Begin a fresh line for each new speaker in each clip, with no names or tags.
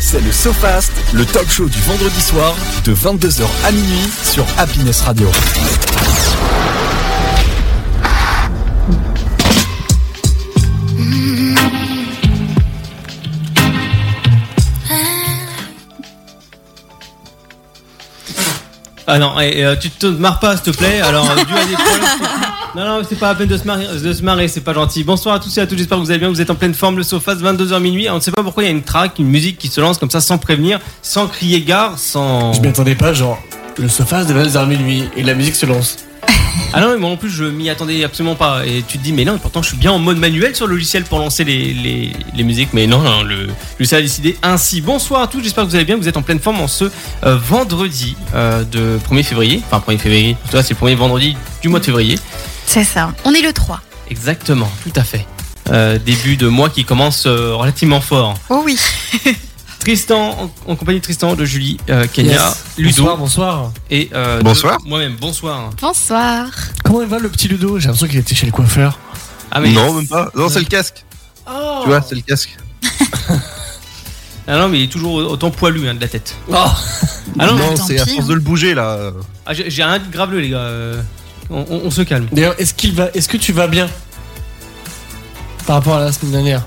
C'est le SoFast, le talk show du vendredi soir de 22h à minuit sur Happiness Radio.
Ah non, et, et, euh, tu te marres pas, s'il te plaît. Alors, euh, dû à des problèmes- Non, non, c'est pas la peine de se marrer, de se marrer, c'est pas gentil. Bonsoir à tous et à toutes, j'espère que vous allez bien, vous êtes en pleine forme, le sofa, 22h minuit. On ne sait pas pourquoi il y a une track, une musique qui se lance comme ça sans prévenir, sans crier gare, sans.
Je m'y attendais pas, genre, le sofa de 22h minuit et la musique se lance.
Ah non, mais moi non plus, je m'y attendais absolument pas. Et tu te dis, mais non, pourtant je suis bien en mode manuel sur le logiciel pour lancer les, les, les musiques. Mais non, non, le le logiciel a décidé ainsi. Bonsoir à tous, j'espère que vous allez bien, vous êtes en pleine forme en ce euh, vendredi euh, de 1er février. Enfin, 1er février, toi c'est le premier vendredi du mois de février.
C'est ça. On est le 3.
Exactement, tout à fait. Euh, début de mois qui commence euh, relativement fort.
Oh oui.
Tristan, en, en compagnie de Tristan, de Julie, euh, Kenya,
Bonsoir,
Ludo
bonsoir.
et euh, de
Bonsoir.
moi-même. Bonsoir.
Bonsoir.
Comment va le petit Ludo J'ai l'impression qu'il était chez le coiffeur.
Ah mais
Non, même pas. Non, c'est le casque. Tu vois, c'est le casque.
Ah non, mais il est toujours autant poilu hein, de la tête.
Oh.
Ah non,
non,
tant
c'est à
pis,
force
hein.
de le bouger là.
Ah, J'ai j'ai rien dit de graveleux, les gars. euh, On, on- on se calme.
D'ailleurs, est-ce qu'il va, est-ce que tu vas bien Par rapport à la semaine dernière.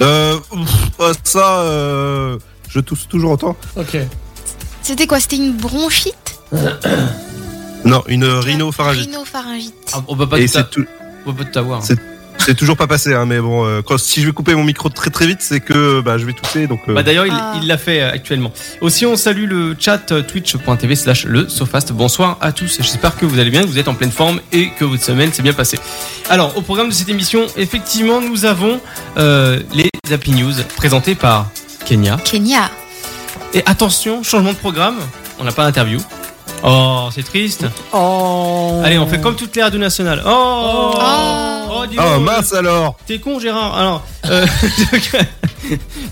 Euh, ouf, euh, ça, euh, je tousse toujours autant.
Ok.
C'était quoi C'était une bronchite
Non, une euh, rhinopharyngite.
Rhinopharyngite.
Ah, on peut pas
Et
tout
c'est
t'a-
tout-
on peut pas tout avoir.
c'est- c'est toujours pas passé, hein, mais bon, euh, quand- si je vais couper mon micro très très vite, c'est que bah, je vais tousser, donc euh,
Bah, D'ailleurs, il-
Ah.
il l'a fait euh, actuellement. Aussi, on salue le chat euh, twitch.tv slash le Sofast. Bonsoir à tous. J'espère que vous allez bien, que vous êtes en pleine forme et que votre semaine s'est bien passée. Alors, au programme de cette émission, effectivement, nous avons euh, les Happy News présentés par Kenya.
Kenya.
Et attention, changement de programme. On n'a pas d'interview. Oh, c'est triste.
Oh.
Allez, on fait comme toutes les radios nationales. Oh,
Oh.
dis
Oh
donc,
mince alors
T'es con Gérard Alors, euh, donc,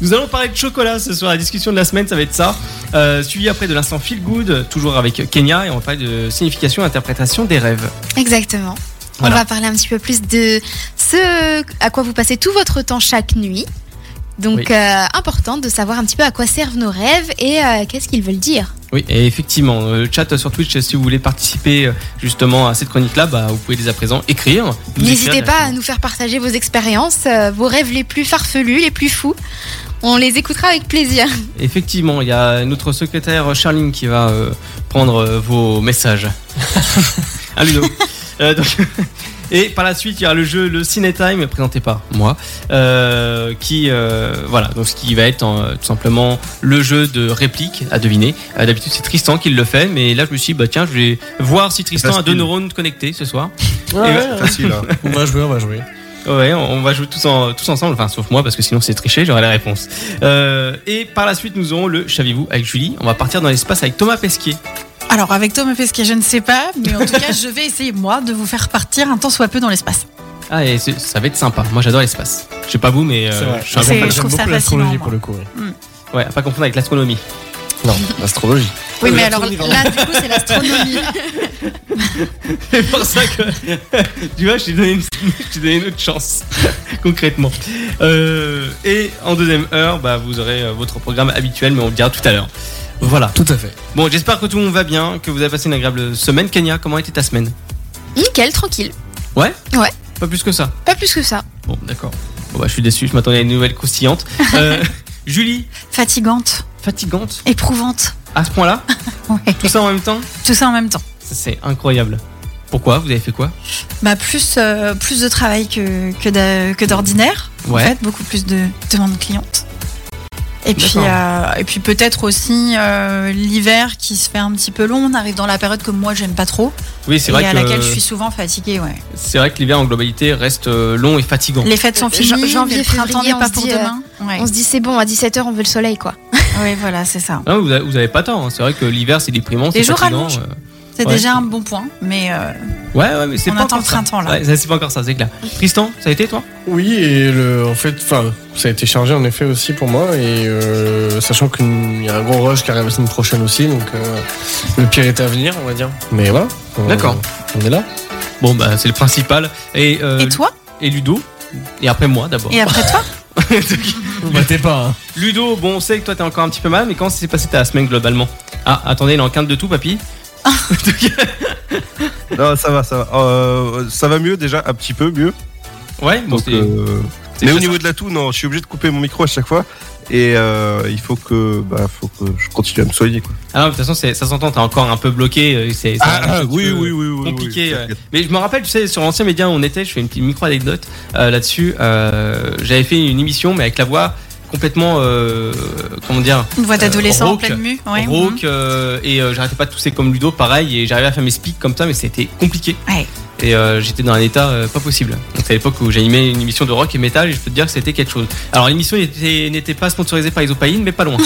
nous allons parler de chocolat ce soir. La discussion de la semaine, ça va être ça. Euh, suivi après de l'instant Feel Good, toujours avec Kenya, et on va parler de signification et interprétation des rêves.
Exactement.
Voilà.
On va parler un petit peu plus de ce à quoi vous passez tout votre temps chaque nuit. Donc,
Oui.
euh, important de savoir un petit peu à quoi servent nos rêves et euh, qu'est-ce qu'ils veulent dire.
Oui, et effectivement, euh, le chat sur Twitch, si vous voulez participer euh, justement à cette chronique-là, bah, vous pouvez dès à présent écrire. Nous
N'hésitez
écrire
pas à
directement.
nous faire partager vos expériences, euh, vos rêves les plus farfelus, les plus fous. On les écoutera avec plaisir.
Effectivement, il y a notre secrétaire Charline qui va euh, prendre euh, vos messages. Hein, Ludo Euh, donc, Et par la suite, il y aura le jeu le Ciné Time présenté par moi, euh, qui euh, voilà donc ce qui va être euh, tout simplement le jeu de réplique à deviner. Euh, D'habitude, c'est Tristan qui le fait, mais là je me suis dit, bah tiens, je vais voir si Tristan a
Facile.
deux neurones connectés ce soir.
Ah,
Ouais,
Et
ouais, ouais.
Facile. hein.
On va jouer, on va jouer.
Ouais, on on va jouer tous, en- tous ensemble, enfin sauf moi parce que sinon c'est triché, j'aurai la réponse. Euh, et par la suite, nous aurons le Savez-vous avec Julie. On va partir dans l'espace avec Thomas Pesquier.
Alors, avec Thomas Pesquet, je ne sais pas, mais en tout cas, je vais essayer, moi, de vous faire partir un temps soit peu dans l'espace.
Ah, et c'est- ça va être sympa. Moi j'adore l'espace. Je sais pas vous, mais euh,
C'est vrai.
je suis un
C'est-
grand fan.
je trouve
J'aime
ça
beaucoup l'astrologie
fascinant,
pour le coup. ouais.
Ouais, à pas confondre avec l'astronomie.
Non, l'astrologie. Oui,
Oui, mais
la
alors
tournée,
là, du coup, c'est l'astronomie.
C'est pour ça que tu vois, je t'ai donné, une- je t'ai donné une autre chance, concrètement. Euh, et en deuxième heure, bah, vous aurez euh, votre programme habituel, mais on le dira tout à l'heure. Voilà.
Tout à fait.
Bon, j'espère que tout le monde va bien, que vous avez passé une agréable semaine. Kenya, comment était ta semaine
Nickel, tranquille.
Pas plus que ça.
Pas plus que ça.
Bon, d'accord. Bon, bah, je suis déçu, je m'attendais à une nouvelle croustillante. Euh, Julie,
Fatigante,
fatigante
éprouvante,
à ce point-là
Ouais.
Tout ça en même temps
tout ça en même temps.
Ça, C'est incroyable. Pourquoi Vous avez fait quoi
Bah, plus, euh, plus de travail que, que d'a- que d'ordinaire,
Ouais.
en fait, beaucoup plus de demandes clientes. Et puis,
D'accord.
euh, et puis peut-être aussi euh, l'hiver qui se fait un petit peu long. On arrive dans la période que moi j'aime pas trop
Oui, c'est
et
vrai,
à
que,
laquelle je suis souvent fatiguée. Ouais.
c'est vrai que l'hiver en globalité reste euh, long et fatigant.
Les fêtes sont
Jan-
finies,
janvier,
janvier, le printemps
février,
n'est
on
pas
se
pour
dit, euh,
demain. Ouais.
On se dit, c'est bon, à 17h, on veut le soleil, quoi.
Ouais, voilà, c'est ça.
Non, vous avez, vous avez pas tort, hein. c'est vrai que l'hiver c'est déprimant.
Les
c'est
jours
fatigant,
rallongent.
euh.
C'est
Ouais.
déjà un bon point, mais euh,
Ouais, ouais, mais c'est
On
pas
attend
encore
le printemps,
ça.
là.
Ouais, ça, c'est pas encore ça, c'est clair. Tristan, ça a été toi
Oui, et le, en fait, enfin, ça a été chargé en effet aussi pour moi, et euh, sachant qu'il y a un gros rush qui arrive la semaine prochaine aussi, donc euh, le pire est à venir, on va dire. Mais voilà. on-
D'accord.
On est là.
Bon, bah c'est le principal. Et, euh,
Et toi
et Ludo. Et après moi d'abord.
Et après toi
Vous battez pas. hein.
Ludo, bon, on sait que toi t'es encore un petit peu mal, mais comment ça s'est passé ta semaine globalement Ah, attendez, il est en quinte de tout, papy.
Non, ça va, ça va. Euh, ça va mieux déjà, un petit peu mieux.
ouais, bon,
Donc,
c'est.
euh,
c'est
Mais au
déjà
niveau
ça.
de la toux, non, je suis obligé de couper mon micro à chaque fois. Et euh, il faut que, bah, faut que je continue à me soigner. Quoi.
Ah non, de toute façon, c'est- ça s'entend, t'es encore un peu bloqué. euh, c'est- c'est un petit peu-
Ah, oui, oui.
compliqué. ouais.
t'inquiète.
Mais je me rappelle, tu sais, sur l'ancien média où on était, je fais une petite micro-anecdote euh, là-dessus. Euh, J'avais fait une émission, mais avec la voix complètement. euh, comment dire
Une voix
Euh,
d'adolescent en
rauque.
pleine mue. ouais. Mhm.
Rauque. euh, et euh, j'arrêtais pas de tousser comme Ludo, pareil. Et j'arrivais à faire mes speaks comme ça, mais c'était compliqué.
Ouais.
Et euh, j'étais dans un état euh, pas possible. Donc, C'est à l'époque où j'animais une émission de rock et métal, et je peux te dire que c'était quelque chose. Alors, l'émission n'était n'était pas sponsorisée par Isopaïne, mais pas loin.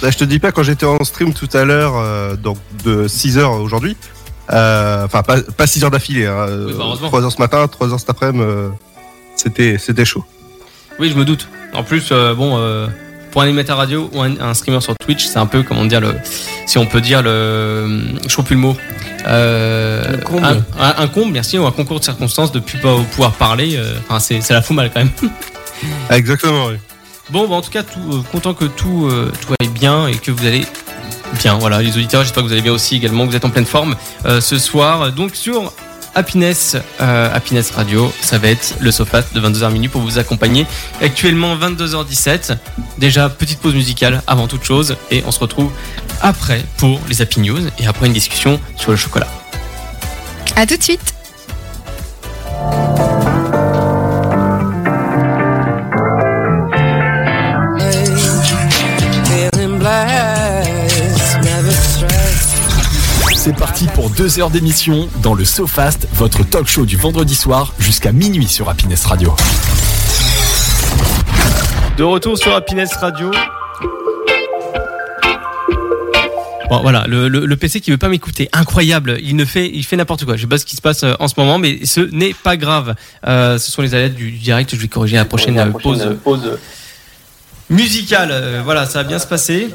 Bah, je te dis pas, quand j'étais en stream tout à l'heure, euh, donc de 6h aujourd'hui, euh, enfin pas, pas 6 heures d'affilée, hein,
Oui, bah, heureusement.
3h ce matin, 3h cet après-midi, euh, c'était, c'était chaud.
Oui, je me doute. En plus, euh, bon, euh, pour un animateur radio ou un, un streamer sur Twitch, c'est un peu, comment dire, le, si on peut dire, le. Je trouve plus le mot. Euh,
Le comble.
Un, un- un comble, merci, ou un concours de circonstances de plus pas pouvoir parler. euh, Enfin, c'est ça la fout mal quand même.
Ah, Exactement, oui.
Bon, bah, en tout cas, tout, euh, content que tout, euh, tout aille bien et que vous allez bien. Voilà, les auditeurs, j'espère que vous allez bien aussi également, que vous êtes en pleine forme euh, ce soir. Donc, sur Happiness, euh, Happiness Radio, ça va être le sofa de 22h minuit pour vous accompagner. Actuellement, 22h17. Déjà, petite pause musicale avant toute chose et on se retrouve après pour les Happy News et après une discussion sur le chocolat.
À tout de suite.
Feeling blessed, never stressed.
C'est parti pour deux heures d'émission dans le SoFast, votre talk show du vendredi soir jusqu'à minuit sur Happiness Radio.
De retour sur Happiness Radio. Bon, voilà, le, le- le PC qui veut pas m'écouter, incroyable. Il ne fait, il fait n'importe quoi. Je sais pas ce qui se passe euh, en ce moment, mais ce n'est pas grave. Euh, ce sont les alertes du, du direct. Je vais corriger la prochaine, euh, pause, musicale. Euh, voilà, ça va bien se passer.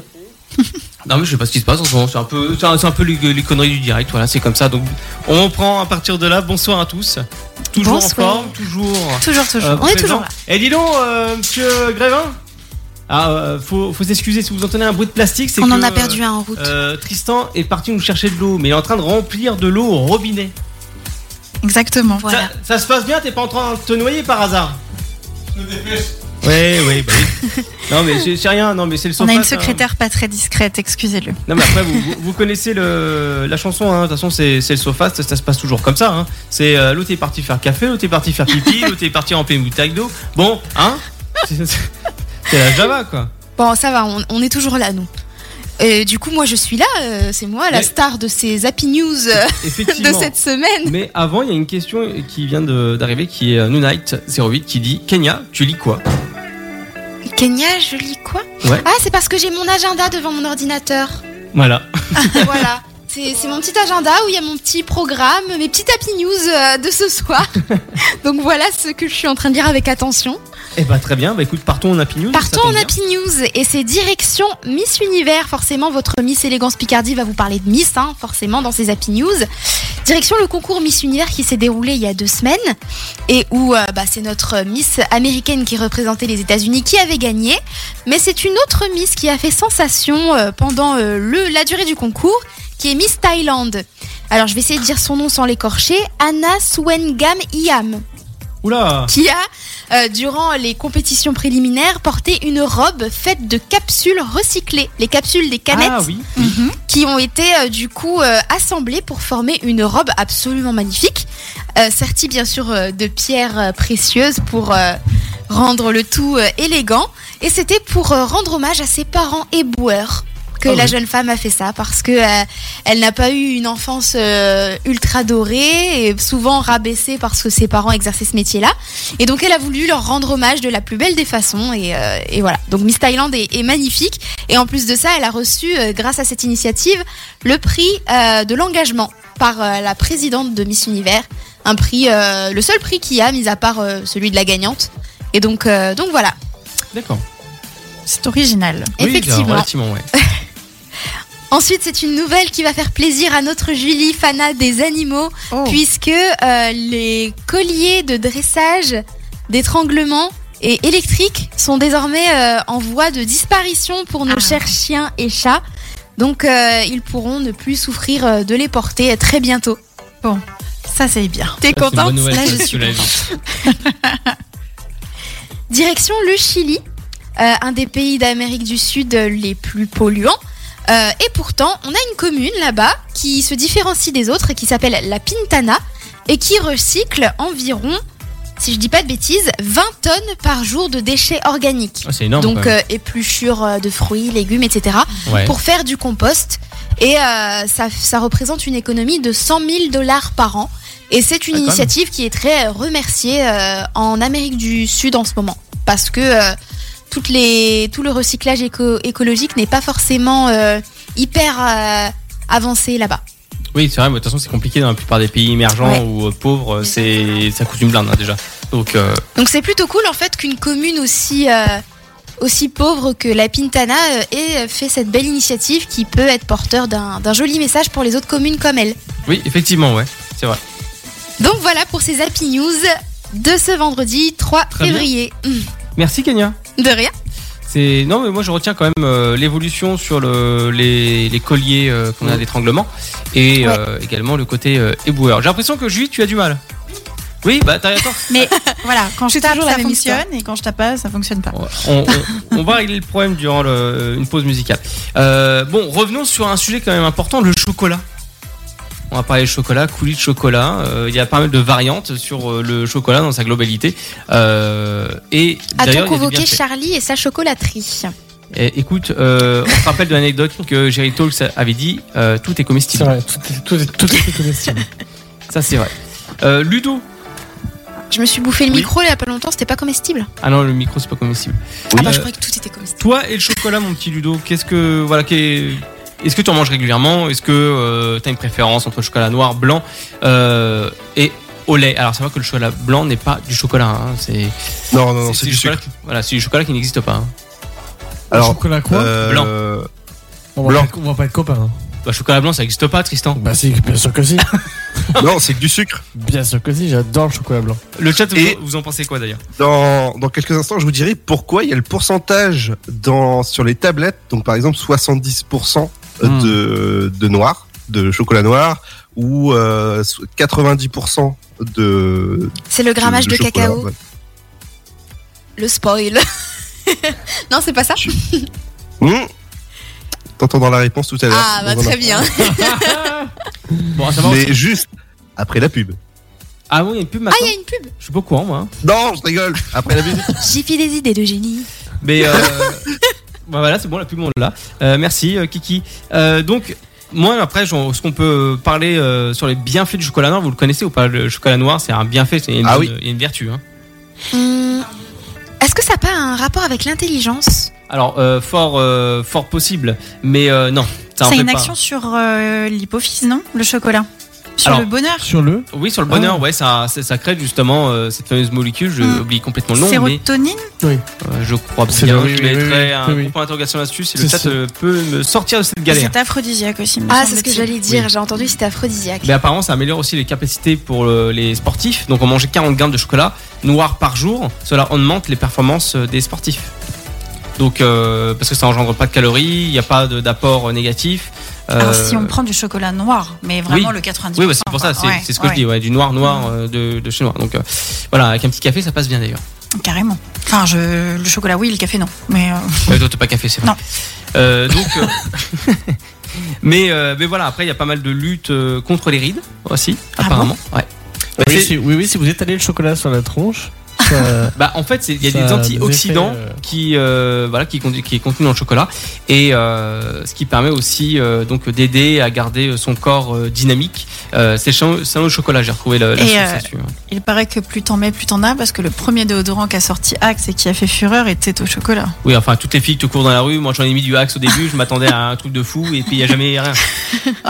Non mais je sais pas ce qui se passe en ce moment. C'est un peu, c'est un, c'est un peu les, les conneries du direct. Voilà, c'est comme ça. Donc on reprend à partir de là. Bonsoir à tous. Toujours
Bonsoir.
en forme, toujours.
Toujours, toujours.
Euh,
On est toujours
présent. Et dis donc, euh, monsieur Grévin Ah, euh, faut, faut s'excuser si vous entendez un bruit de plastique, c'est
On
que,
en a perdu un en route.
euh, Tristan est parti nous chercher de l'eau, mais il est en train de remplir de l'eau au robinet.
Exactement.
Ça-
Voilà.
Ça, se passe bien, t'es pas en train de te noyer par hasard Je me dépêche. Oui, oui, bah oui. non, mais c'est c'est rien, non, mais c'est le
On a
sofa,
une
ça.
secrétaire pas très discrète, excusez-le.
Non, mais après, vous, vous- vous connaissez le, la chanson, hein. de toute façon, c'est c'est le sofa, ça, ça se passe toujours comme ça. Hein. C'est euh, l'autre est parti faire café, l'autre est parti faire pipi, l'autre est parti remplir une bouteille d'eau. Bon, hein C'est c'est la Java, quoi.
Bon, ça va, on, on est toujours là, nous. Et du coup, moi, je suis là. euh, c'est moi, la
Mais-
star de ces Happy News euh, de
Effectivement.
cette semaine.
Mais avant, il y a une question qui vient de- d'arriver qui est euh, Nunite08 qui dit Kenya, tu lis quoi
Kenya, je lis quoi
Ouais.
Ah, c'est parce que j'ai mon agenda devant mon ordinateur.
Voilà.
voilà. C'est c'est mon petit agenda où il y a mon petit programme, mes petites Happy News euh, de ce soir. Donc voilà ce que je suis en train de lire avec attention.
Eh bah très bien, bah écoute, partons en Happy News.
Partons
ça tombe
en
bien.
Happy News et c'est direction Miss Univers. Forcément, votre Miss Élégance Picardie va vous parler de Miss, hein, forcément, dans ces Happy News. Direction le concours Miss Univers qui s'est déroulé il y a deux semaines et où euh, bah, c'est notre Miss américaine qui représentait les États-Unis qui avait gagné. Mais c'est une autre Miss qui a fait sensation euh, pendant euh, le, la durée du concours qui est Miss Thaïlande. Alors je vais essayer de dire son nom sans l'écorcher, Anna Suengam Iam
Oula
qui a, euh, durant les compétitions préliminaires, porté une robe faite de capsules recyclées. Les capsules des canettes
Ah oui
qui ont été euh, du coup euh, assemblées pour former une robe absolument magnifique, euh, sertie bien sûr euh, de pierres euh, précieuses pour euh, rendre le tout euh, élégant. Et c'était pour euh, rendre hommage à ses parents éboueurs que
Ah
la
oui.
jeune femme a fait ça parce que euh, elle n'a pas eu une enfance euh, ultra dorée et souvent rabaissée parce que ses parents exerçaient ce métier-là. Et donc elle a voulu leur rendre hommage de la plus belle des façons et, euh, et voilà. Donc Miss Thaïlande est- est magnifique. Et en plus de ça, elle a reçu, euh, grâce à cette initiative, le prix euh, de l'engagement par euh, la présidente de Miss Univers. Un prix, euh, le seul prix qu'il y a, mis à part euh, celui de la gagnante. Et donc, euh, donc voilà,
D'accord.
C'est original.
Oui, alors,
effectivement.
relativement, ouais.
Ensuite, c'est une nouvelle qui va faire plaisir à notre Julie, Fana des animaux,
Oh.
puisque euh, les colliers de dressage d'étranglement et électriques sont désormais euh, en voie de disparition pour nos
Ah.
chers chiens et chats. Donc euh, ils pourront ne plus souffrir euh, de les porter très bientôt.
Ça, c'est bien.
C'est
T'es
une
contente
bonne nouvelle,
Là,
ça,
je
tu
suis
l'as
contente.
dit.
Direction le Chili, euh, un des pays d'Amérique du Sud euh, les plus polluants. Euh, et pourtant, on a une commune là-bas qui se différencie des autres, qui s'appelle la Pintana, et qui recycle environ, si je dis pas de bêtises, 20 tonnes par jour de déchets organiques.
Ah, c'est énorme.
Donc
quand même.
euh, épluchures euh, de fruits, légumes, etc.
Ouais.
pour faire du compost. Et euh, ça, ça représente une économie de 100 000 dollars par an. Et c'est une
Ah, quand même.
initiative qui est très euh, remerciée euh, en Amérique du Sud en ce moment. Parce que euh, toutes les, tout le recyclage éco- écologique n'est pas forcément euh, hyper euh, avancé là-bas.
Oui, c'est vrai, mais de toute façon, c'est compliqué dans la plupart des pays émergents
Ouais.
ou euh, pauvres. euh, C'est... Ça coûte une blinde hein, déjà. Donc, euh,
Donc c'est plutôt cool en fait qu'une commune aussi, euh, aussi pauvre que la Pintana euh, ait fait cette belle initiative qui peut être porteur d'un d'un joli message pour les autres communes comme elle.
oui, effectivement, ouais.
Donc voilà pour ces Happy News de ce vendredi 3
Très bien.
février. Mmh,
Merci, Kenya.
De rien.
C'est non mais moi je retiens quand même euh, l'évolution sur le, les, les colliers euh, qu'on a d'étranglement et euh, également le côté euh, éboueur. J'ai l'impression que Julie tu as du mal. Oui bah t'as raison.
Mais voilà, quand je
C'est
tape,
toujours hein. la
ça
même histoire.
fonctionne, et quand je tape pas, ça fonctionne pas.
On, on- on va régler le problème durant le- une pause musicale. Euh, bon revenons sur un sujet quand même important le chocolat. On va parler de chocolat, coulis de chocolat. Euh, il y a pas mal de variantes sur euh, le chocolat dans sa globalité. Euh, et
A-t-on
d'ailleurs, il y a des
convoqué
bienfaits.
Charlie et sa chocolaterie
Eh, écoute, euh, on se rappelle de l'anecdote que Jerry Talks avait dit euh, tout est comestible.
C'est vrai, tout est, tout est, tout est comestible.
Ça, c'est vrai. Euh, Ludo.
Je me suis bouffé le
Oui.
micro il y a pas longtemps, c'était pas comestible.
Ah non, le micro, c'est pas comestible.
Ah bah
Euh,
je croyais que tout était comestible.
Toi et le chocolat, mon petit Ludo, qu'est-ce que. Voilà, qu'est- Est-ce que tu en manges régulièrement Est-ce que euh, t'as une préférence entre le chocolat noir, blanc euh, et au lait Alors, c'est vrai que le chocolat blanc n'est pas du chocolat. hein, C'est
Non, non, non,
c'est
c'est du sucre.
chocolat qui- Voilà, c'est du chocolat qui n'existe pas. hein.
Alors,
chocolat quoi
euh,
Blanc.
on, va
blanc.
Pas, être- on va pas être copains. hein.
Bah, chocolat blanc, ça n'existe pas, Tristan.
Bah si, bien sûr que si.
Non, c'est que du sucre.
Bien sûr que si, j'adore le chocolat blanc.
Le chat, vous-
Et-
vous en pensez quoi d'ailleurs
Dans, dans quelques instants, je vous dirai pourquoi il y a le pourcentage dans, sur les tablettes, donc par exemple 70%
Hmm.
de, de noir, de chocolat noir, ou euh, 90% de...
C'est le grammage de,
chocolat.
cacao,
Ouais.
le spoil. non, c'est pas ça
Hmm. T'entendras la réponse tout à l'heure.
Ah bah
Dans un
très
instant.
bien.
Bon, à savoir.
Mais juste après la pub.
Ah oui, il y a une pub
Ah,
maintenant.
il y a une pub
Je suis pas au courant, moi. hein.
Non, je rigole. Après la pub.
J'y fais des idées de génie.
Mais euh, bah voilà, c'est bon, la pub on l'a. Euh, merci euh, Kiki. Euh, donc moi après, j'en- ce qu'on peut parler euh, sur les bienfaits du chocolat noir, vous le connaissez ou pas Le chocolat noir, c'est un bienfait, c'est une,
Ah oui.
une vertu. hein.
Hum, Est-ce que ça n'a pas un rapport avec l'intelligence
Alors euh, fort, euh, fort possible, mais euh, non, ça en
C'est
fait
une
pas.
action sur euh, l'hypophyse, non Le chocolat Sur
Alors,
le bonheur
Sur le
Oui, sur le
Ah.
bonheur, ouais, ça, ça, ça crée justement euh, cette fameuse molécule. Je
Mm.
oublie complètement le nom, mais
Sérotonine
euh, je crois
C'est
bien.
le- oui,
je
oui, oui,
mettrai
oui,
un
oui, oui.
gros point d'interrogation là-dessus. Si le
C'est
chat
ça.
euh, peut me sortir de cette galère.
C'est aphrodisiaque aussi. me
Ah, c'est ce que
semble-t-il.
j'allais dire, j'ai entendu, c'était aphrodisiaque.
Mais apparemment, ça améliore aussi les capacités pour euh, les sportifs. Donc, on mangeait 40 grammes de chocolat noir par jour. Cela augmente les performances euh, des sportifs. Donc, euh, parce que ça engendre pas de calories, il n'y a pas de- d'apport euh, négatif. Euh,
Alors, Ah, si on prend du chocolat noir, mais vraiment le 90%.
Oui, bah, c'est pour ça,
quoi.
c'est
Ouais,
c'est ce que
ouais, Mm.
je dis, ouais, du noir noir euh, de, de chez noir. Donc, euh, voilà, avec un petit café, ça passe bien d'ailleurs.
Carrément. Enfin, je... le chocolat, oui, le café, non. Mais euh,
Ouais, toi, t'es pas café, c'est vrai.
Non.
Euh, donc. euh, Mais, euh, mais voilà, après il y a pas mal de luttes euh, contre les rides aussi,
Ah bon
apparemment. ouais. Bah,
oui
c'est-
si, oui, oui, si vous étalez le chocolat sur la tronche, ça-
bah, en fait, c'est- il y a
ça
des antioxydants
effets, euh,
qui euh, voilà qui, condu- qui est contenu dans le chocolat et euh, ce qui permet aussi euh, donc d'aider à garder son corps euh, dynamique euh, c'est chan- c'est dans le chocolat j'ai retrouvé la, la
Et,
source
euh,
là-dessus, hein.
il paraît que plus t'en mets, plus t'en as, parce que le premier déodorant qu'a sorti Axe et qui a fait fureur était au chocolat.
oui enfin toutes les filles te courent dans la rue moi j'en ai mis du axe au début je m'attendais à un truc de fou et puis il y a jamais rien
Oh,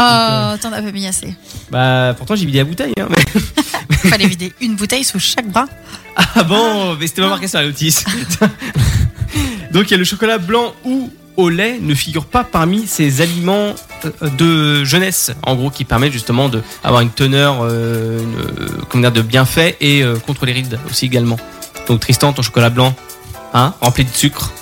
t'en as pas mis assez.
bah pourtant j'ai vidé la bouteille hein, mais-
Fallait vider une bouteille sous chaque bras.
ah bon mais c'était pas marqué sur la notice donc il y a le chocolat blanc ou au lait ne figure pas parmi ces aliments euh, de jeunesse, en gros, qui permettent justement d'avoir une teneur euh, une, euh, comment dire, de bienfaits et euh, contre les rides aussi également. Donc Tristan, ton chocolat blanc, hein, rempli de sucre.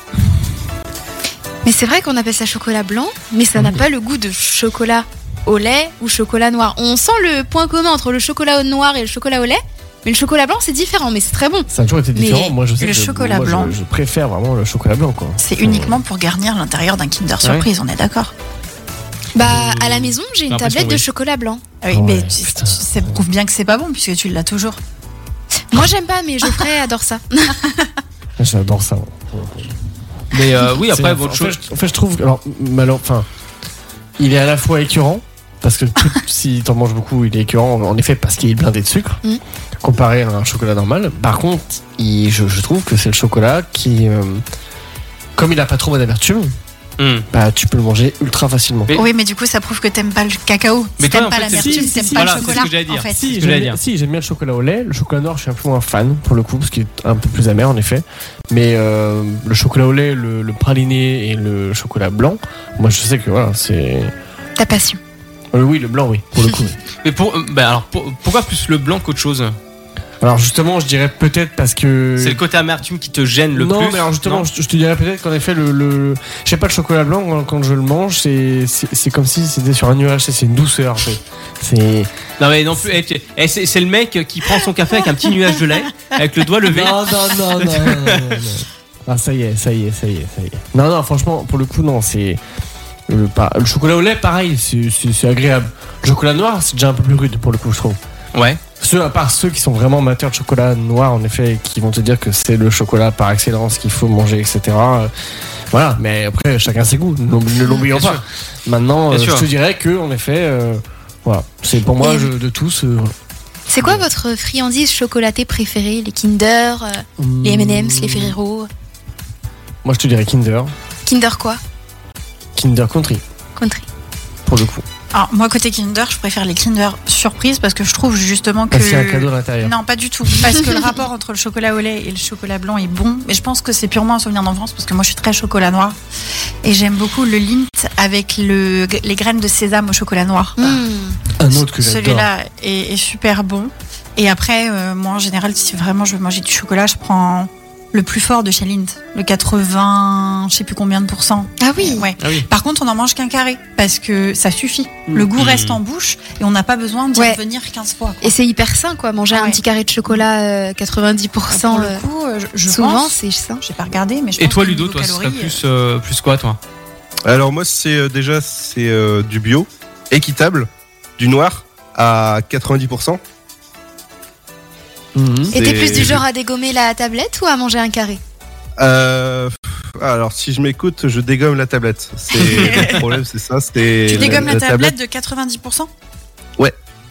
Mais c'est vrai qu'on appelle ça chocolat blanc, mais ça n'a pas le goût de chocolat au lait ou chocolat noir. On sent le point commun entre le chocolat au noir et le chocolat au lait, mais le chocolat blanc c'est différent, mais c'est très bon.
Ça a toujours été
Mais
différent. Moi, je sais
le
que
chocolat
moi, je-
blanc.
Je, préfère vraiment le chocolat blanc, quoi.
C'est uniquement pour garnir l'intérieur d'un Kinder Surprise, on est d'accord euh,
Bah à la maison j'ai une
l'impression,
tablette de
oui.
chocolat blanc.
Ah oui,
Oh Ouais,
mais tu-
putain.
tu- ça prouve bien que c'est pas bon puisque tu l'as toujours.
Moi j'aime pas, mais Geoffrey adore ça.
J'adore ça.
Mais euh, oui,
C'est-
après, votre
en, fait, je- en fait, je trouve. que- Alors, malheur, enfin, il est à la fois écœurant, parce que tout- si t'en manges beaucoup, il est écœurant, en effet, parce qu'il est blindé de sucre,
Mm.
comparé à un chocolat normal. Par contre, il- je, je trouve que c'est le chocolat qui. euh, comme il a pas trop d'amertume,
Hmm.
bah, tu peux le manger ultra facilement.
Mais-
Oui, mais du coup, ça prouve que t'aimes pas le cacao.
Mais
Si
toi, en
t'aimes pas
fait, c'est-
l'amertume,
si, si,
t'aimes
si,
pas
voilà,
le
c'est ce
chocolat.
que j'allais dire.
En fait.
C'est
Si,
ce que j'allais
j'aime
dire.
bien, si, j'aime bien le chocolat au lait. Le chocolat noir, je suis un peu moins fan pour le coup, parce qu'il est un peu plus amer en effet. Mais euh, le chocolat au lait, le, le praliné et le chocolat blanc, moi je sais que voilà, c'est.
Ta passion.
Euh, oui, le blanc, oui, pour le coup. oui.
Mais pour, euh, bah, alors, pour- pourquoi plus le blanc qu'autre chose
Alors justement, je dirais peut-être parce que.
C'est le côté amertume qui te gêne le
non,
plus.
mais alors justement,
non
je, je te dirais peut-être qu'en effet, le, le- je sais pas, le chocolat blanc, quand, quand je le mange, c'est, c'est, c'est comme si c'était sur un nuage, c'est, c'est une douceur. en fait. C'est.
non mais non plus. eh, tu- eh, c'est c'est le mec qui prend son café avec un petit nuage de lait, avec le doigt levé.
Non, non, non, non, non, non, non. Ah, ça y est, ça y est, ça y est, ça y est. Non, non, franchement, pour le coup, non, c'est. Le, par- le chocolat au lait, pareil, c'est, c'est- c'est agréable. Le chocolat noir, c'est déjà un peu plus rude, pour le coup, je trouve.
Ouais.
Ceux, à part ceux qui sont vraiment amateurs de chocolat noir, en effet, et qui vont te dire que c'est le chocolat par excellence qu'il faut manger, etc. euh, Voilà, mais après, chacun ses goûts, n'oub- ne l'oublions
Bien
pas. Maintenant,
Bien
euh,
sûr.
je te dirais que, en effet, euh, voilà, c'est pour moi,
Et-
je- de tous. euh,
C'est quoi votre friandise chocolatée préférée Les Kinder, euh, les
Hmm.
M&M's, les Ferrero
hmm, Moi, je te dirais Kinder,
Kinder quoi
Kinder Country,
Country.
pour le coup.
Alors, moi, côté Kinder, je préfère les Kinder Surprise parce que je trouve justement que.
Parce qu'il y a Bah, un cadeau à l'intérieur.
Non, pas du tout. Parce que le rapport entre le chocolat au lait et le chocolat blanc est bon. Mais je pense que c'est purement un souvenir d'enfance parce que moi, je suis très chocolat noir. Et j'aime beaucoup le lint avec le, les graines de sésame au chocolat noir.
Hmm.
Un autre que j'adore.
Celui-là est, est super bon. Et après, euh, moi, en général, si vraiment je veux manger du chocolat, je prends le plus fort de chez Lind, le 80, je sais plus combien de pourcents.
Ah oui
Ouais.
Ah oui.
Par contre, on n'en mange qu'un carré parce que ça suffit. Le goût
Mm.
Mmh.
reste en bouche et on n'a pas besoin d'y
Ouais.
revenir 15 fois. quoi.
Et c'est hyper sain quoi, manger
Ah
un
ouais.
petit carré de chocolat euh, 90%.
Pour
euh,
le coup, euh, je, je
souvent
pense.
c'est sain.
J'ai pas regardé, mais je
Et
pense
toi
que
Ludo,
niveau
toi, ce serait
calories, euh,
plus euh, plus quoi toi
Alors moi c'est euh, déjà c'est euh, du bio, équitable, du noir à 90%.
Mhm.
Et t'es plus
C'est-
du genre à dégommer la tablette ou à manger un carré
Euh, pff, alors si je m'écoute, je dégomme la tablette. C'est le problème, c'est ça. C'est
Tu dégommes la, tablette de 90%,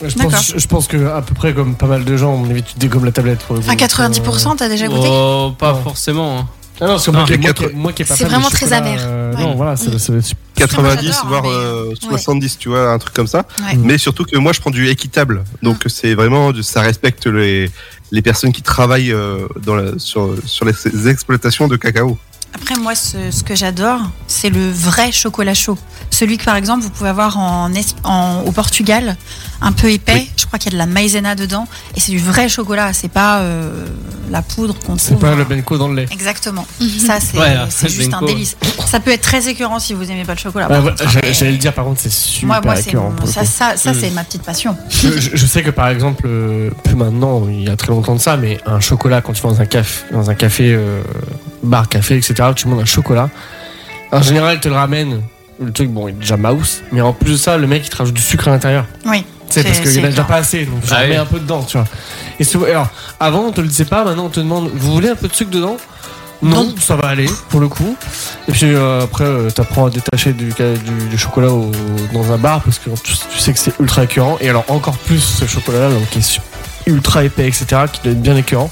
Je,
D'accord.
pense, je pense que à peu près comme pas mal de gens, on évite tu dégommes la tablette. Pour le
enfin
coup.
90%, t'as déjà goûté
Oh, pas
Non.
forcément. hein.
Ah non, parce que
Non,
moi, qui-
les
moi,
quatre-
qui- moi qui ai pas
C'est
fan de
vraiment très
chocolat,
amer.
euh,
Ouais.
Non, voilà, ça,
Mm.
ça va être-
90
J'adore,
voire
mais,
euh,
ouais.
70, tu vois, un truc comme ça.
Ouais.
Mais surtout que moi je prends du équitable, donc c'est vraiment du- ça respecte les les personnes qui travaillent euh, dans la- sur sur les exploitations de cacao.
Après, moi, ce, ce que j'adore, c'est le vrai chocolat chaud. Celui que, par exemple, vous pouvez avoir en, Es- en- au Portugal, un peu épais. Je crois qu'il y a de la maïzena dedans. Et c'est du vrai chocolat. C'est pas euh, la poudre qu'on
C'est
trouve.
pas le Benko dans le lait.
Exactement. Ça, c'est
Ouais, là,
c'est
le
juste un
Benko.
délice. Ça peut être très écœurant si vous aimez pas le chocolat.
euh. Ah,
Par
ouais,
contre,
J'allais
bah, après,
j'allais le dire, par contre, c'est super
Moi, moi c'est
écœurant,
mon-
pour le
ça,
coup.
ça, ça,
Mm.
c'est ma petite passion.
je, je- je sais que par exemple, euh, plus maintenant, il y a très longtemps de ça, mais un chocolat, quand tu vas dans un café, dans un café euh, bar, café, etc., tu demandes un chocolat. En général, ils te le ramènent. Le truc, bon, il est déjà mouse, mais en plus de ça, le mec, il te rajoute du sucre à l'intérieur.
Oui.
C'est parce
C'est-
qu'il n'y en
c'est
a déjà
énorme.
pas assez, donc j'en
Ah oui.
mets un peu dedans, tu vois. Et souvent- alors, avant, on te le disait pas, maintenant, on te demande, vous voulez un peu de sucre dedans non,
Non.
ça va aller pour le coup. Et puis euh, après, euh, t'apprends à détacher du, du, du chocolat au- dans un bar parce que tu, tu sais que c'est ultra écœurant. Et alors encore plus ce chocolat-là, donc qui est su- ultra épais, etc., qui doit être bien écœurant.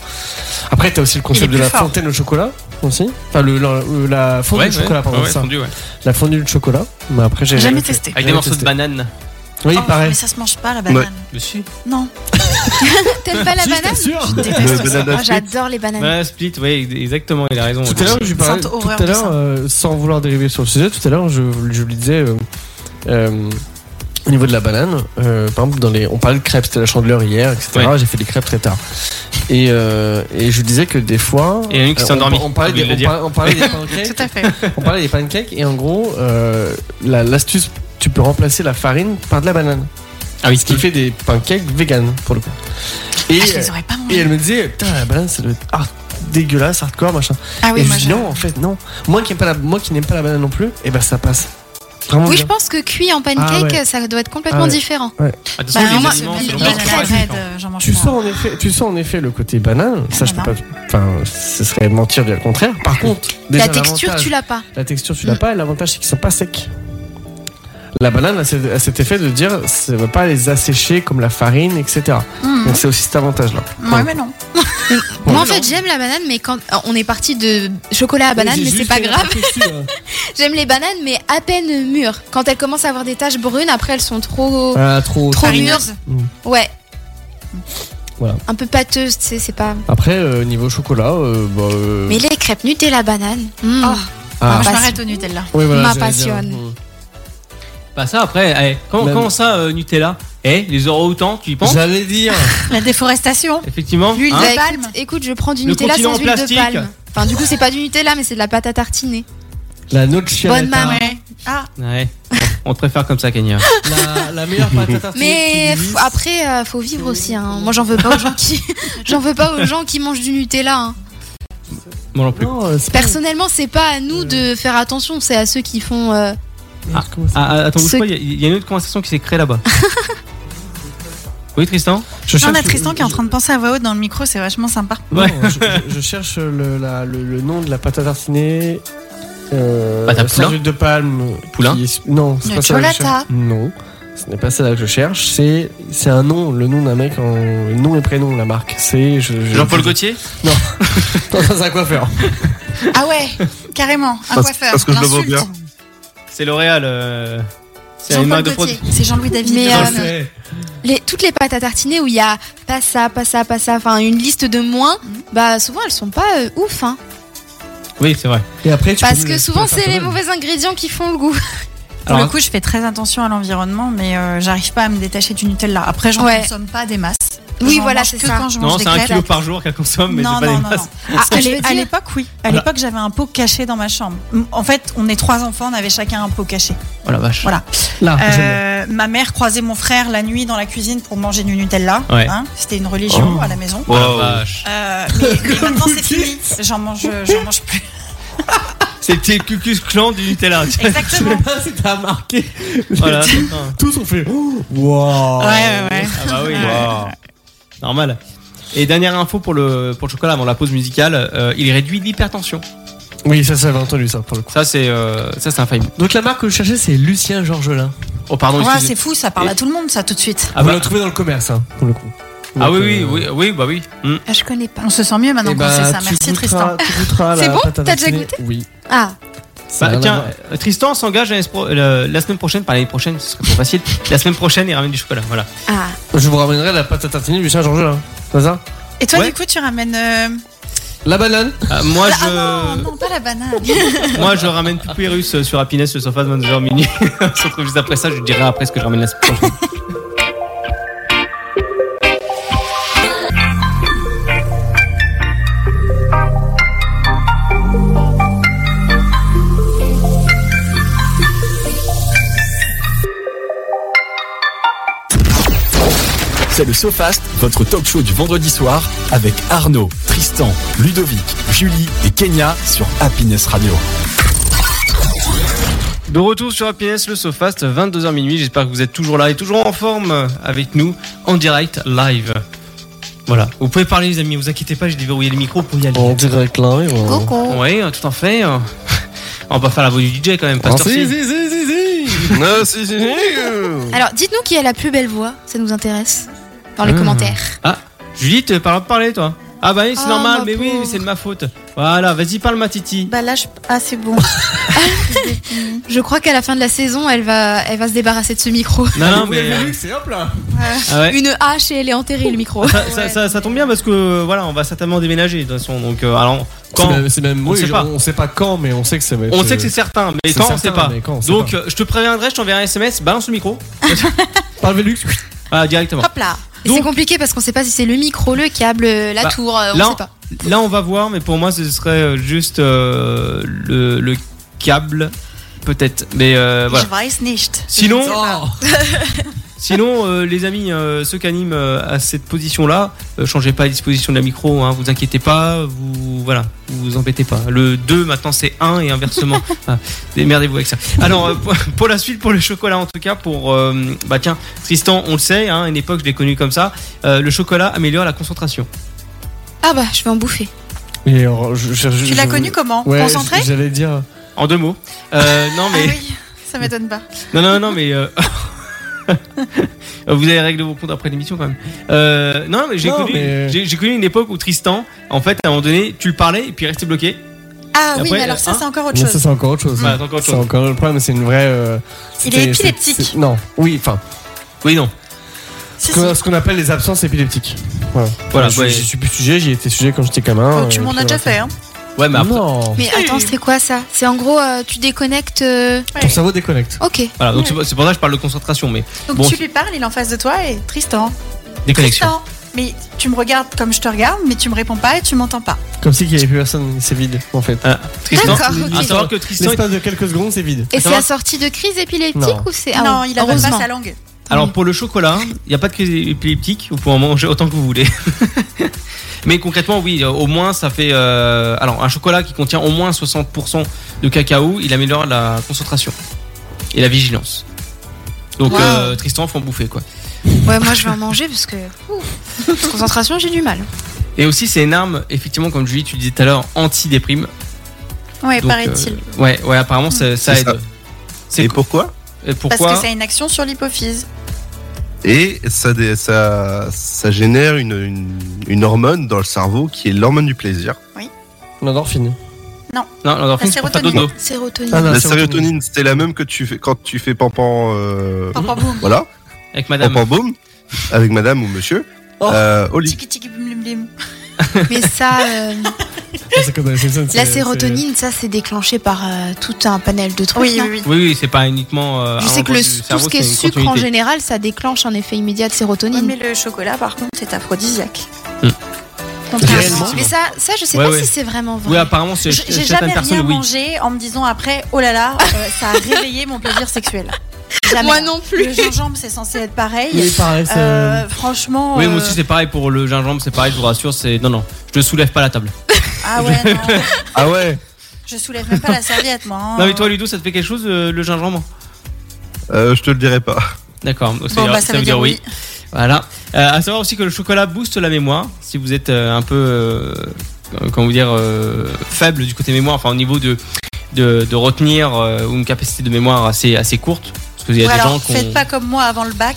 Après, t'as aussi le
Il est
concept de
plus
la
fort.
fontaine au chocolat aussi. Enfin, le, la, le- la fondue
Ouais,
au chocolat,
ouais,
pardon,
ouais,
c'est ça.
fondu, ouais.
La fondue de chocolat. Mais après, j'ai
Jamais
fait.
testé.
Avec des
Jamais
morceaux de
testé.
banane.
Oui,
Oh,
pareil.
mais ça se mange pas la banane.
Dessus.
Non.
T'aimes pas la
Si, je
banane
t'assure.
Le banana
Moi j'adore les bananes.
Banana split, oui, exactement, il a raison.
Tout à l'heure, je parlais-
Sainte
tout
horreur
à
de
l'heure,
ça.
euh, sans vouloir dériver sur le sujet, tout à l'heure, je, je lui disais, euh, euh, au niveau de la banane, euh, par exemple, dans les, on parlait de crêpes, c'était la chandeleur hier, etc.
Ouais.
J'ai fait des crêpes très tard. Et, euh, et je disais que des fois.
Il y en a une qui
euh,
s'est
on-
endormie,
On parlait
j'ai oublié
des,
de le
on
dire.
parlait- on parlait des pancakes.
Tout à fait.
On parlait des pancakes et en gros, euh, la- l'astuce, tu peux remplacer la farine par de la banane.
Ah oui,
Ce qui fait des pancakes vegan pour le coup. Et,
Ah, je
euh,
les aurais pas
et
mangés.
elle me disait, putain, la banane, ça doit être hard- dégueulasse, hardcore, machin.
Ah oui,
et je
moi
dis
je-
non, en fait, non. Moi qui n'aime pas, la- moi qui n'aime pas la banane non plus, et ben ça passe. Vraiment
Oui,
bien.
je pense que cuit en pancake,
Ah ouais.
ça doit être complètement
Ah ouais.
différent.
Ah, de toute
Bah,
façon, les
moi,
aliments,
les-
selon
les
moi,
crêpes,
c'est
crêpes,
différent.
euh, j'en mange
Tu
pas.
sens, en effet, tu sens en effet le côté banane, ça je peux pas.
Banane.
Enfin, ce serait mentir de dire le contraire. Par contre, déjà,
la texture,
l'avantage-
tu l'as pas.
La texture, tu l'as
Mm.
pas, et l'avantage, c'est qu'ils sont pas secs. La banane a cet- a cet effet de dire, ça va pas les assécher comme la farine, etc.
Mmh.
Donc c'est aussi cet avantage-là.
Ouais, mais non.
Moi, en
Ouais,
fait,
non.
j'aime la banane, mais quand euh, on est parti de chocolat à banane, mais c'est pas
euh,
grave. J'aime les bananes, mais à peine mûres. Quand elles commencent à avoir des taches brunes, après elles sont trop,
Ah, trop.
trop mûres.
Farineuse.
Ouais.
Ah. Voilà.
Un peu pâteuses, tu sais, c'est pas.
Après, euh, niveau chocolat, euh, bah, euh,
Mais les crêpes Nutella banane, mm.
ah.
Oh, moi, je
Passion.
m'arrête au Nutella.
Oui, voilà,
ma
j'allais dire.
passionne.
Bah, ça, après, eh, comment,
Même-
comment ça, euh, Nutella Eh, les orang-outans, tu y penses
J'allais dire.
La déforestation.
Effectivement.
L'huile
hein
Bah,
de
écoute-
palme.
Écoute, je prends du
Le
Nutella
continent
sans
en
huile de
plastique.
palme. Enfin, du coup, c'est pas du Nutella, mais c'est de la pâte à tartiner.
La nocciola.
Bonne maman.
Ouais. Ah,
Ouais. On te préfère comme ça, Kenya.
La, la meilleure pâte à tartiner
Mais
qui
f-
existe.
après, euh, faut vivre aussi. hein. Moi, j'en veux pas aux gens qui, j'en veux pas aux gens qui mangent du Nutella. hein.
Moi non plus.
Non, euh, c'est pas-
Personnellement, c'est pas à nous de faire attention. C'est à ceux qui font. euh,
Merde, comment ça-
Ah, ah, attends, bouge
Ce-
pas, il y a- il y, a une autre conversation qui s'est créée là-bas. oui, Tristan
Je
non, on a
cherche-
Tristan qui est en train de penser à voix haute dans le micro, c'est vachement sympa.
Non,
Ouais.
je, je- je cherche le, la- le- le nom de la pâte à tartiner. Euh,
Pâte à
sans
poulain
huile de palme.
Poulain
qui est- Non, c'est
Le
pas celle-là que je
cholata.
cherche. Non, ce n'est pas celle-là que je cherche. C'est c'est un nom, le nom d'un mec, en nom et prénom de la marque. C'est je- je-
Jean-Paul Gaultier
Non, ça, c'est un coiffeur.
Ah ouais, carrément, un
Parce-
coiffeur.
parce que je le vois
l'insulte.
bien.
C'est L'Oréal. euh, C'est une
Jean-Paul
marque de
Gaultier.
produits.
C'est Jean-Louis David.
Mais,
le
euh,
grand
non,
frère.
les- toutes les pâtes à tartiner où il y a pas ça, pas ça, pas ça, enfin une liste de moins, bah souvent elles sont pas euh, ouf, hein.
Oui, c'est vrai.
Et après, tu
Parce
peux me
que
le-
souvent
tu peux le
c'est
faire
les
toi-même.
mauvais ingrédients qui font le goût.
Pour
Alors,
le coup, je fais très attention à l'environnement, mais euh, j'arrive pas à me détacher du Nutella. Après, j'en
Ouais.
consomme pas des masses.
Oui,
J'en
voilà,
mange
c'est
que
ça.
quand je mange
Non,
des
c'est un
crêpes.
kilo par jour qu'elle consomme, mais c'est
non,
pas
non,
des
non, non.
masses.
Ah,
Ce que
à
je
l'é-
veux
à
dire-
l'époque, oui. À l'époque, j'avais un pot caché dans ma chambre. M- En fait, on est trois enfants, on avait chacun un pot caché.
Oh la vache.
Voilà.
Là,
Ah,
j'aime
Euh, ma mère croisait mon frère la nuit dans la cuisine pour manger du Nutella.
Ouais.
hein. C'était une religion
Oh.
à la maison.
Oh la
Wow.
vache.
Euh, mais, mais maintenant, c'est fini. J'en mange, euh, j'en mange plus.
C'était le cucus clan du Nutella.
Exactement.
bien. Je sais pas si t'as remarqué.
voilà.
Tous ont fait. Oh, Waouh.
Ouais, ouais, ouais.
Ah bah oui. Normal. Et dernière info pour le, pour le chocolat avant la pause musicale, euh, il réduit l'hypertension.
Oui, ça, ça j'avais entendu ça pour le coup.
Ça c'est euh, ça c'est un fail.
Donc la marque que je cherchais, c'est Lucien Georgelin.
Oh pardon.
Ouais, c'est
excusez.
fou, ça parle à tout le monde, ça, tout de suite.
Ah,
Vous
bah-
la trouvez dans le commerce, hein, pour le coup.
ah
Donc,
oui,
euh,
oui oui oui bah oui. Hmm.
Ah, je connais pas.
On se sent mieux maintenant
Eh
qu'on
ben,
sait ça.
tu
Merci,
goûteras-
Tristan.
tu goûteras
C'est
la
bon
pâte à
T'as déjà
tartiner.
goûté
Oui.
Ah,
Ça
Bah,
a rien à
tiens,
voir.
euh, Tristan s'engage la, la- la semaine prochaine, par l'année prochaine, ce serait trop facile. La semaine prochaine, il ramène du chocolat. Voilà.
ah.
je vous ramènerai la pâte à tartiner du Lucien Georges. Hein. C'est ça
Et toi,
Ouais.
du coup, tu ramènes. euh,
La banane
Euh, moi
Ah
je
non, non, pas la banane.
moi je ramène Poupérus sur Happiness le sofa de 22h minuit. On se retrouve juste après ça. Je vous dirai après ce que je ramène la semaine prochaine.
C'est le SoFast, votre talk show du vendredi soir avec Arnaud, Tristan, Ludovic, Julie et Kenya sur Happiness Radio.
De retour sur Happiness, le Sofast, 22h minuit. J'espère que vous êtes toujours là et toujours en forme avec nous en direct live. Voilà. Oh. Vous pouvez parler, les amis, vous inquiétez pas, j'ai déverrouillé le micro pour y aller.
On direct là, oui. bon.
Coco.
Oui, tout en fait. On va pas faire la voix du DJ quand même,
Ah,
Pasteur
si,
Sid.
si, si, si, si.
Ah, si, si, si. euh.
Mmh. Alors, dites-nous qui a la plus belle voix, ça nous intéresse. Dans les
Ah.
commentaires.
Ah, Julie, t'es pas là de parler, toi Ah bah oui, c'est
Ah,
normal,
ma
mais oui,
pauvre.
c'est de ma faute. Voilà, vas-y, parle ma titi.
Bah là, je... ah, c'est bon.
Je crois qu'à la fin de la saison, elle va, elle va se débarrasser de ce micro.
Non, non, mais. euh,
C'est hop là
ah ouais.
Une hache et elle est enterrée, le micro.
Ça, ça- ça- ça tombe bien parce que euh, voilà, on va certainement déménager de toute façon. Donc, euh, alors, quand
C'est même, c'est même-
On
oui,
sait
je-
pas.
on sait pas quand, mais on sait que ça va être. euh,
On sait que c'est certain, mais quand on sait pas. Donc,
Donc,
euh, je te préviendrai, je t'enverrai un SMS, balance le micro.
par Velux,
Ah, directement.
Hop là.
Et C'est
Donc-
compliqué parce qu'on sait pas si c'est le micro, le câble, la
Bah,
tour, euh, on
là,
sait pas.
Là, on va voir, mais pour moi, ce serait euh, juste euh, le, le câble, peut-être. Mais euh, voilà.
Je weiß nicht.
Sinon,
Oh.
Je ne sais pas.
Ah,
Sinon, euh, les amis, euh, ceux qui animent euh, à cette position-là, euh, changez pas la disposition de la micro, hein, vous inquiétez pas, vous voilà, vous vous embêtez pas. Le 2, maintenant, c'est 1 et inversement. Ah, Démerdez-vous avec ça. Alors, euh, pour, pour la suite, pour le chocolat, en tout cas, pour. euh, bah tiens, Tristan, on le sait, hein, à une époque, je l'ai connu comme ça, euh, le chocolat améliore la concentration.
Ah bah, je vais en bouffer.
Et, euh, je- je- je-
Tu l'as
je-
connu comment
Ouais,
Concentré
j- J'allais dire.
En deux mots. Euh, non,
Ah
mais.
oui, ça m'étonne pas.
Non, non, non, mais. euh, Vous allez régler vos comptes après l'émission quand même. Euh, non, mais j'ai
Non,
connu,
mais-
j'ai- j'ai connu une époque où Tristan, en fait, à un moment donné, tu le parlais et puis il restait bloqué.
Ah
Et
oui,
après,
mais alors ça,
hein
c'est encore autre
Mais ça,
chose.
c'est encore autre chose.
Voilà, c'est encore autre
C'est
chose.
encore le problème, c'est une vraie. euh,
Il
c'est-
est épileptique.
c'est- c'est- Non, oui, enfin,
Oui, non.
Si,
ce
si.
qu'on- ce qu'on appelle les absences épileptiques. Voilà.
Voilà,
Je
ouais.
je suis plus sujet, j'y étais sujet quand j'étais gamin.
Oh, tu
euh,
m'en as
puis
déjà
voilà.
fait, hein
Ouais, mais Bah, après.
Non.
Mais attends, c'est quoi ça C'est en gros, euh, tu déconnectes. euh,
Ton cerveau déconnecte.
Ok.
Voilà, donc c'est pour- c'est pour ça que je parle de concentration, mais
Donc
Bon.
tu lui parles, il est en face de toi et Tristan.
déconnexion.
Tristan, mais tu me regardes comme je te regarde, mais tu me réponds pas et tu m'entends pas.
Comme si qu'il n'y avait plus personne, c'est vide en fait.
Ah, Tristan,
D'accord, ok.
à savoir que Tristan.
L'espace de quelques secondes, c'est vide.
Et
Attends,
c'est
hein.
assorti de crise épileptique
Non.
ou c'est.
non,
ouais,
il avale pas
heureusement.
sa langue.
Alors pour le chocolat, il n'y a pas de crise épileptique, vous pouvez en manger autant que vous voulez. Mais concrètement, oui, euh, au moins ça fait. euh, alors un chocolat qui contient au moins 60% de cacao, il améliore la concentration et la vigilance. Donc
Wow.
euh, Tristan, faut en bouffer quoi.
Ouais, moi je vais en manger parce que. ouf, concentration, j'ai du mal.
Et aussi, c'est une arme, effectivement, comme Julie, tu disais tout à l'heure, anti-déprime.
Ouais,
Donc,
paraît-il.
euh, ouais, ouais, apparemment, ça, ça
C'est
aide.
ça.
C'est
Et
pour,
pourquoi
pourquoi Euh,
Parce que ça a une action sur l'hypophyse.
Et ça, dé- ça, ça génère une, une, une hormone dans le cerveau qui est l'hormone du plaisir.
L'endorphine.
Non, l'endorphine,
La
c'est pour faire
sérotonine.
dodo.
Sérotonine.
Ah, non. La
la
sérotonine.
sérotonine, c'est la même que tu fais quand tu fais pampan. euh,
Pam, pam, boum.
Voilà,
Avec madame.
pampan boum, avec madame ou monsieur.
Oh.
Euh, au lit.
Tiki tiki bim bim bim.
Mais ça, euh,
C'est comme dans les Simpsons,
la
c'est-
sérotonine, ça c'est déclenché par euh, tout un panel de trucs.
Oui,
non
oui, oui.
Oui, oui, c'est pas uniquement. euh,
Je
un
sais que
endroit
le,
du
tout
cerveau,
ce qui est
c'est une
sucre en
continuité.
général, ça déclenche un effet immédiat de
Ouais,
sérotonine.
mais le chocolat, par contre, est aphrodisiaque.
Hmm.
Contrairement.
Réellement
mais ça, ça, je sais
Ouais,
pas
ouais.
si c'est vraiment vrai.
Oui, apparemment, c'est
Je- J'ai
certaines
jamais
personnes,
rien
oui.
mangé en me disant après, oh là là, euh, ça a réveillé mon plaisir sexuel. Jamais.
Moi non
Le
plus.
gingembre, c'est censé être pareil.
Oui, pareil, ça-
Euh, franchement.
Oui, moi
euh,
aussi, c'est pareil pour le gingembre, c'est pareil, je vous rassure, c'est. Non, non, je ne soulève pas la table.
Ah ouais, non.
Ah ouais
Je soulève même pas la serviette, moi. hein.
Non, mais toi, Ludo, ça te fait quelque chose, euh, le gingembre
euh, Je te le dirai pas.
D'accord, donc
Bon, bah, ça, veut dire, oui.
Voilà. Euh, à savoir aussi que le chocolat booste la mémoire. Si vous êtes euh, un peu, euh, comment vous dire, euh, faible du côté mémoire, enfin au niveau de de, de retenir euh, ou une capacité de mémoire assez assez courte, parce qu'il y a
Ou
des
alors,
gens qui ont,
faites pas comme moi avant le bac.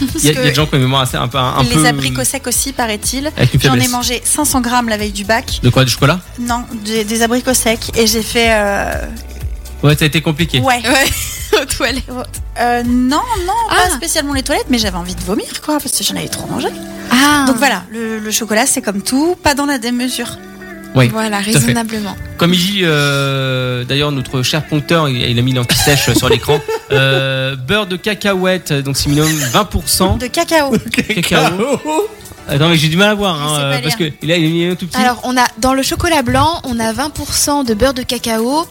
il y a- il y a
parce
des gens qui ont une mémoire assez un peu un
les
peu
abricots secs aussi, paraît-il.
avec une
J'en ai
faiblesse.
mangé 500 grammes la veille du bac.
De quoi du chocolat
Non, des, des abricots secs. Et j'ai fait. euh,
Ouais, ça a été compliqué.
Ouais.
Ouais, aux toilettes.
Euh, non, non,
Ah.
pas spécialement les toilettes, mais j'avais envie de vomir, quoi, parce que j'en avais trop mangé.
Ah,
Donc voilà, le, le chocolat, c'est comme tout, pas dans la démesure.
Oui.
Voilà,
à fait.
raisonnablement.
Comme il dit euh, d'ailleurs notre cher poncteur, il, il a mis l'anti-sèche sur l'écran. Euh, beurre de cacahuète, donc c'est minimum 20%
De cacao.
cacao. Euh, non mais j'ai du mal à voir, hein,
sais pas
euh, parce que
lire.
là il est mis un tout petit.
Alors, on a dans le chocolat blanc, on a 20% de beurre de cacao,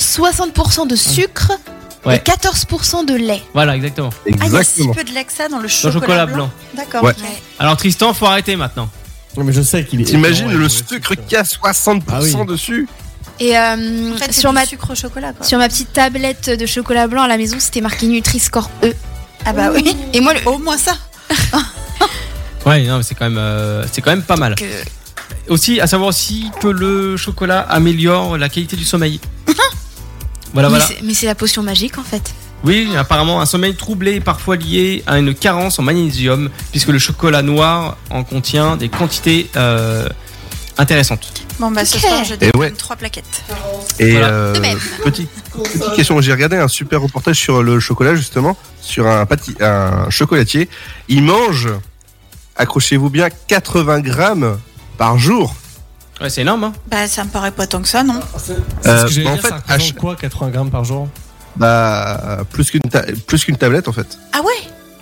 60% de sucre
Ouais.
et 14% de lait.
Voilà, exactement.
Ah, il y a si
Exactement.
peu de lait que ça dans
Dans
le
le
chocolat,
chocolat
blanc.
blanc.
D'accord.
Ouais.
ok.
Alors Tristan, faut arrêter maintenant.
Non, mais je sais qu'il est.
T'imagines
Ouais,
le
ouais,
sucre qui a 60%
Ah oui.
dessus
Et euh,
En fait, c'est
sur,
du
ma,
sucre au chocolat, quoi.
sur ma petite tablette de chocolat blanc à la maison, c'était marqué Nutri-Score E.
Ah bah oui.
Et moi, le
Oh.
Au moins ça.
Ouais, non, mais c'est quand même, euh, c'est quand même pas mal.
E, que-
Aussi, à savoir aussi que le chocolat améliore la qualité du sommeil.
Ah
voilà,
mais
voilà.
c'est- Mais c'est la potion magique en fait.
Oui, apparemment, un sommeil troublé est parfois lié à une carence en magnésium, puisque le chocolat noir en contient des quantités euh, intéressante.
Bon, bah ce
Ok.
soir, je
Et ouais.
donne trois plaquettes.
Et
Voilà.
euh,
De même.
petit- petite question, j'ai regardé un super reportage sur le chocolat justement, sur un, pâti- un chocolatier. Il mange, accrochez-vous bien, 80 grammes par jour.
Ouais, c'est énorme. Hein.
Bah, ça me paraît pas tant que ça, non
C'est ce
Euh,
que j'allais
bah, en
dire,
fait,
ça représente
H-
quoi 80 grammes par jour
Bah, plus qu'une ta- plus qu'une tablette en fait.
Ah ouais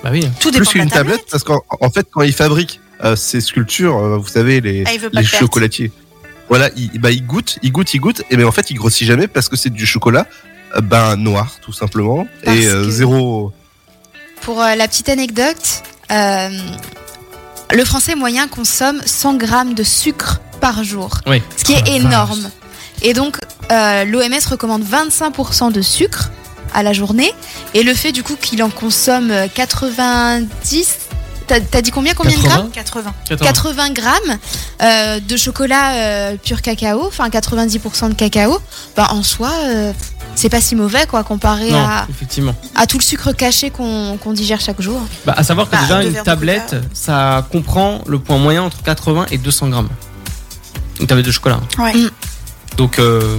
Bah oui.
Tout dépend
Plus
de la tablette.
qu'une tablette parce qu'en en fait quand il fabrique euh, ces sculptures, euh, vous savez les
Ah, il veut pas
les
de perte.
chocolatiers. Voilà, il, bah, il goûte, il goûte, il goûte, et mais en fait, il grossit jamais parce que c'est du chocolat euh, ben, noir, tout simplement,
Parce
et euh,
que-
zéro.
Pour euh, la petite anecdote, euh, le français moyen consomme 100 grammes de sucre par jour,
Oui. Ah,
ce qui est
Oh la
énorme.
vache.
Et donc, euh, l'OMS recommande 25% de sucre à la journée, et le fait du coup qu'il en consomme euh, 90, t'as t'as dit combien combien de grammes
80.
80 grammes euh, de chocolat euh, pur cacao, enfin 90% de cacao, bah en soi, euh, c'est pas si mauvais quoi comparé
Non,
à,
effectivement.
à tout le sucre caché qu'on qu'on digère chaque jour.
Bah, à savoir que
Bah,
déjà,
deux
une
verres de
tablette,
coca.
ça comprend le point moyen entre 80 et 200 grammes. Une tablette de chocolat. hein.
Ouais.
Mm.
Donc, euh,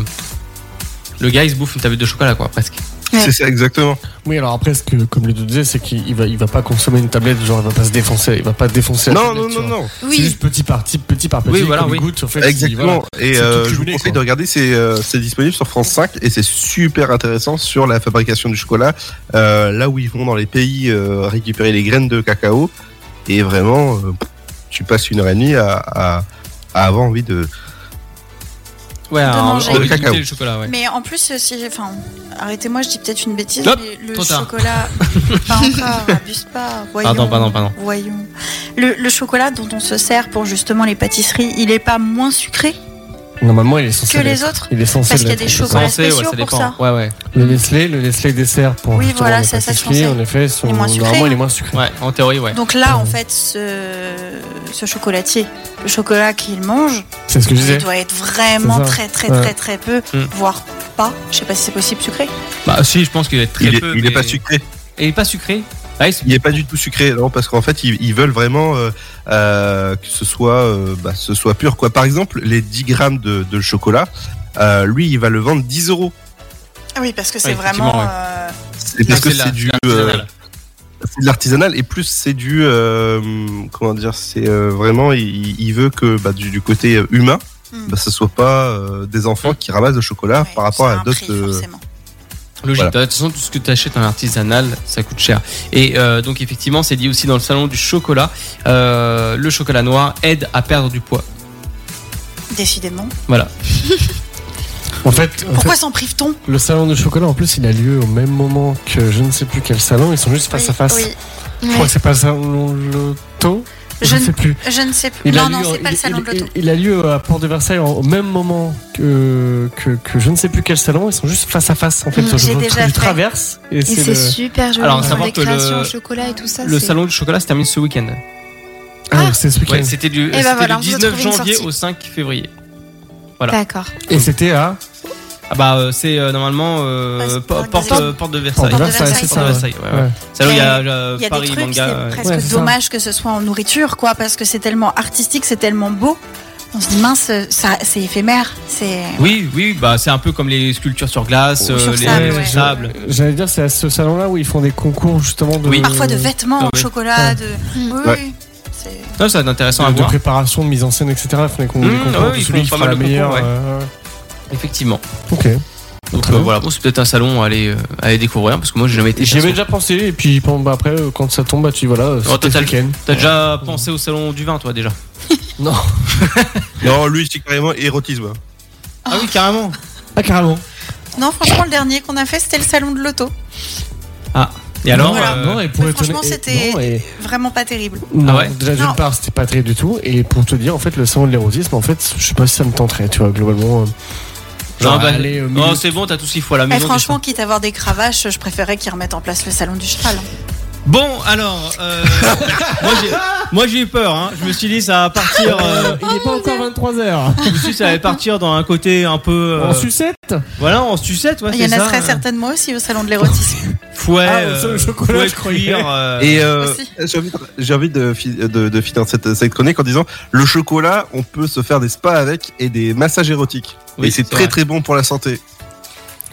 le gars, il se bouffe une tablette de chocolat, quoi, presque.
Ouais.
C'est ça, exactement.
Oui, alors après, ce que, comme le deux disait, c'est qu'il il va, il va pas consommer une tablette, genre il va pas se défoncer, il va pas défoncer. la
Non,
tablette,
non,
tu
non,
vois.
non.
C'est
Oui,
juste petit par petit, petit par petit.
Oui, voilà,
comme
oui.
il goûte, en fait, il-
Exactement. Et
C'est tout
euh, je vous
cumulé, quoi.
conseille de regarder, c'est euh, c'est disponible sur France 5 et c'est super intéressant sur la fabrication du chocolat. euh, là où ils vont dans les pays euh, récupérer les graines de cacao. Et vraiment, euh, tu passes une heure et demie à, à- à avoir envie de.
Ouais,
De
en-
manger.
en-
Le
limiter
cacao.
le chocolat, ouais.
Mais en plus, euh, si j'ai. Enfin, arrêtez-moi, je dis peut-être une bêtise.
Hop,
mais le
trop tard.
chocolat. pas encore, abuse pas. Voyons.
Pardon, pardon, pardon.
Voyons. Le, le chocolat dont on se sert pour justement les pâtisseries, il est pas moins sucré
Normalement, il est censé.
que les
l'être.
autres
Il est censé.
Parce qu'il y a
l'être,
des
en fait.
chocolats
Censé,
spéciaux
ça
pour
dépend.
ça.
Ouais, ouais.
Le Nestlé, le Nestlé dessert pour.
Oui,
justement
voilà,
les
c'est ça que je
pâtisseries,
pensais.
En effet, sont-
Il est moins sucré,
normalement, il est
hein.
moins sucré.
Ouais, en théorie, ouais.
Donc là, en fait, ce, ce chocolatier, le chocolat qu'il mange,
C'est ce que je disais.
il doit être vraiment
C'est ça.
très, très,
Ouais.
très, très peu,
Mm.
voire pas. Je sais pas si c'est possible sucré.
Bah, si, je pense qu'il est très
il, est,
peu.
il est
mais-
pas sucré.
Et il est pas sucré. Ah, il se-
Il est pas du tout sucré, non, parce qu'en fait, ils, ils veulent vraiment euh, euh, que ce soit, euh, bah, ce soit pur. Quoi. Par exemple, les 10 grammes de, de chocolat, euh, lui, il va le vendre 10 euros.
Ah oui, parce que c'est
Ouais,
vraiment.
effectivement, ouais.
euh,
C'est parce que
de la-
c'est du.
de
euh,
l'artisanal.
c'est de l'artisanal et plus c'est du euh, comment dire c'est euh, vraiment il, il veut que bah, du, du côté euh, humain
Hmm.
bah, ce soit pas euh, des enfants qui ramassent le chocolat
Mm. ouais,
par rapport
ça a
à
un
d'autres
prix,
euh,
forcément.
Logique.
Voilà.
De toute façon, tout ce que tu achètes en artisanal, ça coûte cher. Et euh, donc, effectivement, c'est dit aussi dans le salon du chocolat. euh, le chocolat noir aide à perdre du poids.
Décidément.
En fait, en
Pourquoi s'en prive-t-on
fait, le salon du chocolat, en plus, il a lieu au même moment que je ne sais plus quel salon. Ils sont juste face
Oui,
à face.
oui.
Je crois que c'est pas le salon Lotto. Je
Je
ne
ne-
sais plus.
Je ne sais plus.
Il a
Non,
lieu-
non, c'est pas
il-
le salon
il-
de l'auto.
il- il a lieu à Port de Versailles en- au même moment que, que, que je ne sais plus quel salon. Ils sont juste face à face en fait.
Mm,
Je-
j'ai
je-
déjà
je
fait.
traverse et
Et
c'est
c'est
le-
super joli.
Alors,
hein,
savoir
avec
que le-
création au chocolat et tout ça.
Le
c'est-
salon du chocolat se termine ce week-end.
Ah, donc c'est ce week-end.
Ouais, c'était du,
ben
c'était du
voilà, on vous a
19
trouvé une
janvier
sortie.
au 5 février. voilà.
D'accord.
et c'était à
Ah bah euh, c'est euh, normalement euh,
Ouais, c'est
po-
Porte
porte,
des-
euh, porte de
Port
Versailles.
de
Porte de
Versailles, c'est
Versailles.
ça.
Porte de
ouais.
Versailles, ouais, ouais.
Ouais.
C'est là où il y a, euh,
Il y a
Paris
des trucs,
Manga. ouais.
c'est presque
Ouais, c'est ça.
dommage que ce soit en nourriture, quoi, parce que c'est tellement artistique, c'est tellement beau. On se dit mince, ça, c'est éphémère, c'est.
Oui, oui, bah c'est un peu comme les sculptures sur glace,
Ou sur
euh, les
sable,
sur
ouais.
sable.
J'allais dire, c'est à ce salon-là où ils font des concours justement de.
Oui.
Parfois de vêtements
Ah
au
ouais.
chocolat,
Ouais. Mmh.
de.
Mm.
Oui,
Ouais.
oui, c'est-
Non, ça va être intéressant à
de, de
voir.
préparation, de mise en scène, etc. Ils font des con-
Mmh,
des concours.
ouais,
de
ils
celui
font
qui
pas
fera
mal
la
de
meilleure.
concours,
euh,
Effectivement. Donc
Ok. Très
euh,
bien.
voilà, bon, c'est peut-être un salon à aller, euh, à aller découvrir parce que moi j'ai jamais été.
J'y avais
perso.
déjà pensé et puis bon, bah, après, euh, quand ça tombe, bah, tu voilà. euh, c'était
total.
ce week-end.
T'as déjà pensé au salon du vin, toi déjà
Non.
non lui c'est carrément érotisme hein.
Ah oui, carrément.
Ah carrément.
Non, franchement, le dernier qu'on a fait, c'était le salon de l'auto.
Et alors
Voilà.
euh,
Non, et pour
Mais
être
franchement,
honnête- et-
c'était-
non, et-
Vraiment pas terrible.
Non,
Ah ouais
déjà
Non.
d'une part c'était pas très du tout et pour te dire en fait le salon de l'érotisme en fait je sais pas si ça me tenterait tu vois globalement euh,
non,
genre
bah,
aller au
non,
milieu-
Eh,
c'est bon, t'as tout ce qu'il faut à la
Mais
maison.
franchement, quitte à avoir des cravaches, je préférais qu'ils remettent en place le salon du cheval.
Bon, alors, euh, moi, j'ai, moi j'ai eu peur. Hein. Je me suis dit ça va partir. euh,
Il n'est pas encore 23h.
je me suis dit ça allait partir dans un côté un peu. euh,
En sucette Ah
voilà, en sucette, ouais,
Il y en
c'est
a
ça. euh.
très certainement aussi au salon de l'érotisme.
Fouet,
Ah,
euh,
au chocolat,
fouet,
je croyais.
cuir, euh,
Et euh,
Ah, aussi.
j'ai envie, de- j'ai envie de, fi- de, de finir cette, cette chronique en disant le chocolat, on peut se faire des spas avec et des massages érotiques.
Oui,
et c'est
c'est
très
vrai.
très bon pour la santé.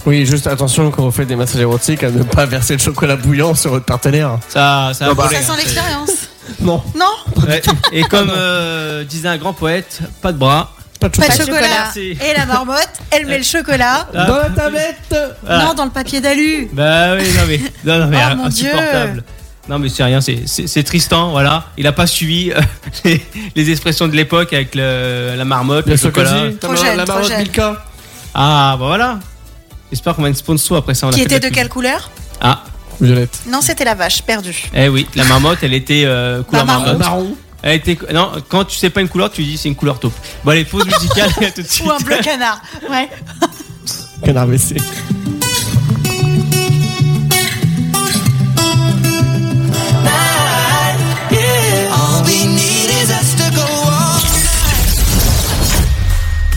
Oui, juste attention quand vous faites des massages érotiques à ne pas verser le chocolat bouillant sur votre partenaire.
ça, ça, a
Non, bah,
volé,
Ah Ça
hein,
sent
c'est-
l'expérience.
Non,
Non
Ouais. Et comme euh, disait un grand poète, pas de bras.
pas de
Pas
chocolat.
de
Pas de
chocolat.
chocolat.
Et la marmotte, elle met le chocolat.
Ah.
Dans la tablette
Ah.
Non, dans le papier d'alu.
Bah oui, non mais, non, non, mais
Oh, mon Dieu.
insupportable. Non mais c'est rien, c'est- c'est c'est Tristan, voilà. Il a pas suivi euh, les, les expressions de l'époque avec le- la marmotte, le,
Le
chocolat.
chocolat,
Trop jeune,
la
trop
marotte
jeune.
Milka.
Ah bah voilà. J'espère qu'on va une sponsor après ça. On a
Qui
fait
était de
la pub.
quelle couleur
Ah,
Violette.
Non, c'était la vache, perdue.
eh oui, la marmotte, elle était euh, couleur
Bah, marron.
marmotte. Elle était non, quand tu sais pas une couleur, tu dis c'est une couleur taupe. Bon allez, pause musicale à tout de suite.
Ou un bleu canard. Ouais.
Canard WC.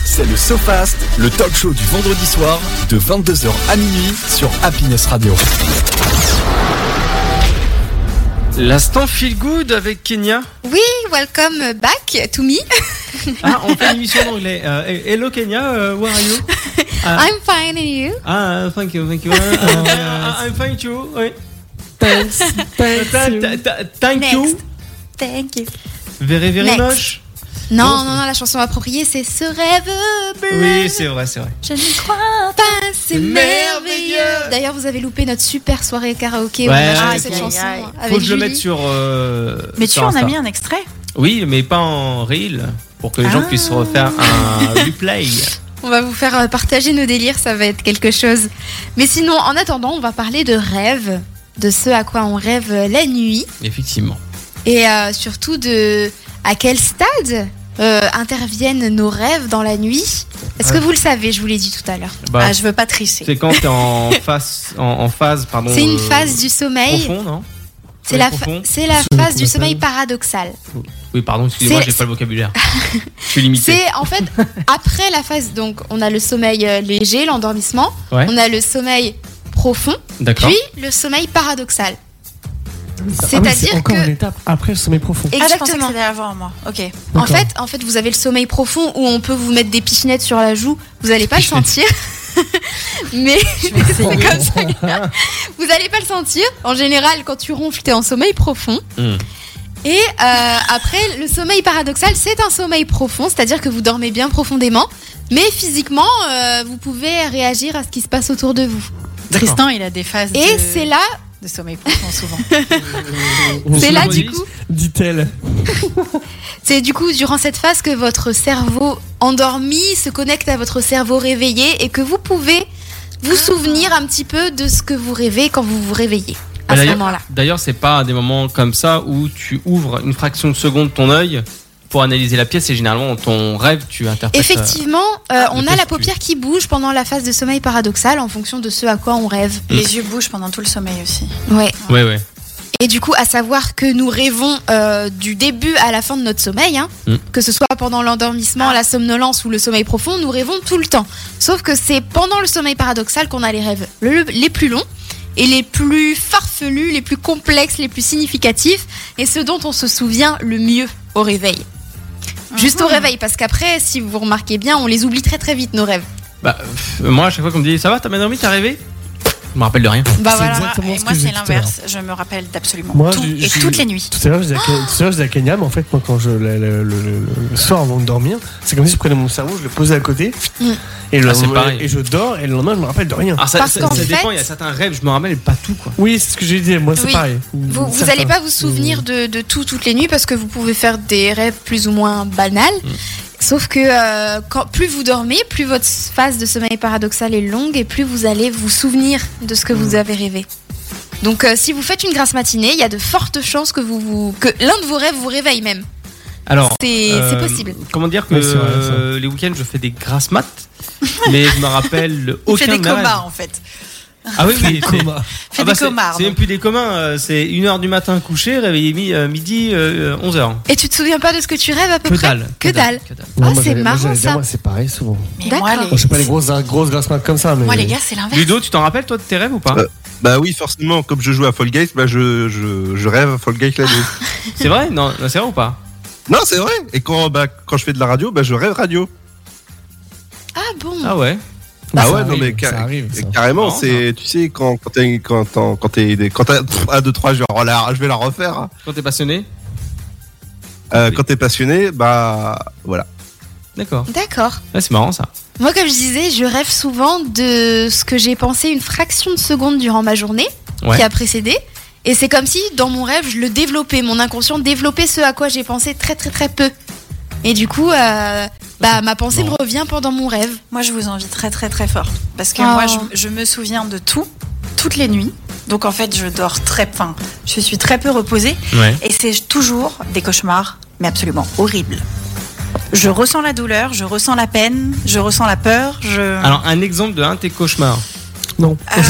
C'est le SoFast, le talk show du vendredi soir de 22h à minuit sur Happiness Radio.
L'instant feel good avec Kenya.
Oui, welcome back to me.
Ah, on fait une émission en anglais. Euh, hello Kenya, euh, where are you? Ah.
I'm fine and you.
Ah, euh, thank you, thank you. Ah, I'm fine too. Oui. Ta- ta- ta- Thank
Next.
you.
Thank you.
Very, very
Next.
much.
Non, non, non, la chanson appropriée, c'est ce rêve bleu.
Oui, c'est vrai, c'est vrai.
Je ne crois pas, c'est
merveilleux.
merveilleux. D'ailleurs, vous avez loupé notre super soirée karaoké où
Ouais.
on a chanté
Aïe,
cette
aïe,
chanson
aïe.
avec
Faut que je le
Julie.
mette sur. euh,
Mais tu
sur
en
Insta.
as mis un extrait
Oui, mais pas en reel pour que les gens
Ah.
puissent refaire un replay.
On va vous faire euh, partager nos délires, ça va être quelque chose. Mais sinon, en attendant, on va parler de rêves, de ce à quoi on rêve euh, la nuit
Effectivement.
et euh, surtout de à quel stade euh, interviennent nos rêves dans la nuit. Est-ce que vous le savez Je vous l'ai dit tout à l'heure.
Bah,
Ah, je veux pas tricher.
c'est quand t'es en phase, en, en phase, pardon.
C'est une
euh,
phase du sommeil.
Profond, non
C'est la,
profond.
fa- c'est la
C'est
phase du
profond.
sommeil paradoxal.
Oui, pardon, excusez-moi,
C'est-
j'ai pas le vocabulaire. je suis limité.
C'est en fait après la phase donc on a le sommeil euh, léger, l'endormissement,
Ouais.
on a le sommeil profond,
D'accord.
puis le sommeil paradoxal.
Ah oui,
C'est-à-dire
encore
que-
une étape après le sommet profond.
Ah, je pensais que
Exactement.
c'était avant moi. Ok.
en
D'accord.
fait, en fait, vous avez le sommeil profond où on peut vous mettre des pichinettes sur la joue, vous n'allez pas le
Pichinettes.
sentir. Mais c'est
Oh.
comme ça. Vous n'allez pas le sentir. En général, quand tu ronfles, t'es en sommeil profond.
Hmm.
Et euh, après, le sommeil paradoxal, c'est un sommeil profond, c'est-à-dire que vous dormez bien profondément, mais physiquement, euh, vous pouvez réagir à ce qui se passe autour de vous.
Tristan, il a des phases
Et
de-
c'est là,
de sommeil profond souvent.
c'est là
dit.
du coup,
Dit-elle.
c'est du coup durant cette phase que votre cerveau endormi se connecte à votre cerveau réveillé et que vous pouvez vous souvenir un petit peu de ce que vous rêvez quand vous vous réveillez à
Mais
ce
d'ailleurs-
moment-là.
D'ailleurs, c'est pas à des moments comme ça où tu ouvres une fraction de seconde ton œil pour analyser la pièce et généralement dans ton rêve tu interprètes. euh,
Effectivement, euh, on
le
a la
post-cuit.
paupière qui bouge pendant la phase de sommeil paradoxal en fonction de ce à quoi on rêve.
Les yeux bougent pendant tout le sommeil aussi.
Mm.
Ouais.
Ouais, ouais.
Et du coup, à savoir que nous rêvons euh, du début à la fin de notre sommeil, hein.
Mm.
que ce soit pendant l'endormissement, la somnolence ou le sommeil profond, nous rêvons tout le temps. Sauf que c'est pendant le sommeil paradoxal qu'on a les rêves le- les plus longs et les plus farfelus, les plus complexes, les plus significatifs, et ceux dont on se souvient le mieux au réveil. Juste au réveil, parce qu'après, si vous remarquez bien, on les oublie très très vite, nos rêves.
Bah, pff, moi, à chaque fois qu'on me dit ça va, t'as bien dormi, t'as rêvé Je me rappelle de rien.
Bah
C'est
voilà.
Moi,
exactement
et
ce
moi,
que je
c'est
disais tout à l'heure.
l'inverse. Je me rappelle d'absolument
Moi,
tout
je-
et
je-
toutes les nuits.
Tout à l'heure, je disais à Ken- tout à l'heure, je disais à Kenya, mais en fait, moi, quand je, le, le- le- le- le soir avant de dormir, c'est comme si je prenais mon cerveau, je le posais à côté,
Mm.
et, le-
Ah, c'est pareil.
et je dors, et le lendemain, je me rappelle de rien.
Ah, ça,
Parce
ça-
qu'en
ça dépend,
fait-
il y a certains rêves, je me rappelle pas tout, quoi.
Oui, c'est ce que j'ai dit, moi, c'est
Oui.
pareil.
Vous vous
Certains.
n'allez pas vous souvenir de, de tout toutes les nuits parce que vous pouvez faire des rêves plus ou moins banals. Sauf que euh, quand, plus vous dormez, plus votre phase de sommeil paradoxal est longue et plus vous allez vous souvenir de ce que vous avez rêvé. Donc euh, si vous faites une grasse matinée, il y a de fortes chances que, vous, vous- que l'un de vos rêves vous réveille même.
Alors,
C'est
euh,
c'est possible.
Comment dire que
Oui, c'est vrai, ça.
euh, les week-ends, je fais des grasses maths, mais je me rappelle
On fait
aucun
des
de mes rêves.
combats en fait.
Ah oui, oui. c'est-
Fait
Ah bah,
des
c'est-
comardes.
C'est même plus des communs. euh, C'est 1h du matin couché, réveillé mi- euh, midi, 11h.
Et tu te souviens pas de ce que tu rêves à peu
Que
près
dalle.
Que dalle.
que dalle.
Ah,
moi,
c'est
j'allais- moi,
marrant,
j'allais dire,
ça.
Moi, c'est pareil souvent.
Mais moi,
D'accord.
Moi, je
les...
Oh, pas les grosses, grosses grasses maths comme ça, mais.
moi, les gars, c'est l'inverse.
Ludo, tu t'en rappelles toi de tes rêves ou pas
Euh. Bah oui, forcément, comme je joue à Fall Guys, bah je, je, je rêve à Fall Guys la nuit.
C'est vrai Non, non, c'est vrai ou pas
non, c'est vrai. Et quand, bah, quand je fais de la radio, bah je rêve radio.
Ah bon
Ah ouais.
Ah
Ça
ouais, non,
arrive,
mais
Ça
car-
arrive.
Et
ça.
Carrément,
Non,
c'est, tu sais, quand, quand t'es, quand, t'en- quand t'es, des- quand t'as, pff, un, deux, trois, je vais, en la- je vais la refaire. hein.
Quand t'es passionné
Euh, Quand t'es passionné, bah, voilà.
D'accord.
D'accord.
Ouais, c'est marrant ça.
Moi, comme je disais, je rêve souvent de ce que j'ai pensé une fraction de seconde durant ma journée
Ouais.
qui a précédé. Et c'est comme si, dans mon rêve, je le développais, mon inconscient développait ce à quoi j'ai pensé très très très peu. Et du coup, euh, bah, ma pensée me revient pendant mon rêve.
Moi, je vous envie très, très, très fort. Parce que
Oh.
moi, je, je me souviens de tout, toutes les nuits. Donc, en fait, je dors très. Enfin, je suis très peu reposée.
Ouais.
Et c'est toujours des cauchemars, mais absolument horribles. Je ressens la douleur, je ressens la peine, je ressens la peur. Je...
Alors, un exemple de un de tes cauchemars.
Non.
Euh,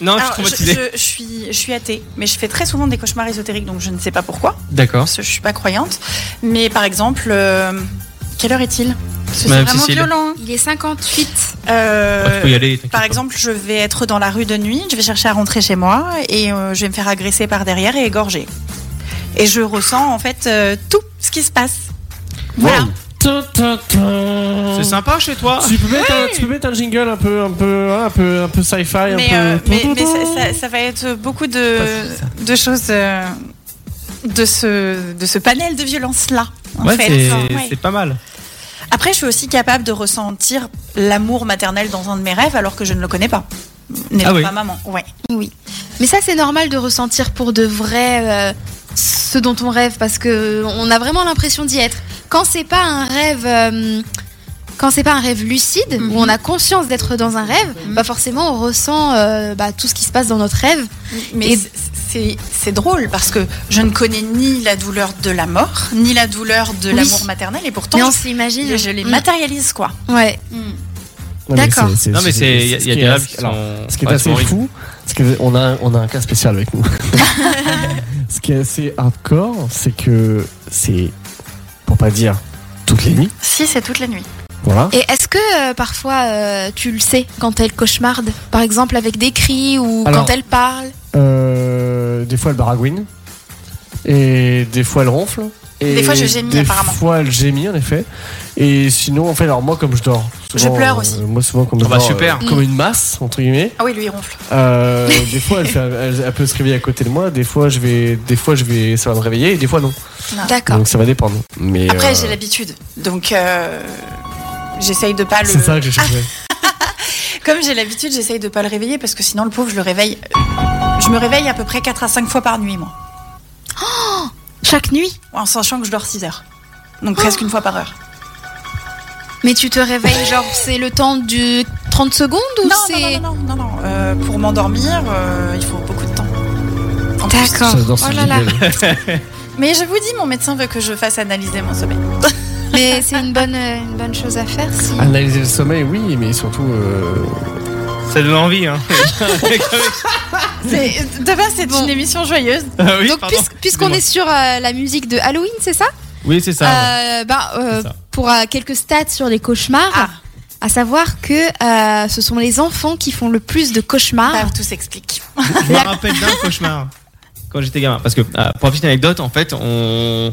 Non, je
alors,
suis traumatisé.
je- je suis, je suis athée, mais je fais très souvent des cauchemars ésotériques, donc je ne sais pas pourquoi,
D'accord.
parce que je suis pas croyante. Mais par exemple, euh, quelle heure est-il Parce que C'est
Madame
vraiment
Cécile.
violent.
Il est 58.
Euh,
Oh, tu peux y aller. t'inquiète
Par
pas.
exemple, je vais être dans la rue de nuit, je vais chercher à rentrer chez moi et euh, je vais me faire agresser par derrière et égorger. Et je ressens en fait euh, tout ce qui se passe. Voilà.
C'est
C'est
sympa chez toi
Tu peux, mettre un, tu peux mettre un jingle un peu, un peu, hein, un peu, un peu sci-fi, un
Mais,
peu.
euh, mais, mais ça, ça- ça va être beaucoup de, de choses euh, de, ce, de ce panel de violence-là. en
Ouais,
fait.
c'est
Ouais.
c'est pas mal.
Après, je suis aussi capable de ressentir l'amour maternel dans un de mes rêves alors que je ne le connais pas. N'étant
Ah oui.
pas maman. Ouais.
Mais ça, c'est normal de ressentir pour de vrai euh, ce dont on rêve parce que on a vraiment l'impression d'y être. Quand c'est pas un rêve, euh, quand c'est pas un rêve lucide
Mhm.
où on a conscience d'être dans un rêve,
Mhm.
bah forcément on ressent euh, bah, tout ce qui se passe dans notre rêve.
Mais
Et-
c'est- c'est- c'est drôle parce que je ne connais ni la douleur de la mort, ni la douleur de
Oui.
l'amour maternel, et pourtant
Mais on
je-
se l'imagine.
je, les
Mm.
matérialise quoi.
Ouais.
Non, mais
D'accord.
c'est- c'est-
Non, mais c'est. Il y a-
ce
il y a
qui
des
est-
rêves qui
alors,
sont.
Ce qui est
ouais, qui sont
assez
horribles.
fou, c'est qu'on a, on a un cas spécial avec nous. ce qui est assez hardcore, c'est que c'est, pour pas dire toutes les nuits,
Si c'est toute la nuit.
voilà.
Et est-ce que euh, parfois euh, tu le sais quand elle cauchemarde, par exemple avec des cris ou
Alors-
quand elle parle
Euh, des fois elle baragouine, et des fois elle ronfle. Et
Des fois, je gémis,
des
apparemment.
fois elle gémit en effet. Et sinon, en fait, alors moi comme je dors. souvent,
Je pleure
euh,
aussi.
moi souvent comme
Ah
je
bah,
dors,
super.
euh, comme une masse entre guillemets.
Ah oui, lui il ronfle.
Euh, des fois, elle, fait- elle- elle peut se réveiller à côté de moi. Des fois, je vais, des fois, je vais, ça va me réveiller. Et des fois, non.
Ah.
D'accord.
Donc, ça va dépendre. Mais
Après
euh,
j'ai l'habitude, donc euh, j'essaye de pas le.
c'est ça que j'ai
Ah.
cherché.
Comme j'ai l'habitude, j'essaye de pas le réveiller parce que sinon le pauvre je le réveille. euh, Je me réveille à peu près 4 à 5 fois par nuit moi,
Chaque nuit.
en sachant que je dors 6 heures, donc presque une fois par heure.
Mais tu te réveilles genre c'est le temps du 30 secondes ou
Non,
c'est
non, non, non, non, non. Euh, pour m'endormir, euh, il faut beaucoup de temps. En plus,
D'accord.
J'adore ce
Oh là là.
jingle.
Mais je vous dis, mon médecin veut que je fasse analyser mon sommeil.
Mais c'est une bonne, euh, une bonne chose à faire. Si...
Ah
Analyser le sommeil, oui, mais surtout. euh,
Ça donne envie, hein.
C'est- De base, c'est
Bon.
une émission joyeuse.
Ah oui,
Donc,
pardon.
puisque- puisqu'on
Excusez-moi.
est sur euh, la musique de Halloween, c'est ça,
Oui, c'est ça. ouais.
Euh, bah, euh,
C'est ça.
Pour euh, quelques stats sur les cauchemars,
Ah.
à savoir que euh, ce sont les enfants qui font le plus de cauchemars.
Bah, tout s'explique.
Je me rappelle d'un cauchemar quand j'étais gamin. Parce que, euh, pour la petite anecdote, en fait, on, euh,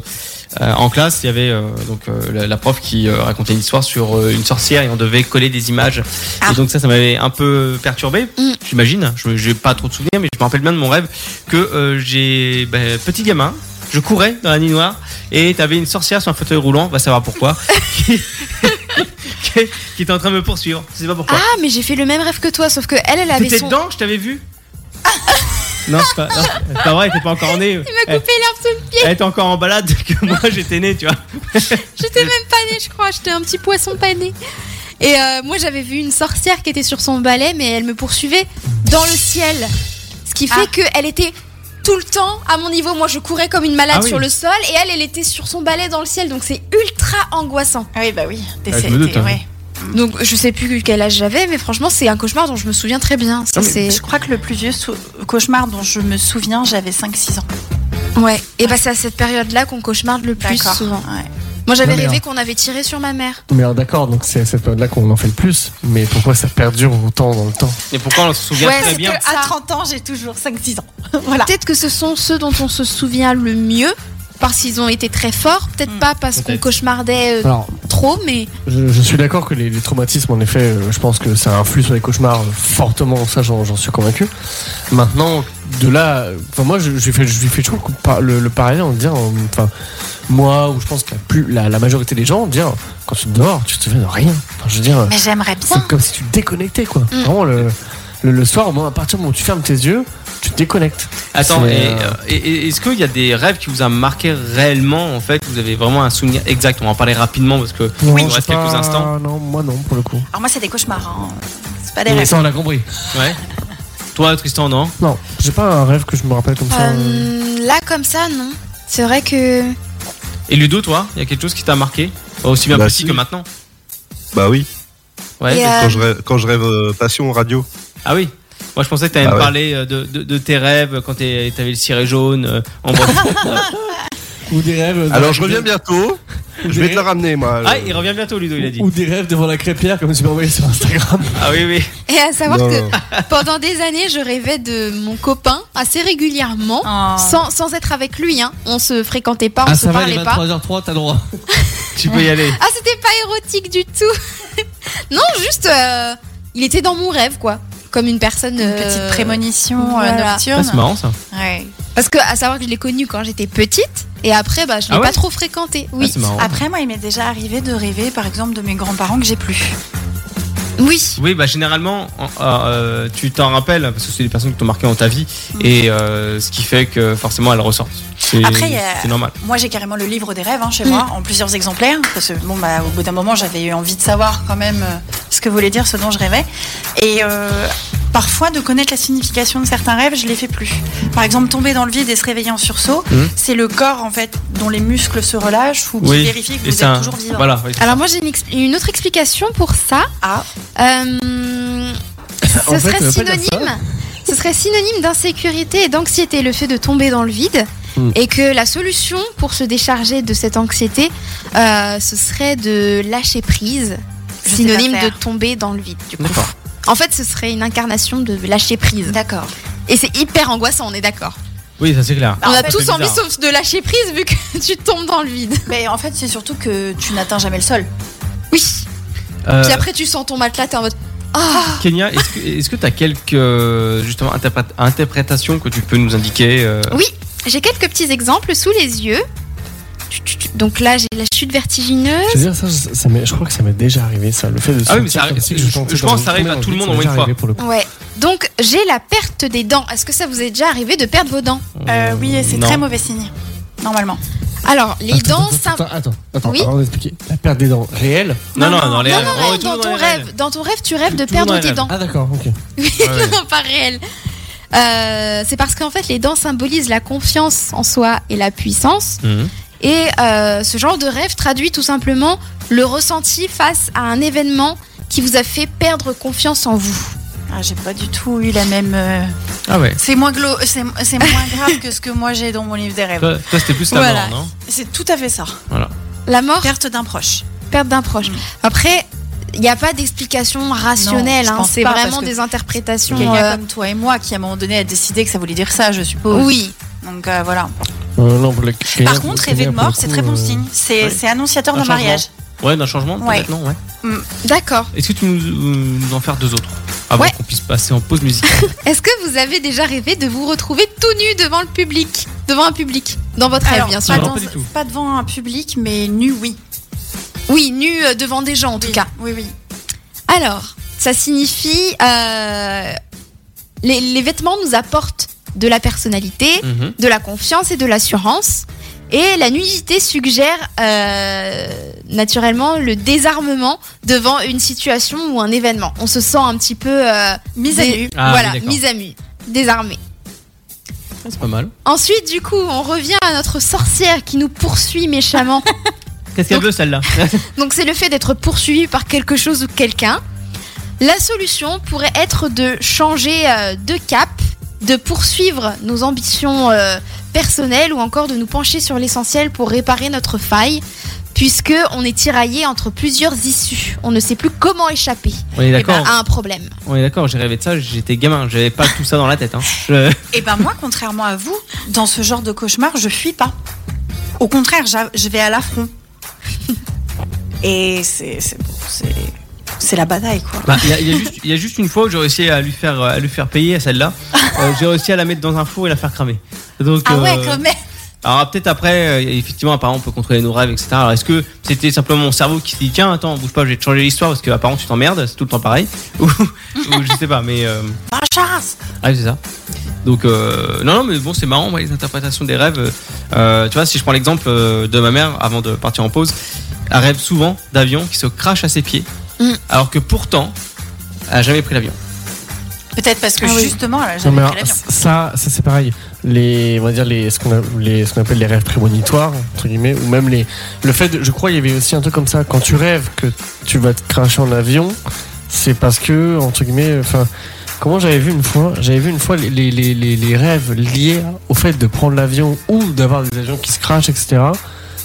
en classe, il y avait euh, donc, euh, la, la prof qui euh, racontait une histoire sur euh, une sorcière et on devait coller des images.
Ah.
Et donc, ça, ça m'avait un peu perturbé,
Mm.
j'imagine. Je n'ai pas trop de souvenirs, mais je me rappelle bien de mon rêve que euh, j'ai, ben, petit gamin, je courais dans la nuit noire et t'avais une sorcière sur un fauteuil roulant, va savoir pourquoi, qui, qui- qui était en train de me poursuivre. Je sais pas pourquoi.
Ah, mais j'ai fait le même rêve que toi, sauf que elle, elle avait
T'étais
son.
dedans, je t'avais vu Non, c'est pas, non, c'est pas vrai, t'es pas encore né.
Il m'a
Elle,
coupé l'herbe sous le pied.
elle était encore en balade que moi j'étais né, tu vois.
J'étais même pas née, je crois. J'étais un petit poisson pané. Et euh, moi, j'avais vu une sorcière qui était sur son balai, mais elle me poursuivait dans le ciel. Ce qui fait qu'elle était tout le temps à mon niveau. Moi, je courais comme une malade
Ah oui.
sur le sol et elle, elle était sur son balai dans le ciel. Donc, c'est ultra angoissant.
Ah oui, bah oui. T'es-
Ah, je me doute,
t'es-
hein.
ouais.
Donc je sais plus quel âge j'avais, mais franchement c'est un cauchemar dont je me souviens très bien. Ça,
mais
c'est
Je crois que le plus vieux sou- cauchemar dont je me souviens, j'avais 5-6 ans.
ouais. Et bah c'est à cette période-là qu'on cauchemarde le plus
D'accord.
souvent.
Ouais.
Moi j'avais
Non, mais
rêvé
alors-
qu'on avait tiré sur ma mère.
Mais alors d'accord, donc c'est à cette période-là qu'on en fait le plus. Mais pourquoi ça perdure autant dans le temps
Et pourquoi on se souvient
Ouais,
très
c'est
bien
que-
À 30 ans, j'ai toujours 5-6 ans. voilà.
Peut-être que ce sont ceux dont on se souvient le mieux parce qu'ils ont été très forts. Peut-être
Hmm.
pas parce qu'on
Peut-être.
cauchemardait euh,
Alors,
trop, mais
je, je suis d'accord que les, les traumatismes, en effet, euh, je pense que ça influe sur les cauchemars euh, fortement. Ça, j'en j'en suis convaincu. Maintenant, de là, euh, enfin moi, je, je fais, je fais toujours le par- le, le parallèle en disant, euh, enfin moi, ou je pense que la, plus, la, la majorité des gens, dire quand tu dors, tu te souviens de rien. Enfin, je veux dire. euh,
Mais j'aimerais
C'est
bien.
comme si tu te déconnectais, quoi. Vraiment, le, le, le soir, au moment, à partir du moment où tu fermes tes yeux, tu te déconnectes.
Attends,
C'est,
et,
euh,
euh, et- et- est-ce qu'il y a des rêves qui vous a marqué réellement en fait Vous avez vraiment un souvenir exact On va en parler rapidement parce que il nous
j'ai
reste
pas-
quelques instants.
Non, moi non, pour le coup.
Alors moi, c'est des cauchemars. hein. C'est pas des
Mais
rêves.
ça, on l'a compris.
Ouais. Toi, Tristan, non
Non, j'ai pas un rêve que je me rappelle comme ça.
euh, là comme ça non. C'est vrai que
Et Ludo, toi, il y a quelque chose qui t'a marqué Aussi bien
Bah,
petit
si.
que maintenant
Bah oui,
Ouais.
Et,
mais-
euh,
quand je rêve, quand je rêve euh, passion radio.
Ah oui moi je pensais que tu
Ah ouais.
parler euh, de, de- de tes rêves quand t'es- t'avais le ciré jaune euh, en Bretagne.
Ou des rêves.
Alors je reviens bientôt.
Ou
Je vais te la ramener, moi. euh.
Ah,
le-
il revient bientôt Ludo il a dit.
des rêves devant la crêpière, comme tu m'as envoyé sur Instagram.
Ah oui oui.
et à savoir
Non,
que
non.
pendant des années je rêvais de mon copain assez régulièrement.
Oh.
Sans, sans être avec lui, hein. on se fréquentait pas, on
Ah,
se
ça va,
parlait
il est
pas.
23h03, t'as le droit.
Tu peux y aller.
Ah, c'était pas érotique du tout. non, juste, euh, il était dans mon rêve, quoi. Comme une personne.
Une
euh,
petite prémonition euh,
voilà.
Ah,
nocturne.
c'est marrant ça.
Ouais.
Parce que, à savoir que je l'ai connu quand j'étais petite, et après, bah, je l'ai
Ah ouais
pas trop fréquenté.
Ah,
Oui.
c'est marrant.
Après, moi, il m'est déjà arrivé de rêver, par exemple, de mes grands-parents que j'ai plus.
oui.
Oui, bah généralement, en- euh, tu t'en rappelles parce que c'est des personnes qui t'ont marqué dans ta vie
Mm.
et euh, ce qui fait que forcément elles ressortent. C'est
Après, il y a-
c'est normal.
Moi, j'ai carrément le livre des rêves hein,
Mm.
chez moi, en plusieurs exemplaires, parce que bon, bah, au bout d'un moment, j'avais eu envie de savoir quand même euh, ce que voulait dire ce dont je rêvais. Et euh, parfois, de connaître la signification de certains rêves, je les fais plus. Par exemple, tomber dans le vide et se réveiller en sursaut,
Mhm.
c'est le corps en fait dont les muscles se relâchent ou qui vérifie que
et
vous êtes
ça-
toujours vivant.
Voilà. oui, c'est
Alors, moi, j'ai une, ex- une autre explication pour ça.
Ah,
Euh,
En
ce
fait,
serait
on veut pas dire
synonyme. Ce serait synonyme d'insécurité et d'anxiété, le fait de tomber dans le vide.
Hmm.
Et que la solution pour se décharger de cette anxiété, euh, ce serait de lâcher prise,
Je sais
synonyme
pas
de
faire.
tomber dans le vide. Du coup.
D'accord.
En fait, ce serait une incarnation de lâcher prise.
d'accord.
Et c'est hyper angoissant, on est d'accord.
Oui, ça c'est clair.
Ah,
on a
en fait,
tous
c'est
envie
bizarre.
sauf de lâcher prise vu que tu tombes dans le vide.
Mais en fait, c'est surtout que tu n'atteins jamais le sol.
Oui.
Euh,
Puis après, tu sens ton matelas, t'es en mode ah.
Kenya, est-ce que est-ce que t'as quelques euh, justement interprét- interprétations que tu peux nous indiquer euh,
Oui. J'ai quelques petits exemples sous les yeux. Tut, tut, tut. Donc là, j'ai la chute vertigineuse.
Je veux dire, ça, ça, m'est- je crois que ça m'est déjà arrivé, ça. Le fait de
Ah oui, mais
sentir
ça
comme
arrive-
si
je-
chantais
je
dans
pense que
une
ça arrive
tournée,
à tout le
ça
monde
m'est
au moins
déjà
une
arrivé pour le coup.
Ouais. Donc j'ai la perte des dents. Est-ce que ça vous est déjà arrivé de perdre vos dents
Euh, oui, et c'est
non.
très mauvais signe, normalement.
Alors les
Attends,
dents,
attends,
ça.
attends, attends, attends,
Oui
avant d'expliquer. La perte des dents réelle.
Non, non, dans les
Non,
rêves. Oh,
non,
On
non,
retourne
dans ton
les
rêve, dans ton rêve, tu rêves de
Toujours dans
perdre
les
tes
rêves.
dents.
Ah d'accord, ok.
Oui,
Ouais.
non, pas réel. Euh, c'est parce qu'en fait, les dents symbolisent la confiance en soi et la puissance.
Mhm.
Et euh, ce genre de rêve traduit tout simplement le ressenti face à un événement qui vous a fait perdre confiance en vous.
Ah, j'ai pas du tout eu la même. euh,
Ah ouais.
C'est moins, glo- c'est, c'est moins grave que ce que moi j'ai dans mon livre des rêves.
Toi, toi, c'était plus ta
Voilà.
mort, non
C'est tout à fait ça.
La mort,
Perte d'un proche.
perte d'un proche.
Mm.
Après, il n'y a pas d'explication rationnelle.
je
hein.
pense
C'est
pas,
vraiment
parce que
des interprétations.
Quelqu'un
euh,
comme toi et moi qui à un moment donné a décidé que ça voulait dire ça, je suppose.
oui.
Donc euh, voilà.
Euh, non, pour le-
Par contre, rêver de
pour le
mort,
coup,
c'est très bon
euh,
signe. C'est,
ouais.
c'est annonciateur
Un
d'un mariage.
Ouais, d'un changement
Ouais.
peut-être, non ouais.
D'accord.
Est-ce que tu peux nous, nous en faire deux autres avant
Ouais.
qu'on puisse passer en pause musicale
Est-ce que vous avez déjà rêvé de vous retrouver tout nu devant le public Devant un public Dans votre rêve,
Alors,
bien
pas
sûr.
Non,
dans-
pas du tout.
pas devant un public, mais nu, oui.
Oui, nu euh, devant des gens en tout
Oui,
cas.
Oui, oui.
Alors, ça signifie. euh, les, les vêtements nous apportent de la personnalité,
Mhm.
de la confiance et de l'assurance. Et la nudité suggère euh, naturellement le désarmement devant une situation ou un événement. On se sent un petit peu. euh,
Mise à
dé-
nu.
Ah,
voilà,
oui, d'accord.
mise à nu, désarmé.
C'est pas mal.
Ensuite, du coup, on revient à notre sorcière qui nous poursuit méchamment.
Qu'est-ce qu'elle
Donc-
veut celle-là
Donc c'est le fait d'être poursuivi par quelque chose ou quelqu'un. La solution pourrait être de changer euh, de cap, de poursuivre nos ambitions euh, personnelles ou encore de nous pencher sur l'essentiel pour réparer notre faille, puisque on est tiraillé entre plusieurs issues. On ne sait plus comment échapper
On est
eh ben,
d'accord.
à un problème.
On est d'accord. J'ai rêvé de ça. J'étais gamin. J'avais pas tout ça dans la tête. hein. Je-
Et ben moi, contrairement à vous, dans ce genre de cauchemar, je fuis pas. Au contraire, j'a- je vais à l'affront. Et c'est c'est bon, c'est c'est la bataille quoi.
Bah, Il y, a- il y a juste- il y a juste une fois où j'ai réussi à lui faire, à lui faire payer à celle-là. Euh, j'ai réussi à la mettre dans un four et la faire cramer. Donc,
Ah ouais,
euh,
quand même.
Alors peut-être après, euh, effectivement, apparemment, on peut contrôler nos rêves, etc. Alors est-ce que c'était simplement mon cerveau qui se dit tiens, attends, bouge pas, je vais te changer l'histoire parce que apparemment tu t'emmerdes, c'est tout le temps pareil, ou, ou je sais pas, mais euh,
Ah, chasse
ah c'est ça. Donc euh, non, non, mais bon, c'est marrant, moi, les interprétations des rêves. euh, euh, tu vois, si je prends l'exemple euh, de ma mère avant de partir en pause, elle rêve souvent d'avion qui se crache à ses pieds,
Mm.
alors que pourtant, elle a jamais pris l'avion.
Peut-être parce que
Ah oui.
justement, là,
Non,
j'avais
mais
pris
alors,
l'avion.
ça, ça c'est pareil. Les, on va dire les, ce qu'on a- les- ce qu'on appelle les rêves prémonitoires entre guillemets, ou même les, le fait, de- je crois, il y avait aussi un truc comme ça. Quand tu rêves que tu vas te cracher en avion, c'est parce que entre guillemets, enfin, comment j'avais vu une fois, j'avais vu une fois les, les, les, les- les rêves liés au fait de prendre l'avion ou d'avoir des avions qui se crachent, etc.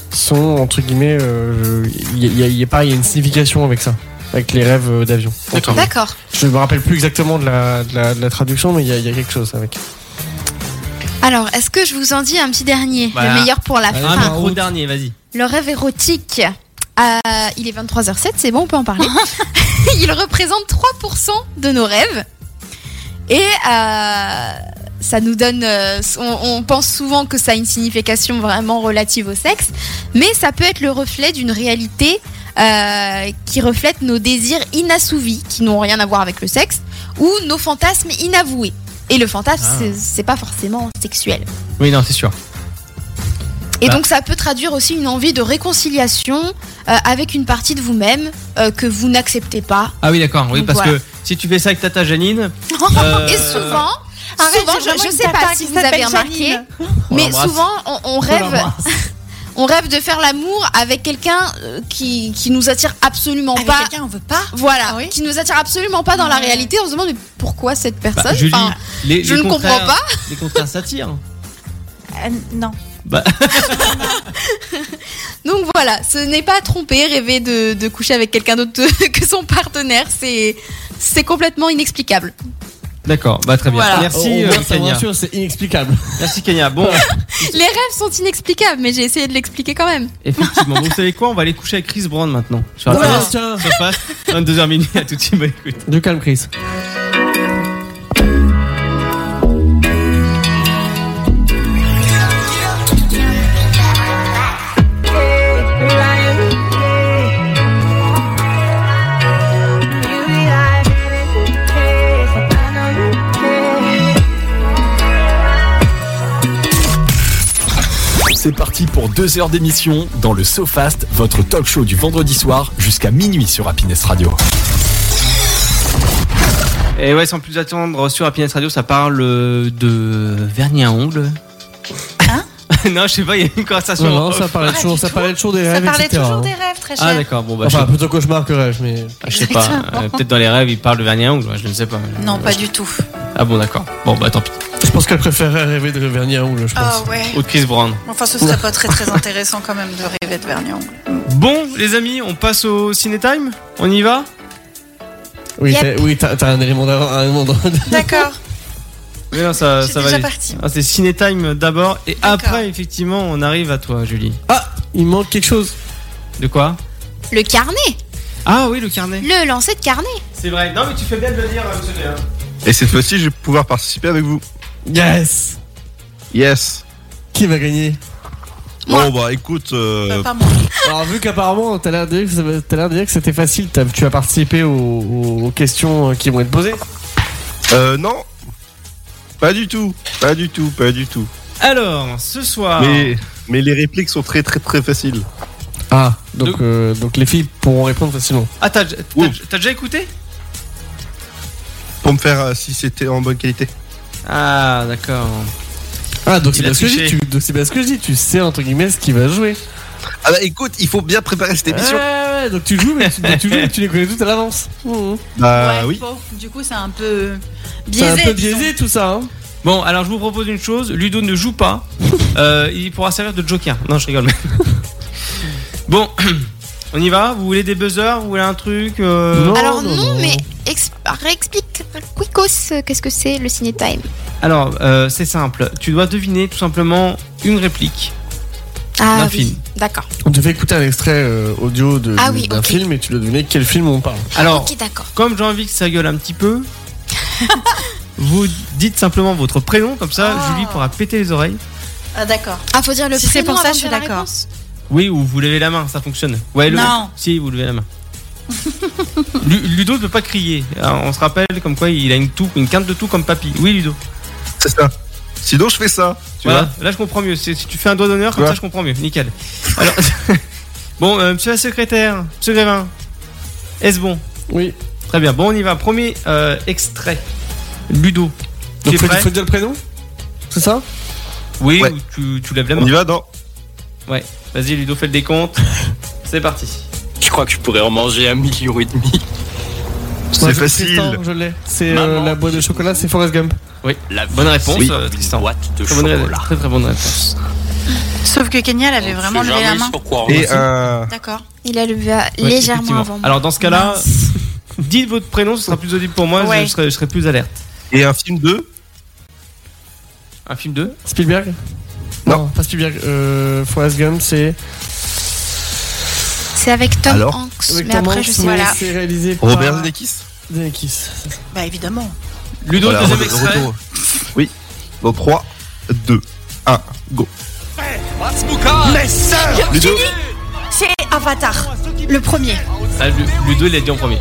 Sont entre guillemets, euh, il y, a- il y a pareil, il y a une signification avec ça, avec les rêves euh, d'avion.
D'accord.
Je me rappelle plus exactement de la, de la, de la traduction, mais il y, a- il y a quelque chose avec.
Alors, est-ce que je vous en dis un petit dernier
Voilà.
Le meilleur pour la
Un
fin.
micro Ah, dernier, vas-y.
Le rêve érotique. Euh, il est 23h07, c'est bon, on peut en parler. il représente 3% de nos rêves. Et euh, ça nous donne. euh, on, on pense souvent que ça a une signification vraiment relative au sexe, mais ça peut être le reflet d'une réalité euh, qui reflète nos désirs inassouvis, qui n'ont rien à voir avec le sexe, ou nos fantasmes inavoués. Et le fantasme,
Ah.
c'est- c'est pas forcément sexuel.
Oui, non, c'est sûr.
Et
Bah.
donc ça peut traduire aussi une envie de réconciliation euh, avec une partie de vous-même euh, que vous n'acceptez pas.
Ah oui, d'accord, oui,
Donc,
parce
voilà.
que si tu fais ça avec Tata Janine, Euh,
Et souvent,
Arrête,
souvent,
c'est
je-
vraiment
je
une
sais pas
tata
si
qui
vous avez
s'appelle
remarqué,
Janine.
On
mais
l'embrasse.
souvent on, on rêve, on rêve de faire l'amour avec quelqu'un euh, qui, qui nous attire absolument
Avec
pas.
Ah, quelqu'un, on veut pas.
Voilà,
Ah oui
qui nous attire absolument pas dans la
Ouais.
réalité. On se demande mais pourquoi cette personne.
Bah, Julie,
Enfin,
les-
je
les
ne comprends
contraires-
pas.
Les contraires s'attirent.
Euh, non.
donc voilà, ce n'est pas tromper, rêver de, de coucher avec quelqu'un d'autre que son partenaire, c'est c'est complètement inexplicable.
D'accord, bah très bien. Merci
Oh,
Au- au moins,
euh,
ça, bien
Kenya.
sûr, c'est inexplicable.
Merci Kenya. Bon,
Les rêves sont inexplicables, mais j'ai essayé de l'expliquer quand même.
effectivement, vous savez quoi On va aller coucher avec Chris Brown maintenant. Sur
Ouais,
Internet,
tiens.
ça passe 22h minuit à tout de suite. Bah, écoute.
Du calme, Chris.
C'est parti pour deux heures d'émission dans le SoFast, votre talk show du vendredi soir jusqu'à minuit sur Happiness Radio.
Et ouais, sans plus attendre, sur Happiness Radio, ça parle euh, de vernis à ongles.
Hein
Non, je sais pas, il y a une conversation.
Non, non, ça parlait
Ah,
toujours,
du
ça
tout.
parlait toujours des
Ça
rêves,
parlait
etc.
toujours des rêves, très cher.
ah d'accord, bon bah
Enfin,
je sais
plutôt cauchemar que rêve, mais
pas, je sais pas,
Exactement.
euh, peut-être dans les rêves ils parlent de vernis à ongles, ouais, je ne sais pas.
Non, pas du tout.
Ah bon d'accord, bon bah tant pis.
je pense qu'elle préférait rêver de vernis à ongles, je pense.
Ah
Oh.
ouais.
Ou de Chris Brown.
Enfin, ce serait pas très très intéressant quand même de rêver de vernis à ongles.
Bon les amis, on passe au ciné time On y va
Oui,
Yep.
t'as- oui, t'as t'as un élément d'avant, un élément d'avant.
D'accord,
Mais non, ça,
je suis
ça va
déjà
aller.
partie.
Ah, c'est Ciné Time d'abord et
D'accord.
après effectivement on arrive à toi Julie.
Ah, il manque quelque chose.
De quoi
Le carnet,
Ah oui le carnet.
le lancer de carnet.
C'est vrai. Non mais tu fais bien de le dire euh,
Et cette fois-ci, je vais pouvoir participer avec vous.
Yes.
Yes.
Qui va gagner
Moi.
Bon, bah écoute,
Bah,
euh,
pas moi.
Alors, vu qu'apparemment, t'as l'air de dire que ça va- t'as l'air de dire que c'était facile, t'as- tu as participé aux, aux- aux questions qui vont être posées.
euh, non. Pas du tout. Pas du tout, pas du tout.
Alors ce soir.
Mais, mais les répliques sont très très très faciles.
Ah, donc, euh, donc les filles pourront répondre facilement.
Ah t'as t'as-
Ouh.
t'as déjà écouté
Pour me faire euh, si c'était en bonne qualité.
Ah d'accord.
Ah, donc
Il
c'est
a
bien, ce que je dis,
touché.
tu- donc c'est bien ce que je dis, tu sais entre guillemets ce qui va jouer.
Ah bah écoute, il faut bien préparer cette émission.
Ah, ouais, donc tu joues, mais tu, donc tu joues, mais tu les connais toutes à l'avance.
Bah
Ouais,
oui.
pauvre. Du coup, c'est un peu
C'est
biaisé.
un peu
disons.
biaisé tout ça. Hein.
Bon, alors je vous propose une chose. Ludo ne joue pas. Euh, il pourra servir de joker. Non, je rigole. bon, on y va. Vous voulez des buzzers Vous voulez un truc euh,
Non,
Alors
non,
non,
non.
mais ex- réexplique Quicos euh, qu'est-ce que c'est le ciné time.
Alors, euh, c'est simple. Tu dois deviner tout simplement une réplique.
Ah
D'un
oui,
film.
d'accord.
On te fait écouter un extrait euh, audio de-
Ah
de-
oui,
d'un
ok.
film et tu dois deviner quel film on parle.
Alors,
Ok, d'accord.
comme j'ai envie que ça gueule un petit peu, vous dites simplement votre prénom. Comme ça,
Ah.
Julie pourra péter les oreilles.
Ah, d'accord.
Ah, faut dire le
Si c'est
prénom
pour ça,
avant
je suis
de faire la
d'accord.
réponse.
Oui, ou vous levez la main, ça fonctionne. Ouais, le-
Non.
Si, vous levez la main. Lu- Ludo ne peut pas crier. Alors, on se rappelle comme quoi il a une toux, une quinte de tout comme papy. Oui, Ludo.
C'est ça. Sinon, je fais ça. Tu
voilà. Là, je comprends mieux. C'est- Si tu fais un doigt d'honneur, comme
Ouais.
ça, je comprends mieux. Nickel. Alors, bon, euh, monsieur la secrétaire, monsieur Grévin, est-ce bon
Oui.
Très bien. Bon, on y va. Premier euh, extrait. Ludo.
Donc
tu es
faut,
prêt
faut dire le prénom C'est ça
Oui,
Ouais.
ou tu, tu lèves la
vois On
main.
y va dans.
Vas-y, Ludo, fais le décompte. C'est parti.
Je crois que je pourrais en manger un million et demi.
Moi,
C'est
je- Tristan,
facile.
Je l'ai. C'est
Maman,
euh, la boîte de chocolat, c'est Forrest Gump.
La
Bonne
vie,
réponse,
c'est
euh, Tristan.
Une boîte de
Très bonne, ré-
chocolat.
très, très bonne réponse.
Sauf que Kenya, elle avait
On
vraiment
sait
levé la
jamais
main.
sur quoi on
Et
va
un.
D'accord.
Il a le
Ouais,
légèrement
effectivement.
avant moi.
Alors, dans ce cas-là,
Mince.
dites votre prénom, ce sera plus audible pour moi,
Ouais.
je, serai, je serai plus alerte.
Et un film de.
Un film 2
Spielberg
Non.
pas Spielberg. Euh, Forrest Gump, c'est.
C'est avec Tom
Alors
Hanks,
avec
mais
Tom
après
Hanks,
je sais
mais
pas.
C'est réalisé par.
Robert Zemeckis.
Zemeckis.
Bah, évidemment.
Ludo,
Voilà,
deuxième
re-
extrait.
retour. Oui. Dans 3, 2, 1, go. Ludo,
C'est Avatar, le premier.
Ah, Lu- Ludo, il l'a dit en premier.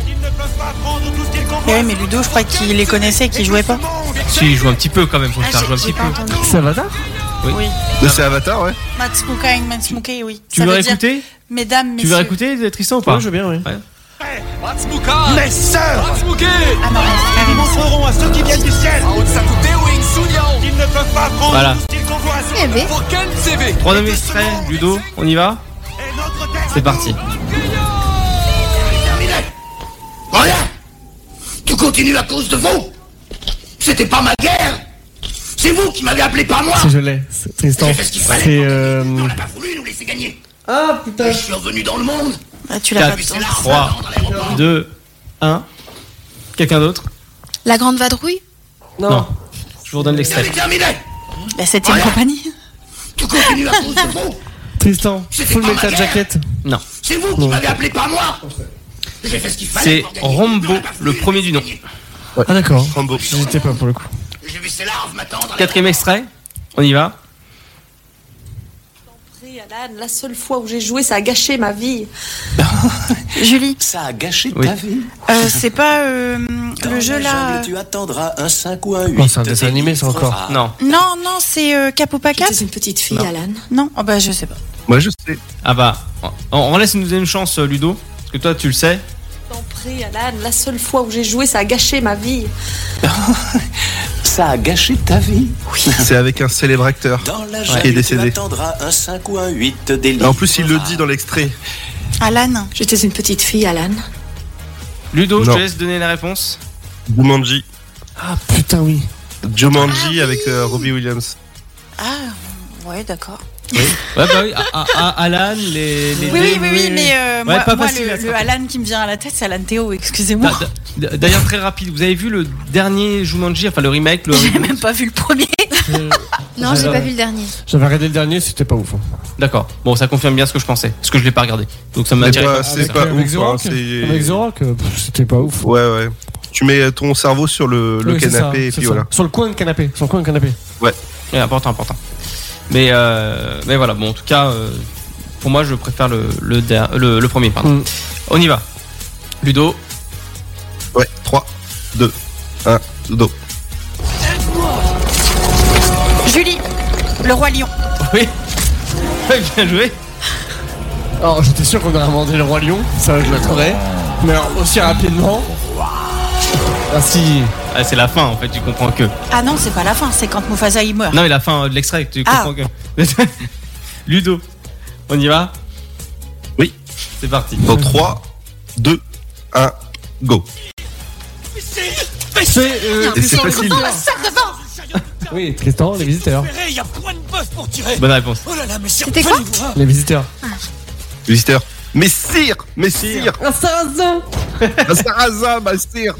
Mais oui, mais Ludo, je crois qu'il les connaissait et qu'il jouait pas.
Si, il joue un petit peu quand même, faut le euh. faire jouer un
Ah,
petit
j'ai pas
peu.
entendu.
C'est Avatar
c'est Avatar, ouais.
Matsmuka et Matsmuke, oui.
Tu
Ça
veux
veut dire
réécouter
Mesdames,
Tu veux
messieurs.
réécouter, Tristan, ou
Ouais,
pas
je veux bien, oui.
Ah non, frères et sœurs.
Voilà.
Eh ben,
Troisième extrait, Ludo, on y va C'est parti.
Voilà Tu continues à cause de vous C'était pas ma guerre C'est vous qui m'avez appelé, pas moi
Si je l'ai. C'est Tristan.
J'ai fait ce qu'il fallait.
C'est. euh,
On n'a pas voulu nous laisser gagner
Ah putain
Je suis revenu dans le monde
Ah, tu l'as
4,
pas
vu,
vu.
c'est là.
3, 2, 1. Quelqu'un d'autre
la grande vadrouille
Non. Je vous redonne
C'est
l'extrait.
terminé
La septième Bah, compagnie.
Tu continues à cause de vous
Tristan,
C'était
full
pas ma
metal
guerre.
jacket.
C'est vous qui m'avez appelé, pas moi J'ai fait ce qu'il fallait
C'est
pour gagner.
Rambo,
On n'a pas voulu
le
nous
premier du nom.
gagner.
Ah d'accord.
Rambo.
J'étais pas pour le coup.
J'ai vu ces larves m'attendre à la
Quatrième extrait, on y va
Après, Alan, la seule fois où j'ai joué, ça a gâché ma vie.
Julie,
Ça a gâché
Oui.
ta vie.
euh, c'est pas euh,
Dans
le jeu
la
là.
jungle,
euh,
Tu attendras un 5 ou un 8.
Oh, c'est un dessin animé, ça, encore.
Ah.
Non.
Non, non, c'est euh, Capopacat
J'étais une petite fille,
Non.
Alan.
Non, oh, bah je sais pas.
Moi, je sais.
Ah bah, on, on laisse une deuxième chance, euh, Ludo. Parce que toi, tu le sais.
T'en prie, Alan, la seule fois où j'ai joué, ça a gâché ma vie.
Ça a gâché ta vie.
C'est avec un célèbre acteur.
Dans
Qui
la
est
jungle, tu
décédé.
attendras un 5 ou un 8 délire.
En plus, il le dit dans l'extrait.
Alan,
J'étais une petite fille, Alan.
Ludo, je
Non.
te laisse donner la réponse.
Jumanji.
Ah putain oui.
Jumanji avec euh, Robbie Williams.
ah ouais d'accord.
Ouais, bah oui, à- à- à Alan, les. les
Oui oui
deux,
oui oui mais euh, moi,
pas
moi,
facile à
le,
se
le
rappeler.
Alan qui me vient à la tête c'est Alan Théo excusez-moi.
D'a- d'a- D'ailleurs, très rapide, vous avez vu le dernier Jumanji, enfin le remake, le.
J'ai même pas vu le premier.
Je-
Non, j'ai
J'avais-
pas vu le dernier.
J'avais regardé le dernier, c'était pas ouf. hein.
D'accord. Bon, ça confirme bien ce que je pensais, parce que je l'ai pas regardé. Donc ça m'a
C'est
attiré.
pas, c'est
Avec-
pas
avec
ouf.
The
hein,
Rock
c'est-
Avec The Rock, euh, pff, c'était pas ouf.
Ouais, ouais. Tu mets ton cerveau sur le, le
Oui, c'est ça,
canapé et
c'est
puis
ça.
voilà.
Sur le coin de canapé. Sur le coin de canapé.
Ouais, important, important. Mais, euh, mais voilà, bon, en tout cas, euh, pour moi, je préfère le, le, der- le, le premier, pardon.
Mm.
On y va. Ludo,
Ouais, 3, 2, 1, go.
Julie, le roi lion.
oui. bien joué.
Alors j'étais sûr qu'on aurait inventé le roi lion, ça je l'attendais. Mais alors aussi rapidement. Merci.
Ah, c'est la fin, en fait, tu comprends que.
Ah non c'est pas la fin c'est quand Mufasa il meurt.
Non, mais la fin euh, de l'extrait, tu
Ah.
comprends que. Ludo, on y va C'est parti.
Dans 3, 2, 1, go.
C'est euh,
Et c'est facile.
Oui, Tristan, les visiteurs.
Il y a point de bœuf pour tirer.
Bonne réponse.
Oh là là, mais c'est
C'était quoi
Les visiteurs.
Visiteur. Mais sire Mais sire
Ah,
Un Sarrazin, ma bah, sire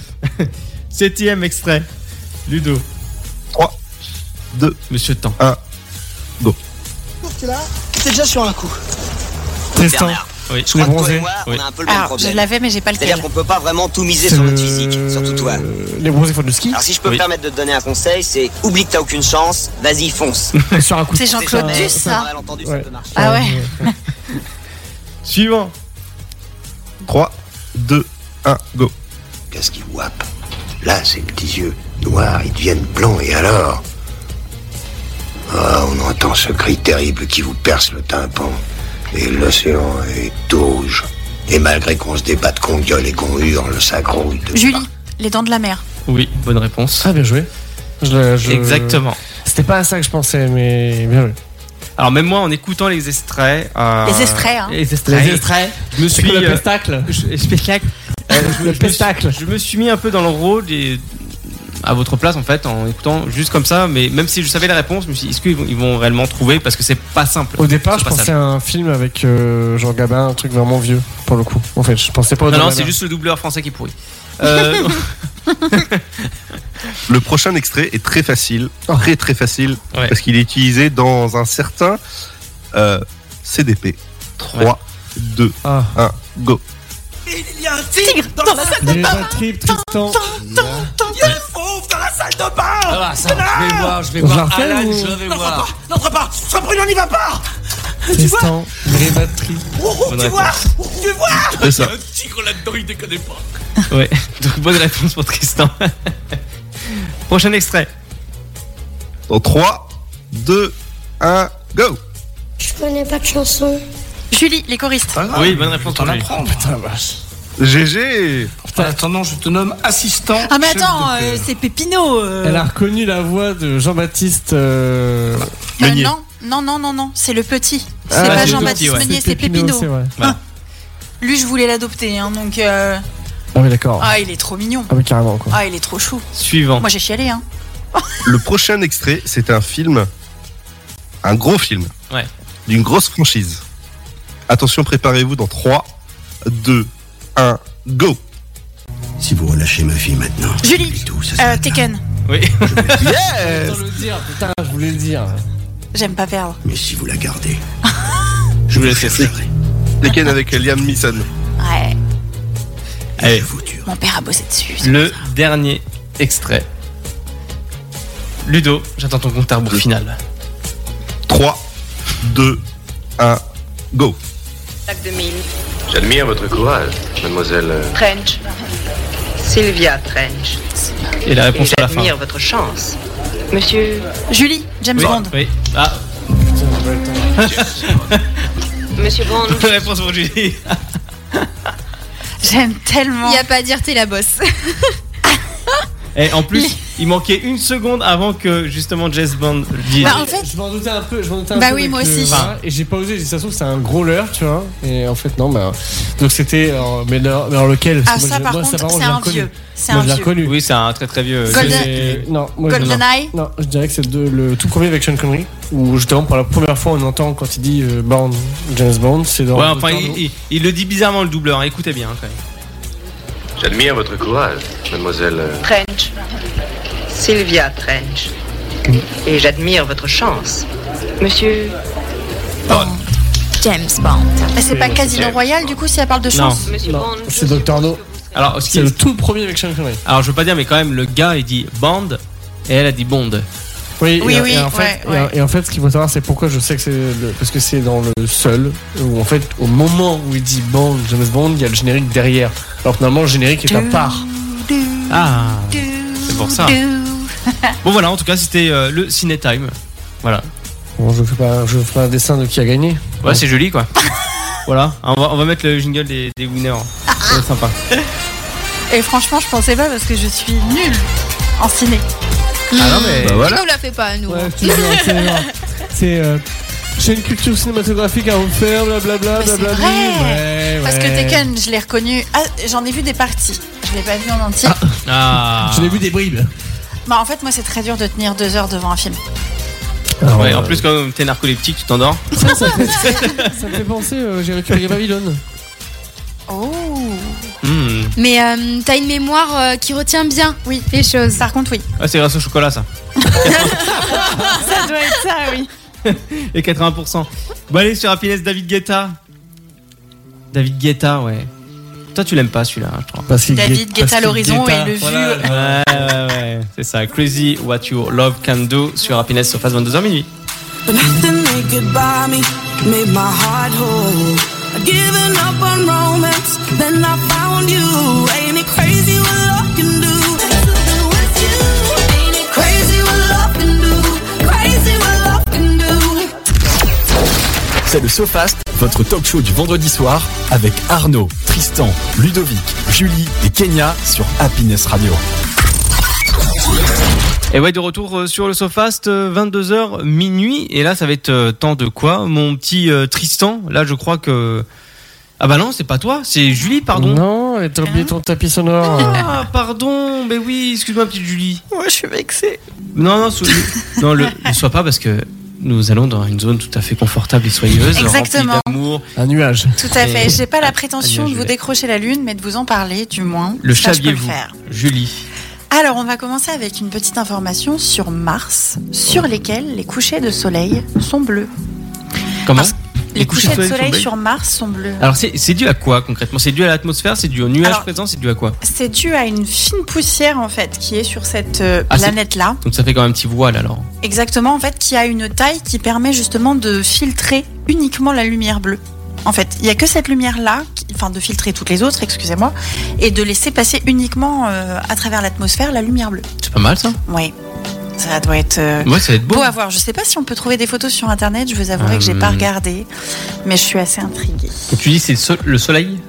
Septième extrait. Ludo.
3, 2,
Monsieur Temps.
T'es déjà sur un coup.
Tristan.
Oui.
Les bronzés.
Oui.
un peu le
Ah,
Alors, Ah, je l'avais, mais j'ai pas le
C'est-à-dire qu'on peut pas vraiment tout miser
C'est
sur
le-
notre physique, surtout toi.
Les bronzés font du ski.
Alors si je peux
Oui.
me permettre de te donner un conseil, c'est oublie que t'as aucune chance, vas-y fonce.
Sur un coup de
C'est Jean-Claude
jamais-
Duss, ça.
malentendu,
Ouais.
ça peut marcher.
Ah ouais.
Suivant.
3, 2, 1, go.
Qu'est-ce qu'il wap Là, ses petits yeux noirs, ils deviennent blancs, et alors Ah, on entend ce cri terrible qui vous perce le tympan. Et l'océan est tout rouge. Et malgré qu'on se débatte, qu'on gueule et qu'on hurle, ça grouille de
Julie, les dents de la mer.
Oui, bonne réponse.
Ah, bien joué. Je le- je-
Exactement.
C'était pas à ça que je pensais, mais bien joué.
Alors même moi, en écoutant les extraits,
Ah
euh,
Les extraits, hein.
les extraits, je me suis,
le
euh,
pestacle.
je- je- spectacle. Euh, je me-
Le
je me suis-
pestacle.
Je me suis mis un peu dans le rôle et à votre place en fait, en écoutant juste comme ça. Mais même si je savais la réponse, je me suis dit, est-ce qu'ils vont, ils vont réellement trouver Parce que c'est pas simple.
Au départ,
ce
je
passage.
pensais à un film avec euh, Jean Gabin, un truc vraiment vieux, pour le coup. En fait, je pensais pas au
Non, non,
Gabin.
c'est juste le doubleur français qui est pourri. Euh,
Le prochain extrait est très facile,
Oh.
très très facile,
Ouais.
parce qu'il est utilisé dans un certain euh, CDP. 3, 2,
Ah.
1, go.
Il y a un tigre dans la salle
Les bad trips, Tristan.
Il faut ouvrir la salle de bain
Ah, ça, je vais voir, je vais
On la
voir.
refait
Alan,
ou-
je vais voir.
N'entre pas Sois prudent, n'y va pas
Tristan. Les bad trips.
Oh, oh,
Bonne
Tu vois Oh, Tu vois
C'est ça.
Un tigre là-dedans, il déconne pas.
ouais. Donc bonne réponse pour Tristan. Prochain extrait.
Dans 3, 2, 1, go.
Je connais pas de chanson.
Julie, les choristes.
Ah
oui, bonne réponse
T'en
pour lui.
apprends. Putain, la vache.
GG
En attendant, je te nomme assistant.
Ah, mais
chef
attends,
de chœur.
euh, c'est Pépino. euh.
Elle a reconnu la voix de Jean-Baptiste. euh,
Euh,
Meunier.
non, non, non, non, non, c'est le petit. C'est
ah,
pas
c'est le
Jean-Baptiste
petit, ouais.
Meunier, c'est Pépino.
c'est vrai.
Lui, je voulais l'adopter, hein, donc. euh,
Ah oui, d'accord.
Ah, il est trop mignon.
Ah oui, carrément, quoi.
Ah, il est trop chou.
Suivant.
Moi, j'ai chialé, hein.
Le prochain extrait, c'est un film, un gros film,
Ouais.
d'une grosse franchise. Attention, préparez-vous dans 3, 2, 1, go.
Si vous relâchez ma fille maintenant,
Julie,
tout, ça
euh, Tekken.
Oui.
Sans le dire, putain, je voulais le dire.
J'aime pas perdre.
Mais si vous la gardez,
Je vous laisse laisser.
Tekken avec Liam Neeson.
Ouais,
Allez.
vous tue.
mon père a bossé dessus.
Le dernier extrait. Ludo, j'attends ton compte à rebours final.
3, 2, 1, go.
Lac de Mille,
J'admire votre courage, mademoiselle.
Trench. Sylvia Trench.
Et la réponse à la fin.
votre chance. Monsieur.
Julie, James
Oui.
Bond.
Oui. Ah,
Monsieur Bond.
bonne réponse pour Julie.
J'aime tellement.
Il y a pas à dire, t'es la bosse.
Et en plus, il manquait une seconde avant que justement Jess Bond dise.
Bah, en fait,
Je m'en doutais un peu. Je m'en doutais un
Bah
peu
oui,
avec
moi
le
aussi.
vin, et j'ai pas osé. J'ai dit, ça se trouve, c'est un gros leurre, tu vois. Et en fait, non, bah. Donc c'était. alors, Mais leurre mais alors lequel
ah,
Parce que moi,
ça
je-
par
moi,
contre,
contre,
c'est
je l'ai
un
reconnu.
vieux. C'est
Moi,
un
je l'ai
vieux.
reconnu.
Oui, c'est un très très vieux.
Golden-
C'est- Non, moi, je- non.
GoldenEye.
Non, je dirais que c'est le, le tout premier avec Sean Connery, où justement pour la première fois on entend quand il dit euh, Bond, James Bond, c'est dans.
Ouais, enfin,
dans-
il, il- il le dit bizarrement le doubleur. hein. Écoutez bien, hein, quand même.
J'admire votre courage, mademoiselle. euh,
Trench. Sylvia Trench. Et j'admire votre chance. Monsieur.
James Bond.
Mais Bah, c'est pas Casino Royale, du coup, si elle parle de chance.
Monsieur
Non,
Bond.
c'est Dr. No.
Alors, ce qui-
C'est le tout premier avec Sean Connery.
Alors, je veux pas dire, mais quand même, le gars il dit Bond et elle a dit Bond.
Oui,
Oui,
et,
oui,
et en fait,
ouais, ouais.
Et, et en fait, ce qu'il faut savoir, c'est pourquoi je sais que c'est le- parce que c'est dans le seul où en fait, au moment où il dit Bond, James Bond, il y a le générique derrière. Alors que normalement, le générique est à part.
Ah. C'est pour ça. Bon, voilà, en tout cas, c'était euh, le Ciné Time. Voilà.
Bon, je fais pas, je fais pas un dessin de qui a gagné.
Ouais, c'est joli quoi. voilà, Ah, on va, on va mettre le jingle des, des winners. C'est sympa.
Et franchement, je pensais pas parce que je suis nulle en ciné.
Ah non, mais.
Bah voilà.
Nous, on la fait pas, nous.
Ouais, je te jure, hein. c'est- c'est. euh, J'ai une culture cinématographique à vous faire, blablabla.
Mais c'est
blablabla.
vrai.
Ouais,
Parce que
ouais.
Tekken, je l'ai reconnu. Ah, j'en ai vu des parties. Je l'ai pas vu en entier.
Ah.
Je l'ai vu des bribes.
Bah, en fait, moi, c'est très dur de tenir deux heures devant un film.
ouais, en plus, quand t'es narcoleptique, tu t'endors.
Ça, ça fait- ça me fait penser, euh, j'ai récupéré Babylone.
Hmm.
Mais euh, t'as une mémoire euh, qui retient bien oui. les choses.
Par contre, oui.
Ah, c'est grâce au chocolat, ça.
ça doit être ça, oui.
Et 80%. Bon, allez, sur Happiness, David Guetta. David Guetta, ouais. Toi, tu l'aimes pas celui-là, je crois.
Parce qu'il
David
est-
Guetta
parce qu'il
l'horizon
guetta.
et le
Ouais,
vu.
ouais, ouais. C'est ça. Crazy What Your Love Can Do sur Happiness sur Face 22h minuit.
The night that they could buy me made my heart whole. I'd given up on romance, then I found you. Ain't it crazy what love can do? With you, ain't it crazy what love can do? Crazy what love can do.
C'est le SoFast, votre talk show du vendredi soir avec Arnaud, Tristan, Ludovic, Julie et Kenya sur Happiness Radio.
Et ouais, de retour euh, sur le Sofast, 22h minuit. Et là, ça va être euh, temps de quoi Mon petit euh, Tristan, là, je crois que. Ah bah non, c'est pas toi, c'est Julie, pardon.
Non, elle t'a oublié ton tapis sonore.
Ah, pardon, mais oui, excuse-moi, petite Julie.
Moi, je suis vexée.
Non, non, sou- non le, ne sois pas parce que nous allons dans une zone tout à fait confortable et soyeuse. remplie
Exactement.
d'amour.
Un nuage.
Tout à fait.
Et-
J'ai pas la prétention
Allez,
de
je
vous
vais.
décrocher la lune, mais de vous en parler, du moins.
Le
Ça, je peux
saviez-vous,
faire.
Julie
Alors, on va commencer avec une petite information sur Mars, sur lesquels les couchers de soleil sont bleus.
Comment
Les, couchers, de soleil, sur Mars sont bleus.
Alors, c'est c'est dû à quoi concrètement C'est dû à l'atmosphère C'est dû au nuage
Alors-
présent C'est dû à quoi
C'est dû à une fine poussière en fait qui est sur cette euh,
Ah, c'est-
planète-là.
Donc, ça fait quand même un petit voile alors.
Exactement, en fait, qui a une taille qui permet justement de filtrer uniquement la lumière bleue. En fait, il n'y a que cette lumière-là, qui- enfin de filtrer toutes les autres, excusez-moi, et de laisser passer uniquement euh, à travers l'atmosphère la lumière bleue.
C'est pas mal ça
Oui, ça doit être euh,
Ouais, ça va être beau.
beau à voir. Je ne sais pas si on peut trouver des photos sur Internet, je vous avouerai que j'ai pas
Hum.
regardé, mais je suis assez intriguée.
Donc, tu dis c'est le so- le soleil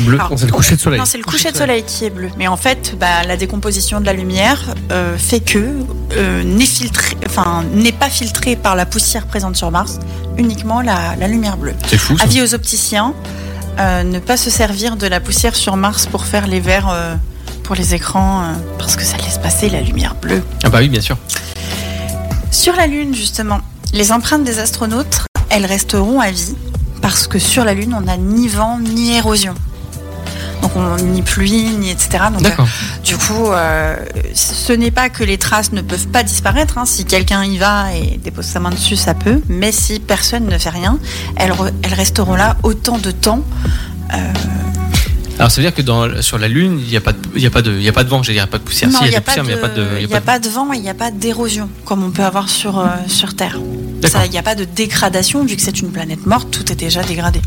bleu
Alors,
C'est le coucher de soleil.
Ah. Non, c'est le coucher de soleil qui est bleu. Mais en fait, bah, la décomposition de la lumière euh, fait que euh, n'est filtré- enfin, n'est pas filtrée par la poussière présente sur Mars, uniquement la, la lumière bleue.
C'est fou ça.
Avis aux opticiens, euh, ne pas se servir de la poussière sur Mars pour faire les verres euh, pour les écrans, euh, parce que ça laisse passer la lumière bleue.
Ah bah oui, bien sûr.
Sur la Lune, justement, les empreintes des astronautes, elles resteront à vie, parce que sur la Lune, on n'a ni vent, ni érosion. Donc, on, ni pluie, ni etc. Donc, euh,
D'accord.
du coup, euh, ce n'est pas que les traces ne peuvent pas disparaître. hein. Si quelqu'un y va et dépose sa main dessus, ça peut. Mais si personne ne fait rien, elles, re- elles resteront là autant de temps. Euh,
Alors ça veut dire que dans, sur la Lune, il n'y a, pas de- il y a, pas de- il y a pas de vent, j'allais dire, il y a pas de poussière.
non,
Si, il y a
y
de la poussière, mais il n'y a pas de... il
il
y a
y a
pas
pas de vent, il n'y a pas d'érosion, comme on peut avoir sur, euh, sur Terre.
D'accord.
Ça, Il n'y a pas de dégradation, vu que c'est une planète morte, tout est déjà dégradé.
de-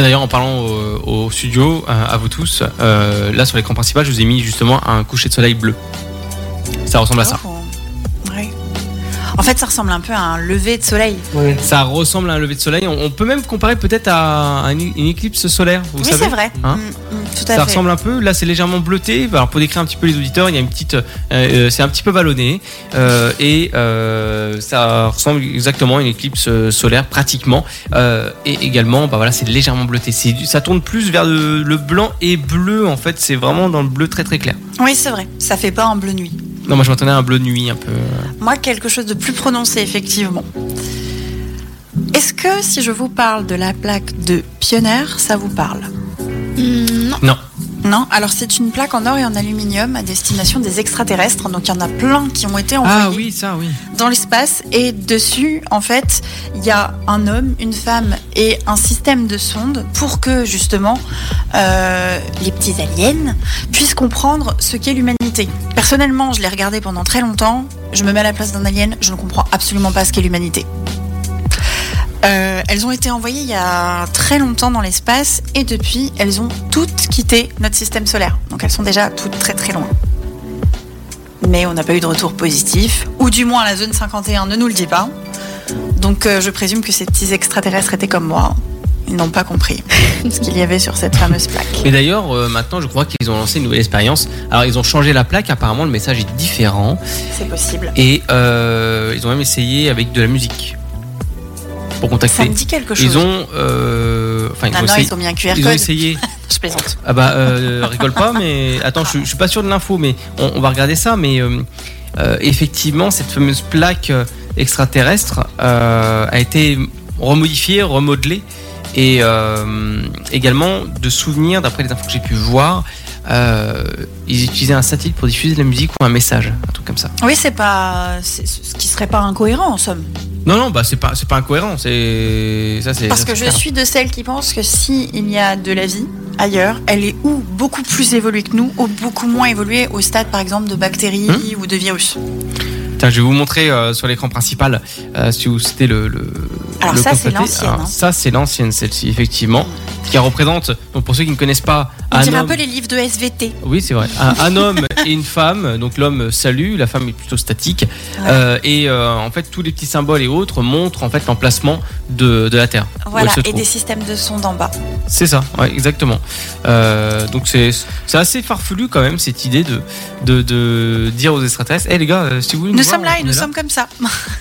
D'ailleurs, en parlant au, au studio, euh, à vous tous, euh, là sur l'écran principal, je vous ai mis justement un coucher de soleil bleu. Ça ressemble à Bah, ça.
Oh, ouais. En fait, ça ressemble un peu à un lever de soleil.
Ça ressemble à un lever de soleil. On, on peut même comparer peut-être à un- une éclipse solaire. Vous
oui,
savez
c'est vrai.
Hein
Mm, mm, tout à
ça
fait.
ressemble un peu, là c'est légèrement bleuté. Alors pour décrire un petit peu les auditeurs, il y a une petite, euh, euh, c'est un petit peu ballonné Euh, et euh, ça ressemble exactement à une éclipse euh, solaire pratiquement. Euh, et également, bah voilà, c'est légèrement bleuté. C'est du- ça tourne plus vers le, le blanc et bleu en fait. C'est vraiment dans le bleu très très clair.
Oui, c'est vrai. Ça fait pas un bleu nuit.
Non, moi je m'attendais à un bleu nuit un peu.
Moi, quelque chose de plus prononcé, effectivement. Est-ce que si je vous parle de la plaque de Pioneer, ça vous parle
Hmm, non.
Non.
Non Alors, c'est une plaque en or et en aluminium à destination des extraterrestres. Donc, il y en a plein qui ont été envoyés
Ah oui, ça oui.
dans l'espace. Et dessus, en fait, il y a un homme, une femme et un système de sondes pour que, justement, euh, les petits aliens puissent comprendre ce qu'est l'humanité. Personnellement, je l'ai regardé pendant très longtemps. Je me mets à la place d'un alien. Je ne comprends absolument pas ce qu'est l'humanité. Euh, elles ont été envoyées il y a très longtemps dans l'espace et depuis elles ont toutes quitté notre système solaire. Donc elles sont déjà toutes très très loin. Mais on n'a pas eu de retour positif, ou du moins la zone 51 ne nous le dit pas. Donc euh, je présume que ces petits extraterrestres étaient comme moi. Ils n'ont pas compris ce qu'il y avait sur cette fameuse plaque.
Et d'ailleurs, euh, maintenant je crois qu'ils ont lancé une nouvelle expérience. Alors ils ont changé la plaque. Apparemment, le message est différent
C'est possible.
et euh, ils ont même essayé avec de la musique. pour contacter.
Ça me dit quelque chose.
Ils ont. euh, Enfin,
Ah non,
essayé-
ils ont mis un QR
Ils ont
code.
essayé.
Je plaisante.
Ah bah, euh, rigole pas, mais attends, je, je suis pas sûr de l'info, mais on, on va regarder ça. Mais euh, euh, effectivement, cette fameuse plaque euh, extraterrestre euh, a été remodifiée, remodelée, et euh, également de souvenirs, d'après les infos que j'ai pu voir, euh, ils utilisaient un satellite pour diffuser de la musique ou un message, un truc comme ça.
Oui, c'est pas. c'est Ce qui serait pas incohérent en somme.
Non, non, bah c'est pas, c'est pas incohérent, c'est ça, c'est
Parce
ça,
que
c'est
je
clair.
suis de celles qui pensent que si il y a de la vie ailleurs, elle est ou beaucoup plus évoluée que nous, ou beaucoup moins évoluée au stade par exemple de bactéries
Hmm
ou de virus.
Tiens, je vais vous montrer euh, sur l'écran principal euh, si vous c'était le, le.
Alors
le
ça, c'est
constater.
l'ancienne,
Alors,
hein.
Ça c'est l'ancienne celle-ci effectivement, qui représente. Donc pour ceux qui ne connaissent pas,
On
un
dirait un
homme-
peu les livres de SVT.
Oui, c'est vrai. Un, un homme et une femme. Donc l'homme salue, la femme est plutôt statique. Euh, et euh, en fait, tous les petits symboles et autres montrent en fait l'emplacement de, de la Terre. où
Voilà,
elle se
et
trouve.
des systèmes de son d'en bas.
C'est ça, ouais, exactement. Euh, donc c'est c'est assez farfelu quand même cette idée de, de, de dire aux extraterrestres, hé les gars, euh, si vous voulez
Nous
voir,
sommes là et
on est
nous sommes comme ça.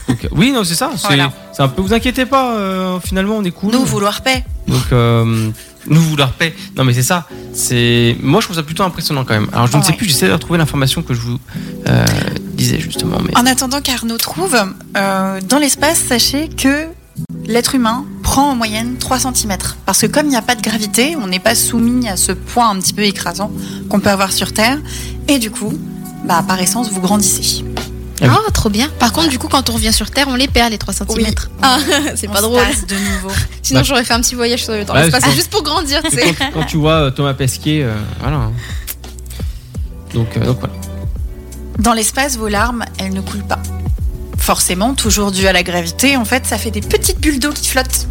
Donc, oui, non, c'est ça. C'est
Voilà.
c'est un peu. Vous inquiétez pas. euh, finalement, on est cool.
Nous vouloir paix.
Donc, euh, nous vouloir paix. Non, mais c'est ça. C'est. Moi, je trouve ça plutôt impressionnant quand même. Alors, je ne sais plus. J'essaie de retrouver l'information que je vous euh, disais justement. Mais
En attendant qu'Arnaud trouve, euh, dans l'espace, sachez que l'être humain prend en moyenne 3 cm. Parce que comme il n'y a pas de gravité, on n'est pas soumis à ce poids un petit peu écrasant qu'on peut avoir sur Terre. Et du coup, bah, par essence, vous grandissez.
Ah, trop bien. Par contre, du coup, quand on revient sur Terre, on les perd, les 3 cm. c'est
On
pas
se
drôle.
tasse de nouveau.
Sinon,
Bah-
j'aurais fait un petit voyage sur le temps.
Bah,
l'espace,
c'est-
c'est juste pour grandir, tu sais.
quand, quand tu vois euh, Thomas Pesquet, euh, voilà. Donc, euh, donc voilà.
Dans l'espace, vos larmes, elles ne coulent pas. Forcément, toujours dû à la gravité, en fait, ça fait des petites bulles d'eau qui flottent.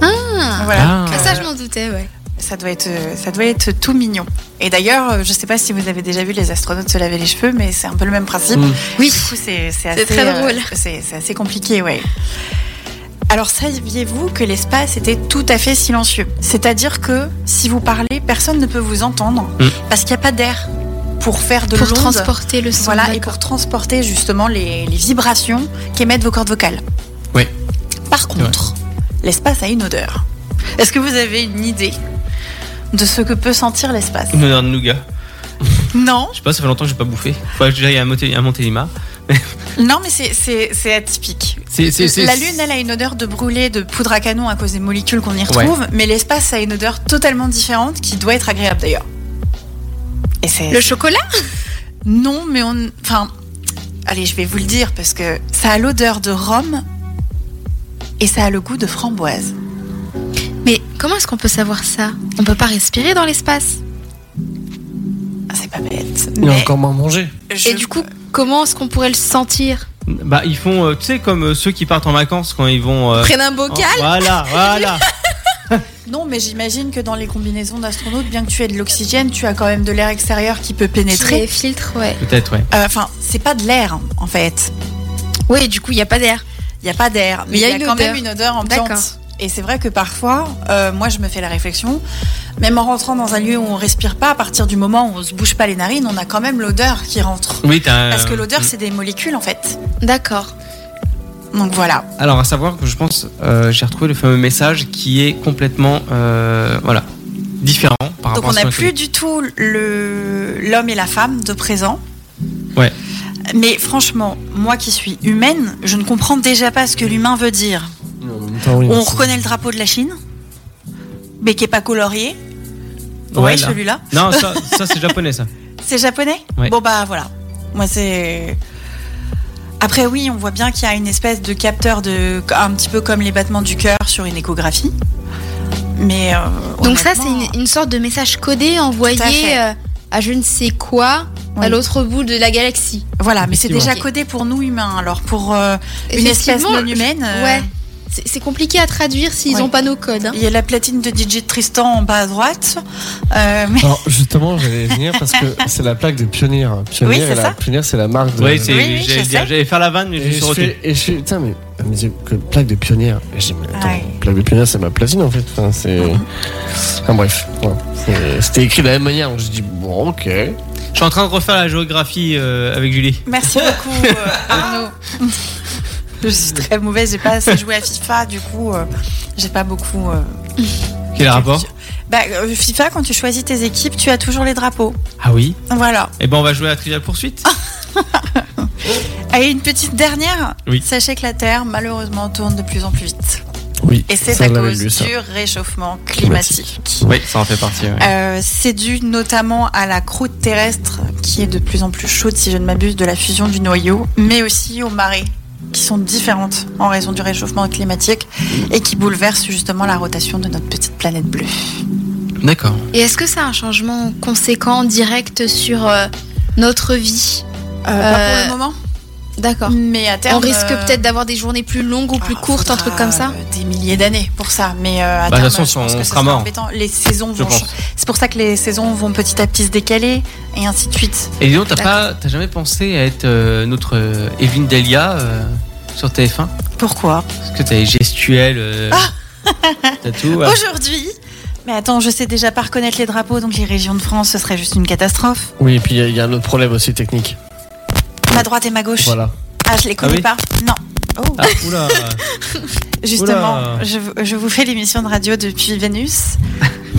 Ah,
Voilà.
Ah, ça, je m'en doutais, ouais.
Ça doit être, ça doit être tout mignon. Et d'ailleurs, euh, je sais pas si vous avez déjà vu les astronautes se laver les cheveux, mais c'est un peu le même principe.
Mm.
Oui. Du coup, c'est c'est assez,
très
euh,
drôle.
c'est c'est assez compliqué, ouais. Alors, saviez-vous que l'espace était tout à fait silencieux C'est-à-dire que si vous parlez, personne ne peut vous entendre
Mm.
parce qu'il n'y a pas d'air pour faire de
Pour
l'onde.
transporter le son,
Voilà, et
d'accord.
pour transporter justement les, les vibrations qu'émettent vos cordes vocales.
Oui.
Par contre, l'espace a une odeur. Est-ce que vous avez une idée de ce que peut sentir l'espace
Une odeur de nougat.
Non,
Je sais pas. Ça fait longtemps que j'ai pas bouffé. Faudrait que j'aille à, Monté- à Montélimar.
non, mais c'est- c'est c'est atypique.
C'est- c'est- c'est-
La Lune, elle a une odeur de brûlé, de poudre à canon à cause des molécules qu'on y
Ouais.
retrouve, mais l'espace a une odeur totalement différente qui doit être agréable d'ailleurs. Et c'est
Le chocolat
Non, mais on. Enfin, allez, je vais vous le dire parce que ça a l'odeur de rhum et ça a le goût de framboise.
Mais comment est-ce qu'on peut savoir ça On peut pas respirer dans l'espace.
Ah, c'est pas bête.
Il a encore moins mangé.
Et du coup, comment est-ce qu'on pourrait le sentir
Bah, ils font. euh, tu sais, comme euh, ceux qui partent en vacances quand ils vont. euh,
Prennent un bocal
en- Voilà, voilà.
Non, mais j'imagine que dans les combinaisons d'astronautes, bien que tu aies de l'oxygène, tu as quand même de l'air extérieur qui peut
Filtre,
pénétrer.
filtre, ouais.
Peut-être, ouais.
Euh, Enfin, c'est pas de l'air hein, en fait.
Oui, du coup, il n'y a pas d'air.
Il n'y a pas d'air, mais
Mais
il y a,
une
quand
odeur.
même une odeur
D'accord.
ambiante. Et c'est vrai que parfois, euh, moi je me fais la réflexion, même en rentrant dans un lieu où on respire pas, à partir du moment où on se bouge pas les narines, on a quand même l'odeur qui rentre.
Oui, t'as. un-
Parce que l'odeur, c'est des molécules en fait.
D'accord.
Donc voilà.
Alors, à savoir que je pense, euh, j'ai retrouvé le fameux message qui est complètement, euh, voilà, différent par rapport
Donc on
à ce
n'a
qu'on
plus du tout le l'homme et la femme de présent.
connaît. Ouais.
Mais franchement, moi qui suis humaine, je ne comprends déjà pas ce que l'humain veut dire. On reconnaît le drapeau de la Chine, mais qui est pas colorié. Ouais,
là.
celui-là.
Non, ça, ça c'est japonais, ça.
C'est japonais
Ouais.
Bon bah voilà. Moi c'est. Après oui, on voit bien qu'il y a une espèce de capteur de un petit peu comme les battements du cœur sur une échographie. Mais euh,
Donc ça, c'est
honnêtement,
une, une sorte de message codé envoyé
Tout à fait.
euh, Oh, à je ne sais quoi, à
Oui.
l'autre bout de la galaxie.
Voilà, mais c'est déjà
Ok.
codé pour nous humains. Alors pour euh, une espèce
Effectivement,
non humaine. euh,
Ouais. C'est- C'est compliqué à traduire s'ils
Ouais.
n'ont pas nos codes. hein.
Il y a la platine de DJ Tristan en bas à droite. Euh, mais-
Alors justement, j'allais venir parce que c'est la plaque de Pioneer. Pioneer,
Oui, c'est
et la
ça.
Pioneer, c'est la marque de.
Oui, c'est.
Oui, oui,
j'allais
je
dire,
sais.
j'allais faire la vanne, mais je
Et
me suis
je,
retenu.
fais, et je fais- putain, mais, mais c'est que plaque de pionnière. Et j'ai dit, mais attends,
Ouais.
plaque de pionnière, c'est ma platine en fait. Enfin, c'est. Enfin, bref, voilà. C'est- c'était écrit de la même manière. Donc j'ai dit, bon, ok.
Je suis en train de refaire la géographie euh, avec Julie.
Merci beaucoup euh, Arnaud. Je suis très mauvaise, j'ai pas assez joué à FIFA, du coup, euh, j'ai pas beaucoup. euh,
Quel rapport
Bah, euh, FIFA, quand tu choisis tes équipes, tu as toujours les drapeaux.
Ah oui
Voilà.
Eh ben on va jouer à Trivial Poursuite.
Ah. Allez, une petite dernière.
Oui.
Sachez que la Terre, malheureusement, tourne de plus en plus vite.
Oui.
Et c'est
ça,
à
je l'avais
cause
lu, ça.
du réchauffement climatique.
Oui, ça en fait partie. ouais.
Euh, c'est dû notamment à la croûte terrestre qui est de plus en plus chaude, si je ne m'abuse, de la fusion du noyau, mais aussi aux marées qui sont différentes en raison du réchauffement climatique et qui bouleversent justement la rotation de notre petite planète bleue.
D'accord.
Et est-ce que ça a un changement conséquent direct sur euh, notre vie
Euh, pas pour le moment.
D'accord.
Mais à
On
terme,
risque
euh, Ah,
peut-être d'avoir des journées plus longues ou plus courtes, un truc comme ça
Des milliers d'années pour ça, mais euh, à
Bah, de
terme,
toute façon,
je pense
on
que ce
sera
sera
mort.
embêtant. Les saisons
Je
vont.
pense.
ch- C'est pour ça que les saisons vont petit à petit se décaler et ainsi de suite.
Et dis donc, t'as pas, t'as jamais pensé à être euh, notre euh, Evelyne Delia euh, sur TF1
Pourquoi
Parce que t'as les gestuels, euh,
Ah.
t'as tout. ouais.
Aujourd'hui. Mais attends, je sais déjà pas reconnaître les drapeaux, donc les régions de France, ce serait juste une catastrophe.
Oui, et puis il y a- il y, a un autre problème aussi technique.
Ma droite et ma gauche.
Voilà.
Ah, je les connais
Ah oui
pas. Non. Oh.
Ah, oula.
Justement,
Oula.
je, vous- je vous fais l'émission de radio depuis Vénus.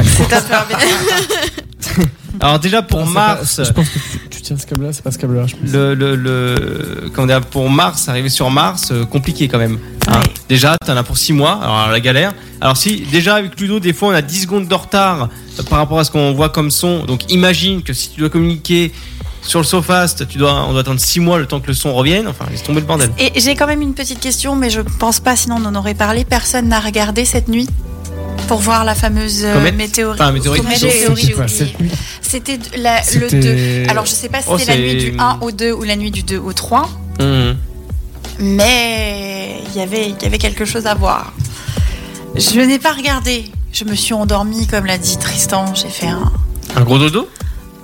C'est un peu embêtant.
Alors déjà pour
Non, c'est
Mars,
pas- je pense que tu, tu tiens ce câble-là, c'est pas ce câble-là. je pense.
le, le, le- comment dire, pour Mars, arriver sur Mars, euh, compliqué quand même. hein.
Ouais.
Déjà, t'en as pour 6 mois, alors la galère. Alors si déjà avec Ludo, des fois on a 10 secondes de retard euh, par rapport à ce qu'on voit comme son. Donc imagine que si tu dois communiquer sur le Sofast, tu dois, on doit attendre 6 mois le temps que le son revienne. Enfin, laisse tomber le bordel.
Et j'ai quand même une petite question, mais je pense pas, sinon on en aurait parlé. Personne n'a regardé cette nuit pour voir la fameuse euh,
Comète
météorite.
Enfin, météorite
Comète,
plutôt.
météorite,
C'était quoi,
j'ai oublié.
cette nuit
C'était de- la- le
C'était-
2. Alors je sais pas si
Oh,
c'était la
c'est-
nuit du 1 au 2 ou la nuit du 2 au 3.
Hum.
mais il y avait, il y avait quelque chose à voir. Je n'ai pas regardé. Je me suis endormie, comme l'a dit Tristan. J'ai fait un-
Un gros dodo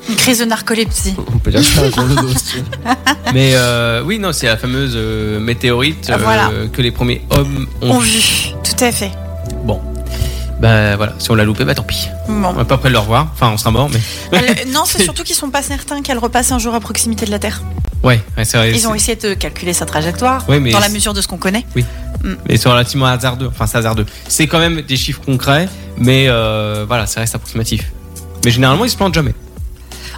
une crise de narcolepsie.
On peut dire que c'est un gros dodo, si tu veux.
Mais euh, oui, non, c'est la fameuse euh, météorite euh,
Voilà.
que les premiers hommes ont
On
vue.
vit. Tout à fait.
Bon, bah voilà, si on l'a loupé, bah tant pis.
Bon.
On va pas près de le revoir, enfin on sera mort, mais.
Elle- non, c'est surtout qu'ils sont pas certains qu'elle repasse un jour à proximité de la Terre.
Ouais, ouais, c'est vrai.
Ils ont
c'est-
essayé de calculer sa trajectoire
Ouais, mais
dans la
c'est-
mesure de ce qu'on connaît.
Mais c'est relativement hasardeux, enfin c'est hasardeux. C'est quand même des chiffres concrets, mais euh, voilà, ça reste approximatif. Mais généralement, ils se plantent jamais.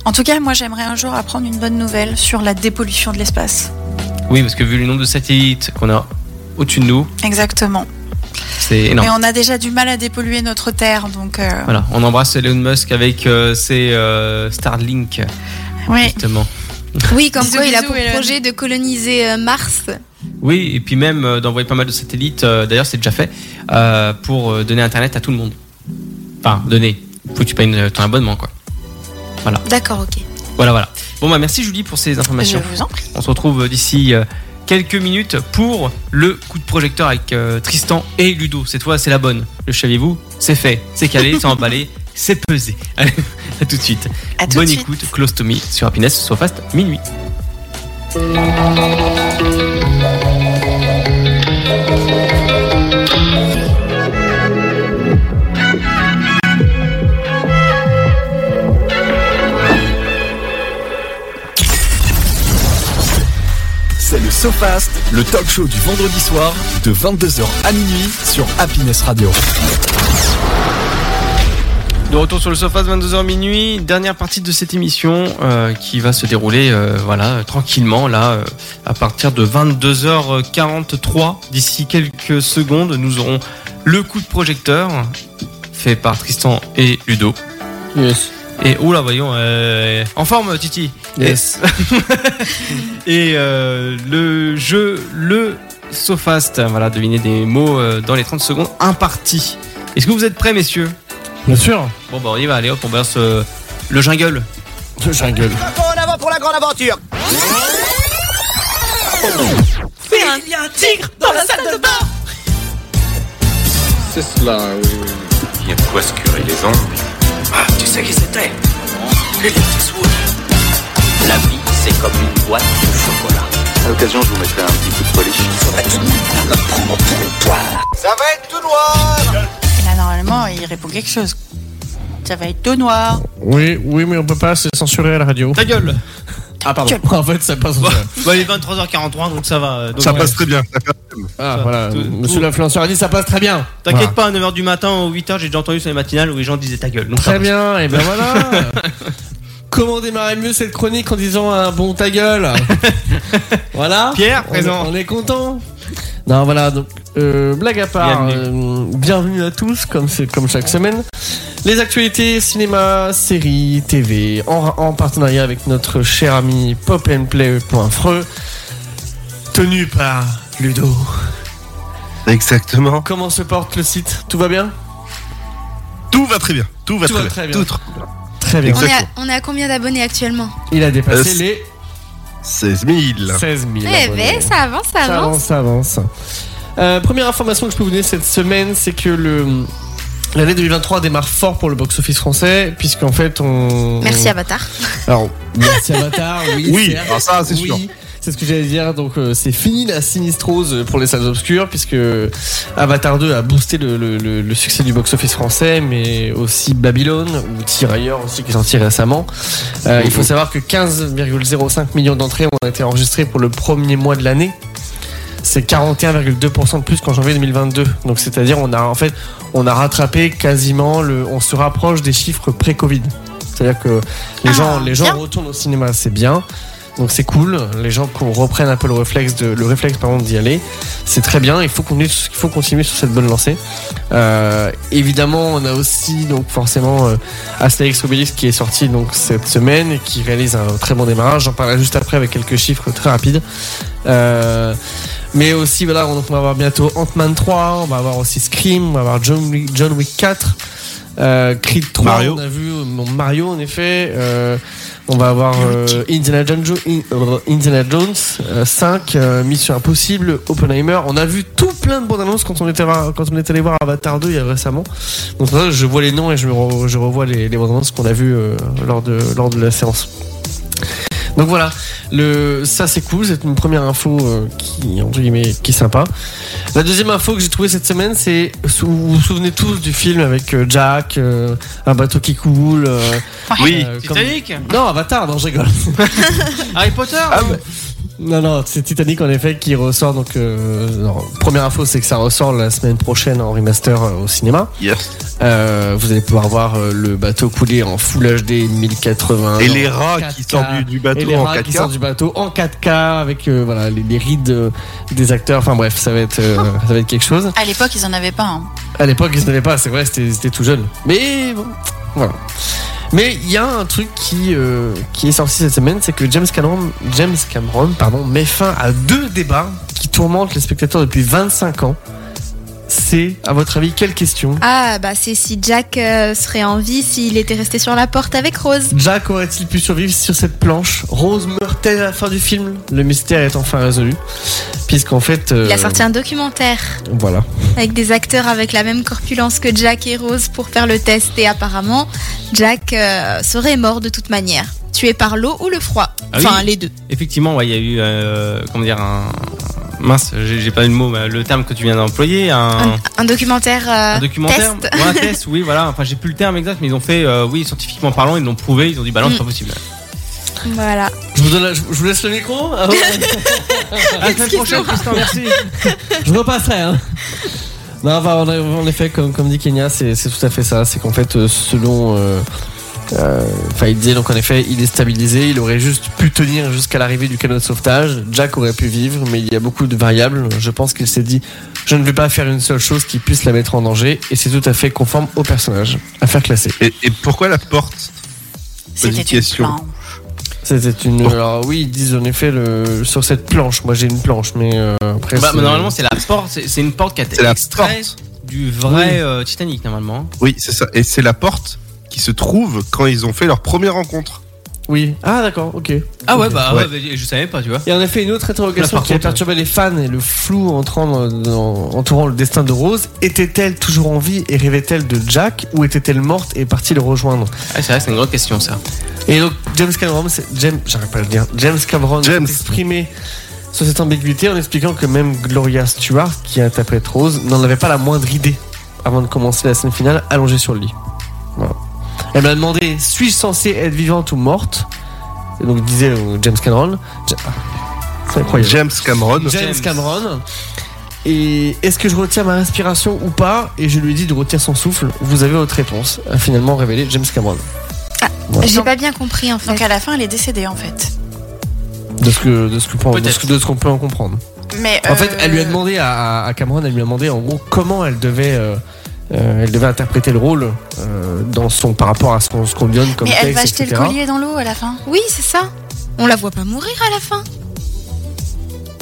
En tout cas, moi, j'aimerais un jour apprendre une bonne nouvelle sur la dépollution de l'espace.
Oui, parce que vu le nombre de satellites qu'on a au-dessus de nous,
Exactement.
c'est
Mais
énorme.
on a déjà du mal à dépolluer notre Terre, donc. euh,
Voilà, on embrasse Elon Musk avec euh, ses euh, Starlink,
Oui.
justement.
Oui, comme
Bisous,
quoi il a
bisous,
pour
Elon.
projet de coloniser euh, Mars.
Oui, et puis même euh, d'envoyer pas mal de satellites, euh, d'ailleurs c'est déjà fait, euh, pour euh, donner Internet à tout le monde. Enfin, donner. Faut que tu payes une- ton abonnement, quoi.
D'accord, ok.
Voilà, voilà. Bon, bah merci Julie pour ces
Je
informations.
vous en prie.
On se retrouve d'ici euh, quelques minutes pour le coup de projecteur avec euh, Tristan et Ludo. Cette fois, c'est la bonne. Le saviez-vous C'est fait, c'est calé, c'est emballé, c'est pesé. Allez, à tout de suite.
À tout
Bonne
de suite.
écoute, Close to Me sur Happiness, soit fast, minuit.
C'est le SoFast, le talk show du vendredi soir de 22h à minuit sur Happiness Radio.
De retour sur le sofa de 22h minuit, dernière partie de cette émission euh, qui va se dérouler euh, voilà euh, tranquillement là euh, à partir de 22h43 d'ici quelques secondes nous aurons le coup de projecteur fait par Tristan et Ludo
Yes.
et oula voyons euh, en forme Titi
Yes.
et euh, le jeu le sofast voilà deviner des mots euh, dans les 30 secondes impartis est-ce que vous êtes prêts messieurs
Bien sûr.
Bon bah on y va, allez hop, on balance euh, le jungle.
Je jungle.
En avant pour la grande aventure
Il y a un tigre dans la salle de bain
C'est cela, Il y a de quoi se curer les ongles.
Ah, tu sais qui c'était La vie, c'est comme une boîte de chocolat.
À l'occasion, je vous mettrai un petit coup de polish.
Ça va être tout noir
Et Là, normalement, il répond quelque chose. Ça va être tout noir.
Oui, oui, mais on peut pas, c'est censuré à la radio.
Ta gueule
Ah, pardon. En fait, ça passe.
Bon, bon, il est 23h43, donc ça va. euh, donc,
ça
ouais.
passe très bien.
Ah,
Ça,
voilà.
tout-
Monsieur
tout-
l'influenceur a dit ça passe très bien.
T'inquiète pas, à 9h du matin ou 8h, j'ai déjà entendu sur les matinales où les gens disaient ta gueule. Donc ça
Très
passe.
bien, et ben voilà. Comment démarrer mieux cette chronique en disant un bon ta gueule Voilà.
Pierre,
On-
présent.
On, est content. Non, voilà, donc, euh, blague à part, euh, bienvenue à tous, comme, c'est- comme chaque semaine. Les actualités cinéma, séries, TV, en, en partenariat avec notre cher ami popandplay.freux, E, tenu par Ludo.
Exactement.
Comment se porte le site Tout va bien
Tout va très bien. Tout va
Tout
très,
va
bien.
très bien.
Tout va
Très bien.
On est, à, on est à combien d'abonnés actuellement
Il a dépassé
Euh,
les
16 000.
16 000.
Eh
abonnés.
ben, ça avance, ça
Ça
avance.
avance, ça avance. Euh, première information que je peux vous donner cette semaine, c'est que le l'année 2023 démarre fort pour le box-office français, puisqu'en fait on.
Merci Avatar.
Alors, merci Avatar, oui.
Oui,
certes,
alors Ah, ça, c'est sûr.
C'est ce que j'allais dire, donc euh, c'est fini la sinistrose pour les salles obscures, puisque Avatar 2 a boosté le, le- le- le succès du box-office français, mais aussi Babylone, ou Tirailleurs aussi qui est sorti récemment. Euh, il faut savoir que 15,05 millions d'entrées ont été enregistrées pour le premier mois de l'année. C'est 41,2% de plus qu'en janvier 2022. Donc c'est-à-dire on a en fait on a rattrapé quasiment le on se rapproche des chiffres pré-Covid. C'est-à-dire que les
Ah,
gens les
bien.
gens retournent au cinéma, c'est bien. Donc c'est cool, les gens qu'on reprenne un peu le réflexe de le réflexe pardon d'y aller, c'est très bien. Il faut qu'on il faut continuer sur cette bonne lancée. Euh, évidemment, on a aussi donc forcément euh, Astérix Obélix qui est sorti donc cette semaine et qui réalise un très bon démarrage. J'en parlerai juste après avec quelques chiffres très rapides. Euh, mais aussi voilà, on, donc on va avoir bientôt Ant-Man 3, on va avoir aussi Scream, on va avoir John Wick, John Wick 4. Euh, Creed 3,
Mario.
on a vu euh, bon, Mario en effet. euh, on va avoir euh, Indiana Jones, In- euh, Indiana Jones euh, 5, euh, Mission Impossible, Oppenheimer. On a vu tout plein de bandes annonces quand on était, voir- quand on est allé voir Avatar 2 il y a récemment. Donc là, je vois les noms et je, me re- je revois les, les bandes annonces qu'on a vues euh, lors, de, lors de la séance. Donc voilà, le, ça c'est cool, c'est une première info euh, qui, entre guillemets, qui est sympa. La deuxième info que j'ai trouvée cette semaine, c'est sou- vous vous souvenez tous du film avec euh, Jack, euh, un bateau qui coule. euh,
Oui.
euh, comme-
Titanic
Non, Avatar, non, je rigole.
Harry Potter
Ah, Non, non, c'est Titanic en effet qui ressort. Donc, euh, non, première info, c'est que ça ressort la semaine prochaine en remaster euh, au cinéma.
Yes.
Euh, vous allez pouvoir voir euh, le bateau couler en Full HD 1080.
Et
en
les rats qui
4K,
sortent du, du
et
bateau
les
en
rats qui
4K.
sortent du bateau en 4K avec euh, voilà, les, les rides euh, des acteurs. Enfin bref, ça va être, euh, ça va être quelque chose.
À l'époque, ils en avaient pas. hein.
À l'époque, ils ne l'avaient pas, c'est vrai, c'était c'était tout jeune. Mais bon, voilà. Mais il y a un truc qui, euh, qui est sorti cette semaine, c'est que James Cameron, James Cameron pardon, met fin à deux débats qui tourmentent les spectateurs depuis 25 ans. C'est, à votre avis, quelle question
Ah, bah c'est si Jack euh, serait en vie s'il était resté sur la porte avec Rose.
Jack aurait-il pu survivre sur cette planche Rose meurt-elle à la fin du film Le mystère est enfin résolu. Puisqu'en fait.
Il a
euh,
sorti un documentaire
Voilà.
avec des acteurs avec la même corpulence que Jack et Rose pour faire le test et apparemment Jack euh, serait mort de toute manière, tué par l'eau ou le froid.
Ah
enfin
oui.
les deux.
Effectivement, ouais, il y a eu, euh, comment dire, un. Mince, j'ai j'ai pas eu le mot, mais le terme que tu viens d'employer, un.
Un documentaire, euh,
un documentaire
test.
Ouais, un test, oui, voilà. Enfin, j'ai plus le terme exact, mais ils ont fait, euh, oui, scientifiquement parlant, ils l'ont prouvé, ils ont dit, bah non,
Mm.
c'est pas possible.
voilà.
Je vous, donne la- je vous laisse le micro. Ah ouais.
À la semaine prochaine, Tristan, merci.
Je repasserai. Hein. Non, bah, en, en effet, comme, comme dit Kenya, c'est c'est tout à fait ça. C'est qu'en fait, euh, selon. euh, euh, Enfin, il disait donc en effet, il est stabilisé. Il aurait juste pu tenir jusqu'à l'arrivée du canot de sauvetage. Jack aurait pu vivre, mais il y a beaucoup de variables. Je pense qu'il s'est dit je ne vais pas faire une seule chose qui puisse la mettre en danger, et c'est tout à fait conforme au personnage. Affaire classée.
Et, et pourquoi la porte
C'était
Petite
une
question.
planche.
C'était une. Alors oui, ils disent en effet le, sur cette planche. Moi, j'ai une planche, mais euh, après.
Bah,
c'est-
mais normalement, c'est la porte, c'est c'est une porte qui a
C'est
été
la
extraite du vrai euh, Titanic, normalement.
Oui, c'est ça. Et c'est la porte qui se trouve quand ils ont fait leur première rencontre.
Oui. Ah d'accord, ok.
Ah ouais, bah,
Ouais.
ouais, bah, je savais pas, tu vois.
Et en effet, une autre interrogation
Là, par
qui a
contre,
perturbé les fans et le flou entrant dans- entourant le destin de Rose, était-elle toujours en vie et rêvait-elle de Jack ou était-elle morte et partie le rejoindre
Ah, c'est vrai, c'est une grande question, ça.
Et donc James Cameron, s'est- James, j'arrive pas à le dire, James Cameron s'est
James.
exprimé sur cette ambiguïté en expliquant que même Gloria Stewart, qui interprète Rose, n'en avait pas la moindre idée avant de commencer la scène finale allongée sur le lit. Voilà. Elle m'a demandé suis-je censée être vivante ou morte Et donc disait euh, James Cameron. Ja- C'est incroyable.
James Cameron.
James
James.
Cameron. Et est-ce que je retiens ma respiration ou pas Et je lui dis de retenir son souffle. Vous avez votre réponse. A finalement révélé James Cameron. Voilà.
J'ai pas bien compris en fait.
Donc à la fin, elle est décédée en fait.
De ce que de ce que- de ce
Peut-être.
que- de ce qu'on peut en comprendre.
Mais
En fait,
euh,
elle lui a demandé à, à Cameron, elle lui a demandé en gros comment elle devait, euh, euh, elle devait interpréter le rôle euh, dans son par rapport à ce qu'on ce qu'on lui donne comme
Mais
texte,
elle va jeter
etc.
le collier dans l'eau à la fin.
Oui, c'est ça. On la voit pas mourir à la fin.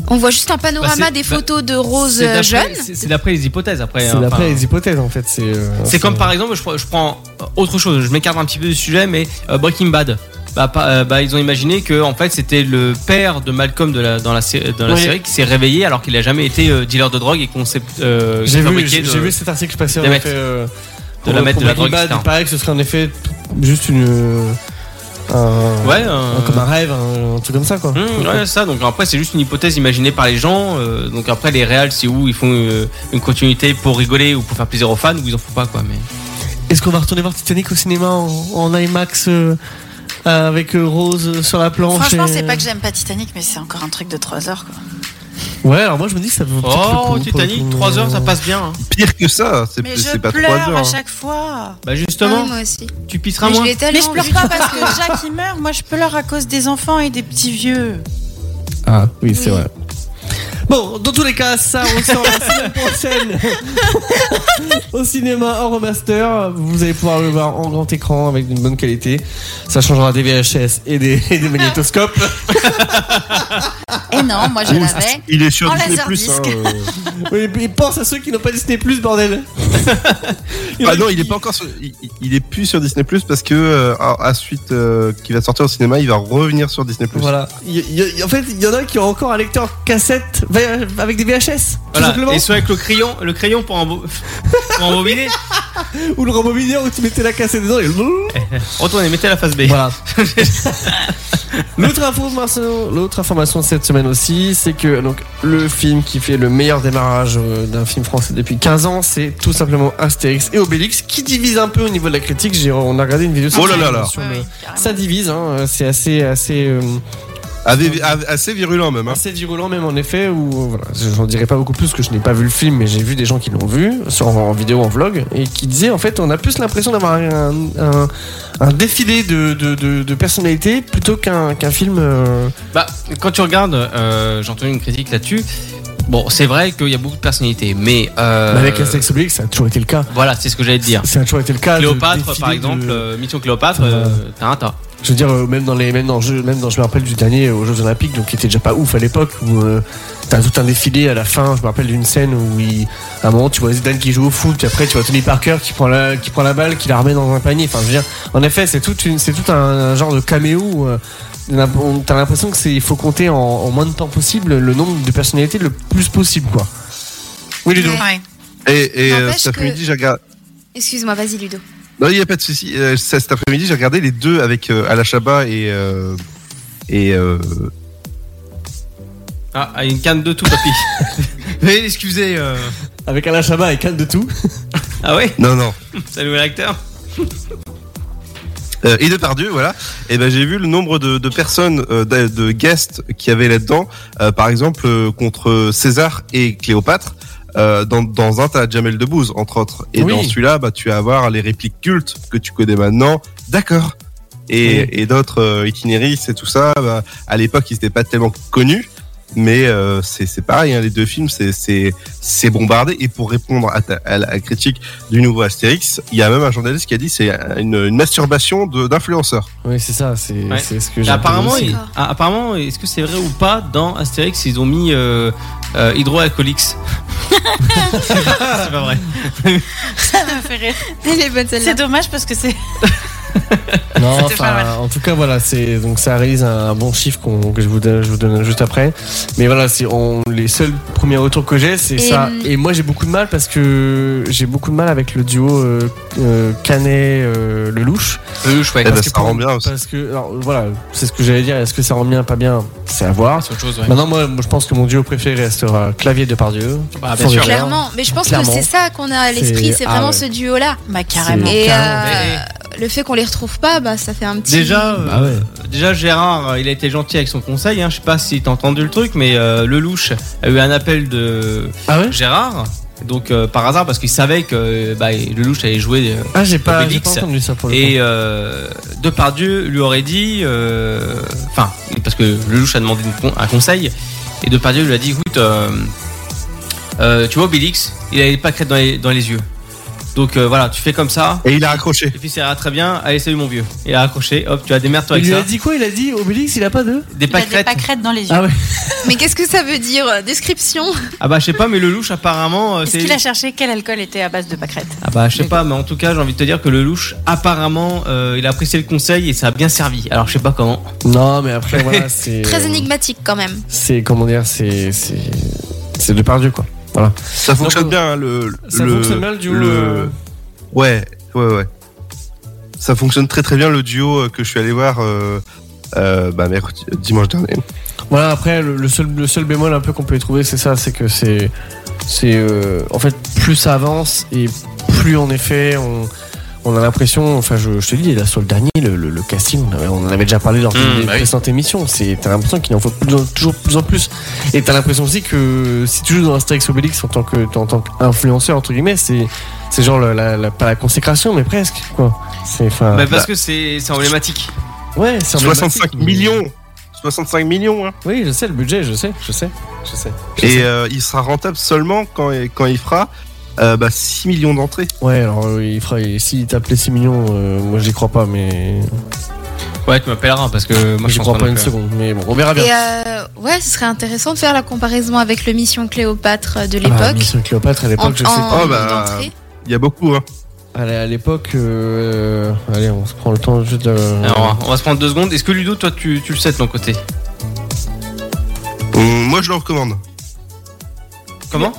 On voit juste un panorama
Bah, c'est-
des
bah,
photos de Rose
C'est
euh,
d'après-
jeune.
c'est- C'est d'après les hypothèses après.
C'est
hein,
d'après
enfin,
les hypothèses en fait. C'est euh,
C'est comme par exemple, je, prends- je prends euh, autre chose, je m'écarte un petit peu du sujet, mais euh, Breaking Bad. Bah, pas- euh, bah, ils ont imaginé que en fait c'était le père de Malcolm de la, dans la, sé- dans la
Oui.
série qui s'est réveillé alors qu'il a jamais été euh, dealer de drogue et concept. euh,
J'ai vu,
fabriqué
j'ai-
de-
j'ai vu cet article passer en
de mettre-
effet, euh,
de la
pour-
mettre
pour
de la
Breaking
drogue,
Bad,
etc.
Il paraît que ce serait en effet juste une euh, un-
Ouais, un-
un- Hein, comme un rêve, un, un truc comme ça quoi.
Mmh, ouais, ça. Donc après, c'est juste une hypothèse imaginée par les gens. euh, donc après, les réals, c'est où ils font euh, une continuité pour rigoler ou pour faire plaisir aux fans ou ils en font pas quoi. Mais
Est-ce qu'on va retourner voir Titanic au cinéma en, en IMAX euh, avec euh, Rose euh, sur la planche
Franchement,
et-
c'est pas que j'aime pas Titanic, mais c'est encore un truc de 3 heures. Quoi.
Ouais, alors moi je me dis que ça vaut peut-être le coup,
oh
pour le
Titanic,
coup.
3 heures, ça passe bien. hein.
Pire que ça, c'est
Mais je
c'est pas trois
pleure
heures.
à
hein.
chaque fois.
Bah
Ah
justement,
oui, moi aussi.
tu pisseras
Mais je
moins.
l'ai
Mais
tellement
je pleure
vu.
pas parce que Jacques il meurt. Moi, je pleure à cause des enfants et des petits vieux.
Ah oui, c'est vrai. Bon, dans tous les cas, ça, on sort la semaine prochaine au cinéma en remaster. Vous allez pouvoir le voir en grand écran avec une bonne qualité. Ça changera des VHS et des, et des magnétoscopes.
Et non, moi je
Ouh,
l'avais.
Il est sur
En
Disney+. Plus, hein.
laserdisc.
Oui, et pense à ceux qui n'ont pas Disney Plus, bordel. Il y en a
Ah non, il
qui-
est pas encore sur- il, il- il est plus sur Disney Plus parce que euh, à, à suite qui va sortir au cinéma, il va revenir sur Disney Plus.
Voilà. Il y- il y- en fait, il y en a qui ont encore un lecteur cassette V- avec des VHS. tout simplement.
Voilà. Et soit avec le crayon, le crayon pour, embo- pour embobiner.
Ou le rembobinaire où tu mettais la cassette dedans et.
Retournez, mettez la face B.
Voilà. l'autre information, l'autre information de cette semaine aussi, c'est que donc le film qui fait le meilleur démarrage euh, d'un film français depuis 15 ans, c'est tout simplement Astérix et Obélix, qui divise un peu au niveau de la critique. J'ai, on a regardé une vidéo. sur
Oh là là
le-
là.
sur
Ouais,
le-
ouais, carrément.
Ça divise, hein, euh, c'est assez, assez, euh,
Avec- avec- assez virulent même. hein.
assez virulent même en effet. Ou voilà, j'en dirais pas beaucoup plus parce que je n'ai pas vu le film, mais j'ai vu des gens qui l'ont vu sur en vidéo, en vlog, et qui disaient en fait, on a plus l'impression d'avoir un, un- un défilé de, de, de- de personnalités plutôt qu'un qu'un film. euh,
Bah, quand tu regardes, euh, j'ai entendu une critique là-dessus. Bon, c'est vrai qu'il y a beaucoup de personnalités, mais. euh,
Mais Bah, Avec Astérix Obélix, ça a toujours été le cas.
Voilà, c'est ce que j'allais te dire.
Ça a toujours été Ah, le cas. de
Cléopâtre,
défiler
par
de-
exemple, euh, Mission Cléopâtre,
Euh,
euh, t'as un tas.
Je veux dire, euh, même dans les, même dans, le jeu- même dans, je me rappelle du dernier euh, aux Jeux Olympiques, donc qui était déjà pas ouf à l'époque, où euh, t'as tout un défilé à la fin. Je me rappelle d'une scène où, il, à un moment, tu vois Zidane qui joue au foot, puis après tu vois Tony Parker qui prend la, qui prend la balle, qui la remet dans un panier. Enfin, je veux dire, en effet, c'est toute une, c'est tout un, genre de caméo. où, euh, on a- on- T'as l'impression que c'est, il faut compter en, en moins de temps possible le nombre de personnalités le plus possible, quoi. Oui, Ludo.
Ouais.
Et, et euh,
N'empêche
cet après-midi,
que-
j'ai regardé.
Excuse-moi, vas-y Ludo.
Non, il n'y a pas de souci. Euh, ça, cet après-midi, j'ai regardé les deux avec euh, Alachaba et. euh, et. euh,
Ah, ah, une canne de tout, papy. Mais excusez. euh,
Avec Alain Chabat et Cannes de tout.
Ah ouais
non, non.
Salut l'acteur.
Euh, et Depardieu, voilà. Et ben, j'ai vu le nombre de, de personnes, euh, de, de guests qu'il y avait là-dedans. Euh, par exemple, euh, contre César et Cléopâtre. Euh, dans, dans un, t'as Jamel Debbouze, entre autres. Et
Oui.
dans celui-là, bah, tu vas avoir les répliques cultes que tu connais maintenant. D'accord. Et,
Oui.
et d'autres euh, itinéristes et tout ça. Bah, à l'époque, ils n'étaient pas tellement connus. Mais euh, c'est c'est pareil, hein, les deux films, c'est- c'est c'est bombardé. Et pour répondre à, ta- à la critique du nouveau Astérix, il y a même un journaliste qui a dit c'est une, une masturbation de- d'influenceurs.
Oui, c'est ça, c'est
Ouais.
c'est ce que j'ai.
Et apparemment,
entendu aussi.
il- ah, apparemment, est-ce que c'est vrai ou pas Dans Astérix, ils ont mis euh, euh, Hydroalcoolix. c'est pas vrai.
Ça me fait rire.
Elle est bonne celle-là.
C'est dommage parce que c'est.
Non,
C'était pas
enfin,
mal.
en tout cas, voilà, c'est donc ça réalise un bon chiffre qu'on- que je vous, donne, je vous donne juste après. Mais voilà, c'est on, les seuls premiers retours que j'ai, c'est
Et,
ça.
hum.
Et moi, j'ai beaucoup de mal parce que j'ai beaucoup de mal avec le duo euh, euh, Canet euh, Lelouch.
Euh, je ouais.
Eh ben,
Parce que
ça rend
pour-
bien aussi.
Parce que alors, voilà, c'est ce que j'allais dire. Est-ce que ça rend bien, pas bien, c'est à voir.
C'est autre chose, ouais.
Maintenant, moi, moi, je pense que mon duo préféré restera Clavier de Pardieu.
Bah, bien sûr.
Clairement, mais je pense
Clairement.
que c'est ça qu'on a à l'esprit,
C'est-
c'est
ah
vraiment
ouais.
ce duo-là.
Bah, carrément.
Et
Eh,
Clairement.
euh, le fait qu'on les retrouve pas, bah, ça fait un petit.
Déjà,
Ah
euh, déjà Gérard, euh, il a été gentil avec son conseil. Hein. Je sais pas si t'as entendu le truc, mais euh, Lelouch a eu un appel de
Ah
Gérard. Donc euh, par hasard, parce qu'il savait que euh, bah, Lelouch allait jouer. euh,
Ah, j'ai pas, j'ai
Obélix.
pas entendu ça pour le
Et
coup.
euh, Depardieu lui aurait dit, euh, enfin, parce que Lelouch a demandé une con- un conseil, et Depardieu lui a dit, écoute, euh, euh, tu vois Obélix, il a les pâquerettes dans les, dans les yeux. Donc euh, voilà, tu fais comme ça.
Et il a accroché.
Et puis ça ira très bien. Allez, salut mon vieux. Il a accroché. Hop, tu as des merdes toi avec
Il lui
ça.
a dit quoi Il a dit Obélix, il a pas
Des
Il
de.
a des
pâquerettes.
pâquerettes dans les yeux.
Ah ouais.
Mais qu'est-ce que ça veut dire euh, Description
Ah bah je sais pas, mais Lelouch apparemment. euh,
Est-ce
c'est-
qu'il a cherché quel alcool était à base de pâquerettes
Ah bah je sais pas, mais en tout cas j'ai envie de te dire que Lelouch apparemment euh, il a apprécié le conseil et ça a bien servi. Alors je sais pas comment.
Non, mais après, voilà, c'est.
Très énigmatique quand même.
C'est, comment dire, c'est. C'est, c'est Depardieu, quoi. Voilà.
Ça fonctionne bien, hein, le.
euh, ça
le-
fonctionne bien, le duo, euh.
Ouais, ouais, ouais. Ça fonctionne très très bien le duo euh, que je suis allé voir euh, euh, bah, mercredi- dimanche dernier.
Voilà, après, le, le seul, le seul bémol un peu qu'on peut y trouver, c'est ça, c'est que c'est. c'est euh, en fait, plus ça avance et plus en effet on, on a l'impression. Enfin, je, je te dis, là sur le dernier, le, le- le casting, on, avait- on en avait déjà parlé lors
Mmh,
d'une des
bah oui.
précédentes émissions. c'est- T'as l'impression qu'il en faut plus en- toujours plus en plus. Et t'as l'impression aussi que si tu joues dans Asterix Obélix en tant que- en tant qu'influenceur, entre guillemets, c'est. C'est genre la, la- la- pas la consécration, mais presque quoi. C'est enfin.
Bah, parce que c'est c'est emblématique.
Ouais, c'est
65
emblématique, mais-
millions 65 millions hein.
Oui, je sais le budget, je sais, je sais, je sais. je
Et
sais.
euh, il sera rentable seulement quand, quand il fera euh, bah, 6 millions d'entrées.
Ouais, alors euh, il fera. il- S'il tape les 6 millions, euh, moi j'y crois pas, mais.
Ouais, tu m'appelleras parce que moi je
j'y
pense
crois pas
non
une
plus.
seconde. Mais bon, on verra Ah, bien.
Et euh, ouais, ce serait intéressant de faire la comparaison avec le Mission Cléopâtre de
Ah,
l'époque.
Mission Cléopâtre à l'époque,
En-
je sais
en-
pas.
Oh, bah, d'entrée.
Il y a beaucoup. Hein.
Allez, à l'époque, euh, allez, on se prend le temps juste de.
Alors, on va- on va se prendre deux secondes. Est-ce que Ludo, toi, tu, tu le sais de ton côté
Hum, moi je le recommande.
Comment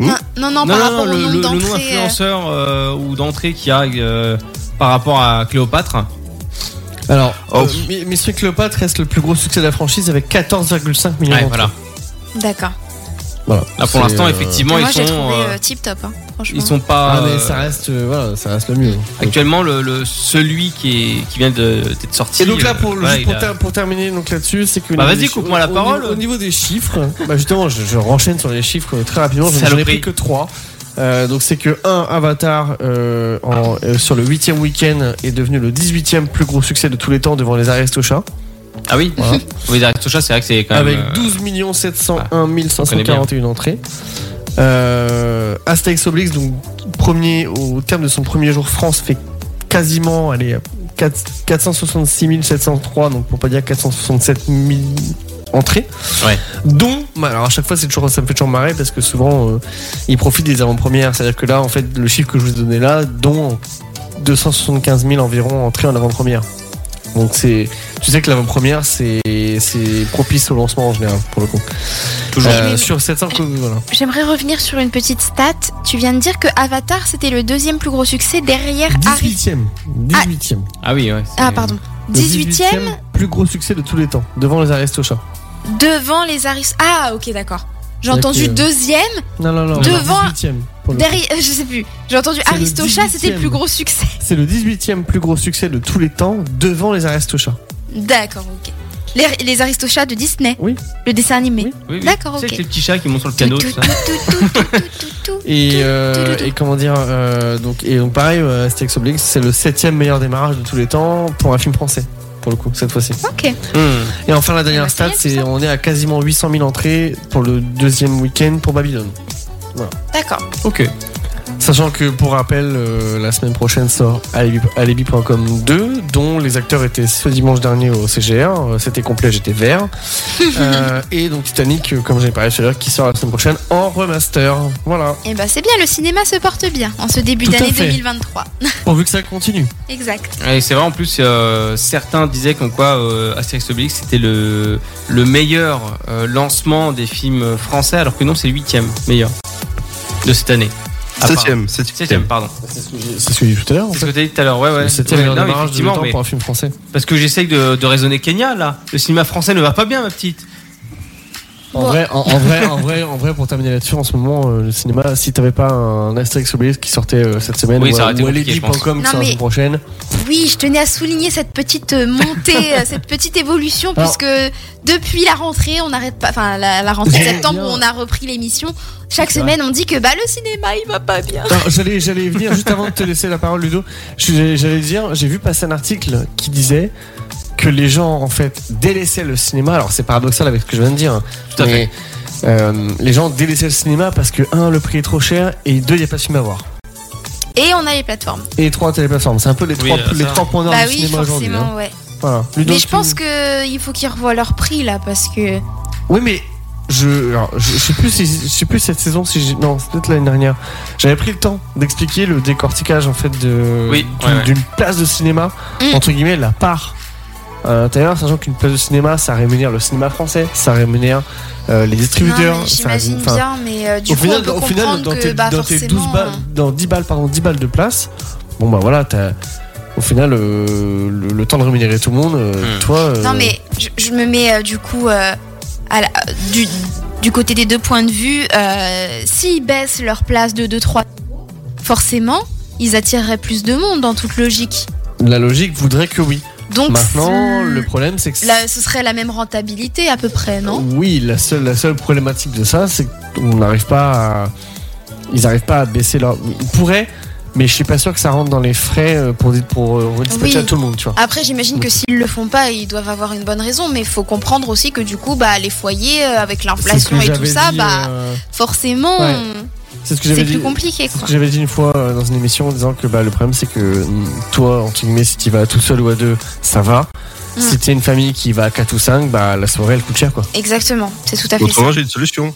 Non, non, par rapport au
le,
nombre
le- le nom
d'entrées. euh,
influenceur euh, ou d'entrée qu'il y a euh, par rapport à Cléopâtre.
Alors,
Oh.
euh, Mi- Mission Cléopâtre reste le plus gros succès de la franchise avec 14,5 millions.
Ouais,
d'entrées.
voilà.
D'accord.
Voilà.
Là, pour
C'est,
l'instant,
euh,
effectivement,
Moi,
ils
j'ai
sont.
trouvé
euh,
euh, tip top, hein, franchement.
ils sont pas.
Ah, mais
euh,
ça reste, euh, voilà, ça reste le mieux.
Actuellement, le, le- celui qui, est- qui vient de- d'être sorti.
Et donc là, pour,
euh,
le-
ouais,
juste pour,
il a-
ter- pour terminer donc là-dessus, c'est que
Bah,
au
vas-y,
niveau-
coupe-moi la
au
parole.
niveau- Au niveau des chiffres, bah justement, je, je renchaîne sur les chiffres très rapidement. Je n'en ai
Saloperie.
pris que 3 donc c'est que 1 Avatar euh, en- euh, sur le 8e week-end est devenu le 18e plus gros succès de tous les temps devant les Aristochats
Ah oui
Voilà.
Oui, Derek Socha, c'est vrai que c'est quand même.
avec
euh, bah,
12 701
connaît bien.
541 entrées. Euh, Asterix Oblix, donc premier au terme de son premier jour France, fait quasiment allez, 4 466 703, donc pour pas dire 467 000 entrées.
Ouais.
Dont, bah, alors à chaque fois c'est toujours, ça me fait toujours marrer parce que souvent euh, ils profitent des avant-premières, c'est-à-dire que là en fait le chiffre que je vous ai donné là, dont 275 000 environ entrées en avant-première. Donc c'est, tu sais que l'avant-première c'est c'est propice au lancement en général pour le coup.
Toujours.
Euh, sur 700 que- voilà.
J'aimerais revenir sur une petite stat. Tu viens de dire que Avatar, c'était le deuxième plus gros succès derrière Harry.
18e, 18e.
Ah oui, ouais. c'est-
Ah, pardon.
Le
18e
plus gros succès de tous les temps devant les Aristochats.
devant les Aris. Ah, ok, d'accord. J'ai
Ok,
entendu
euh,
deuxième,
Non non non.
Devant-
18e, pour le coup.
derrière. euh, Je sais plus. J'ai entendu
C'est le
Aristocha, c'était le
18e.
plus gros succès.
C'est le 18e plus gros succès de tous les temps devant les Aristochats.
D'accord, ok. Les, les Aristochats de Disney.
Oui.
Le dessin animé.
Oui, oui.
D'accord,
Tu sais,
ok.
avec les petits chats qui montent sur le piano, tout ça.
Et, euh, et comment dire euh, donc et donc pareil euh, Asterix Oblix c'est le 7e meilleur démarrage de tous les temps pour un film français pour le coup cette fois-ci.
Ok.
Hum.
Et enfin la
Ah bah,
dernière
c'est
stat
bien,
c'est on est à quasiment 800 000 entrées pour le deuxième week-end pour Babylone.
D'accord.
Ok.
Sachant que pour rappel, euh, la semaine prochaine sort Alibi- Alibi.com 2, dont les acteurs étaient ce dimanche dernier au CGR. Euh, C'était complet, j'étais vert. Euh, et donc Titanic, euh, comme j'ai parlé tout à l'heure, qui sort la semaine prochaine en remaster. Voilà.
Et bah, c'est bien, le cinéma se porte bien en ce début
Tout à
d'année
fait.
2023.
Pourvu que ça continue.
exact.
Et c'est vrai en plus, euh, certains disaient comme quoi euh, Astérix Obélix c'était le, le meilleur euh, lancement des films français, alors que non, c'est le huitième meilleur de cette année. Ah,
Septième,
pardon. Septième, pardon.
C'est ce que j'ai dit tout à l'heure. en
C'est ce
fait.
que t'as dit tout à l'heure, ouais, ouais.
Le septième
Ouais,
meilleur
non, mais
démarrage de tous les
effectivement,
temps
mais-
pour un film français.
parce que j'essaye de, de raisonner Kenya là. Le cinéma français ne va pas bien, ma petite.
En, vrai, en, en vrai, en vrai, en vrai, pour terminer là-dessus, en ce moment, euh, le cinéma, si t'avais pas un Astérix Obélix qui sortait euh, cette semaine,
Oui,
ou,
ça aurait
à-
été
ou à
compliqué, je pense.
Lady.com qui
Non,
sort la
mais-
semaine prochaine,
Oui, je tenais à souligner cette petite euh, montée, euh, cette petite évolution,
Alors-
puisque depuis la rentrée, on n'arrête pas, enfin la, la rentrée de septembre où on a repris l'émission, chaque
Eh C'est
semaine on dit que bah le cinéma il va pas bien.
Non, j'allais, j'allais y venir juste avant de te laisser la parole, Ludo. Je- J'allais, j'allais dire, j'ai vu passer un article qui disait que les gens en fait délaissaient le cinéma. Alors c'est paradoxal avec ce que je viens de dire. hein.
Tout à
mais, euh, les gens délaissaient le cinéma parce que un, le prix est trop cher, et deux, il n'y a pas de film à voir.
Et on a les plateformes.
Et trois, t'as les plateformes. C'est un peu les
Oui,
trois,
euh,
les
ça.
trois points noirs
bah
du
oui,
cinéma aujourd'hui.
forcément,
hein.
ouais.
Voilà. Ludo,
Mais je
tu-
pense que il faut qu'ils revoient leur prix là, parce que
Oui, mais je, alors, je, je sais plus, si, je sais plus cette saison si j'ai- non, c'est peut-être l'année dernière. J'avais pris le temps d'expliquer le décortiquage en fait de
Oui,
d'une,
ouais, ouais.
d'une place de cinéma
Mm.
entre guillemets la part à l'intérieur, sachant qu'une place de cinéma ça rémunère le cinéma français, ça rémunère euh, les distributeurs.
Non, mais
ça
j'imagine
rémunère- enfin,
bien, mais euh, du
au
coup
final,
on peut
au
comprendre
final, dans,
que
tes,
bah
dans tes
forcément.
12 balles, dans 10 balles, pardon, 10 balles de place, bon bah voilà, t'as, au final euh, le, le temps de rémunérer tout le monde, euh,
Mm.
toi. euh,
Non mais je, je me mets euh, du coup euh, à la- euh, du, du côté des deux points de vue. euh, S'ils baissent leur place de 2-3, forcément, ils attireraient plus de monde dans toute logique.
la logique voudrait que oui.
Donc
Maintenant,
c'est-
le problème, c'est que
là, ce serait la même rentabilité à peu près, non
oui, la seule, la seule problématique de ça, c'est qu'on n'arrive pas à. Ils n'arrivent pas à baisser leur. Ils pourraient, mais je suis pas sûr que ça rentre dans les frais euh, pour, pour euh, redispatcher
Oui.
à tout le monde, tu vois.
Après, j'imagine que s'ils le font pas, ils doivent avoir une bonne raison, mais il faut comprendre aussi que du coup, bah, les foyers, euh, avec
C'est ce que
l'inflation et tout
j'avais
ça,
dit,
bah,
euh,
forcément, hmm,
Ouais. c'est ce que j'avais
c'est
dit.
plus compliqué.
c'est ce
Quoi.
que j'avais dit une fois euh, dans une émission en disant que bah, le problème c'est que mm, toi, entre guillemets, si tu vas tout seul ou à deux, ça va.
Mm.
Si t'es une famille qui va à 4 ou 5, bah, la soirée elle coûte cher quoi.
Exactement, c'est tout à fait ça.
Autrement, j'ai une solution.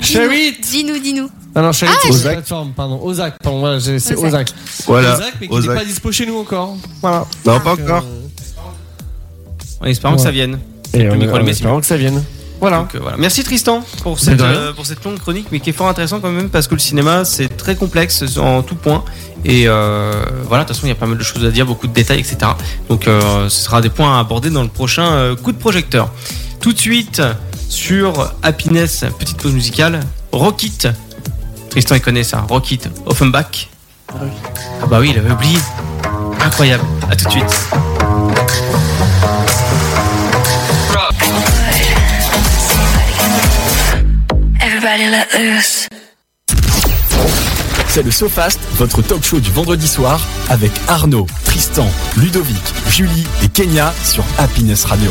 Chérie
Dis-nous, dis-nous.
Non, non, Charit,
Ah,
c'est
je-
une plateforme, pardon. Ozac, pardon, voilà, j'ai- c'est
Ozac.
Ozac.
Voilà,
Ozac, mais qui n'est
Ozac.
pas dispo chez nous encore. Voilà.
Non, pas
Donc,
encore.
euh,
En espérant que ça vienne.
Et
Le
on,
micro,
on
le
espérant que ça vienne. Voilà.
Donc, euh, voilà. Merci Tristan pour
Mais de
cette,
rien.
euh, pour cette longue chronique, mais qui est fort intéressante quand même parce que le cinéma c'est très complexe en tout point. Et euh, voilà, de toute façon, il y a pas mal de choses à dire, beaucoup de détails, etc. Donc euh, ce sera des points à aborder dans le prochain euh, coup de projecteur. Tout de suite sur Happiness, petite pause musicale, Rocket. Tristan il connaît ça, Rocket Offenbach. Ah bah oui, il avait oublié. Incroyable. À tout de suite.
Everybody love this.
C'est le SoFast, votre talk show du vendredi soir avec Arnaud, Tristan, Ludovic, Julie et Kenya sur Happiness Radio.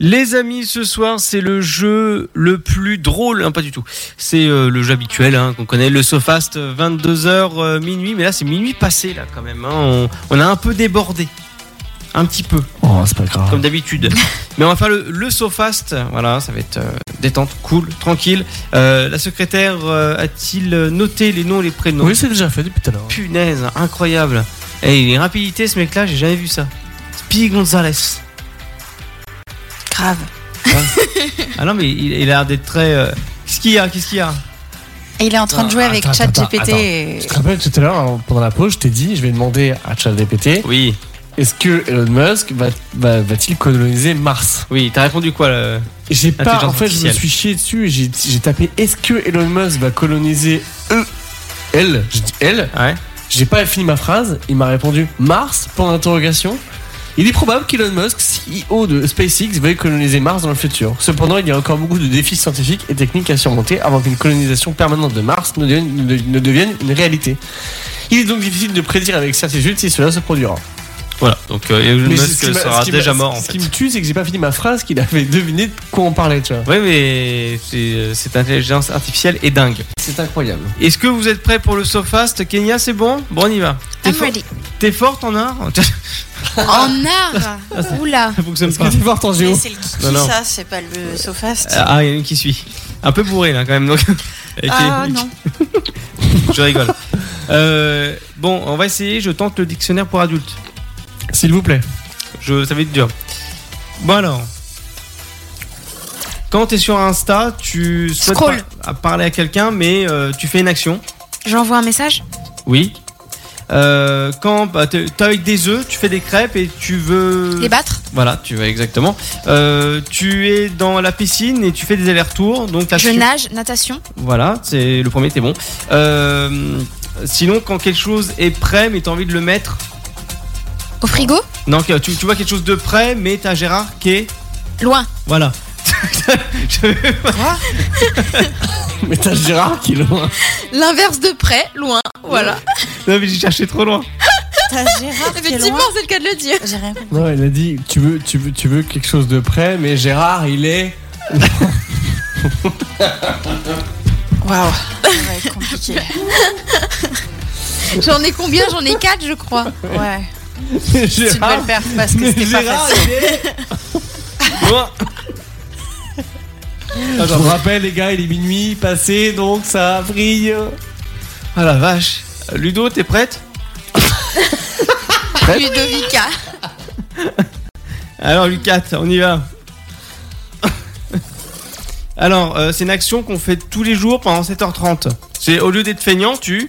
Les amis, ce soir, c'est le jeu le plus drôle, hein, pas du tout. C'est euh, le jeu habituel hein, qu'on connaît, le Sofast, 22h euh, minuit, mais là c'est minuit passé là quand même. hein. On, on a un peu débordé, un petit peu,
Oh, c'est pas grave.
comme d'habitude. mais on va faire le, le Sofast, voilà, ça va être euh, détente, cool, tranquille. Euh, la secrétaire euh, a-t-il noté les noms, les prénoms
Oui, c'est déjà fait depuis tout à l'heure.
Punaise, incroyable. Et il est rapidité ce mec-là, j'ai jamais vu ça. Speedy Gonzalez.
Grave.
Ah non, mais il, il a l'air d'être très. euh, Qu'est-ce qu'il y a Qu'est-ce qu'il y a
Et il est en train de jouer avec
Attends, attends,
ChatGPT.
attends.
et-
Je te rappelle tout à l'heure, hein, pendant la pause, je t'ai dit, je vais demander à ChatGPT
Oui,
est-ce que Elon Musk va, va, va-t-il coloniser Mars
oui, t'as répondu quoi là
J'ai pas, en
Intelligence
fait, je me
artificielle.
suis chié dessus et j'ai, j'ai tapé est-ce que Elon Musk va coloniser E Elle J'ai dit elle
Ouais.
J'ai pas fini ma phrase, il m'a répondu Mars Point d'interrogation. Il est probable qu'Elon Musk, CEO de SpaceX, veuille coloniser Mars dans le futur. Cependant, il y a encore beaucoup de défis scientifiques et techniques à surmonter avant qu'une colonisation permanente de Mars ne devienne, ne- ne devienne une réalité. Il est donc difficile de prédire avec certitude si cela se produira.
Voilà, donc euh, Elon
Mais c'est
Musk
ce qui m'a-
sera
ce qui m'a-
déjà mort en
Ce
fait.
qui me tue, c'est que j'ai pas fini ma phrase qu'il avait deviné de quoi on parlait, tu vois.
Oui, mais c'est, euh, cette intelligence artificielle est dingue.
C'est incroyable.
Est-ce que vous êtes prêts pour le Sofast Kenya, c'est bon Bon, on y va. T'es
Ah,
I'm
fort,
ready.
t'es fort en art Ça
Ah.
En art Oula
fonctionne
Est-ce que
pas.
t'es fort en
Mais
géo
c'est le qui
Non, non.
ça, c'est pas le Sofast.
Ah, il y en a une qui suit. Un peu bourré là quand même. Donc... Elle
Ah
était-
non.
Je rigole. Euh, bon, on va essayer. Je tente le dictionnaire pour adultes.
S'il vous plaît.
Je, ça va être dur. Bon alors. Quand t'es sur Insta, tu souhaites
Scroll.
par- à parler à quelqu'un, mais euh, tu fais une action.
J'envoie un message
Oui. Euh, quand bah, t'es t'es avec des œufs, tu fais des crêpes et tu
Euh,
veux.
Les battre
Voilà, tu vas exactement. Euh, tu es dans la piscine et tu fais des allers-retours. Donc t'as
Je
su-
nage, natation.
Voilà, c'est le premier, t'es bon. Euh, sinon, quand quelque chose est prêt, mais t'as envie de le mettre.
Au frigo
Non, que- tu, tu vois quelque chose de prêt, mais t'as Gérard qui est.
Loin.
Voilà. Je-
Mais t'as Gérard qui est loin.
L'inverse de près, loin. Voilà.
non, mais j'ai cherché trop loin.
T'as Gérard qui est
Effectivement,
loin.
c'est le cas de le dire.
J'ai rien compris.
Non, il a dit tu veux, tu veux, tu veux quelque chose de près, mais Gérard, il est.
Waouh, ça va être compliqué.
J'en ai combien J'en ai quatre, je crois.
Ouais. C'est une
Gérard,
belle perf parce que c'était pas
Gérard,
facile.
Loin.
Ah, je vous rappelle, les gars, il est minuit passé, donc ça brille.
Ah la vache. Ludo, t'es prête
Ludovica.
Alors, Lucas, on y va. Alors, euh, c'est une action qu'on fait tous les jours pendant 7h30. C'est au lieu d'être feignant, tu.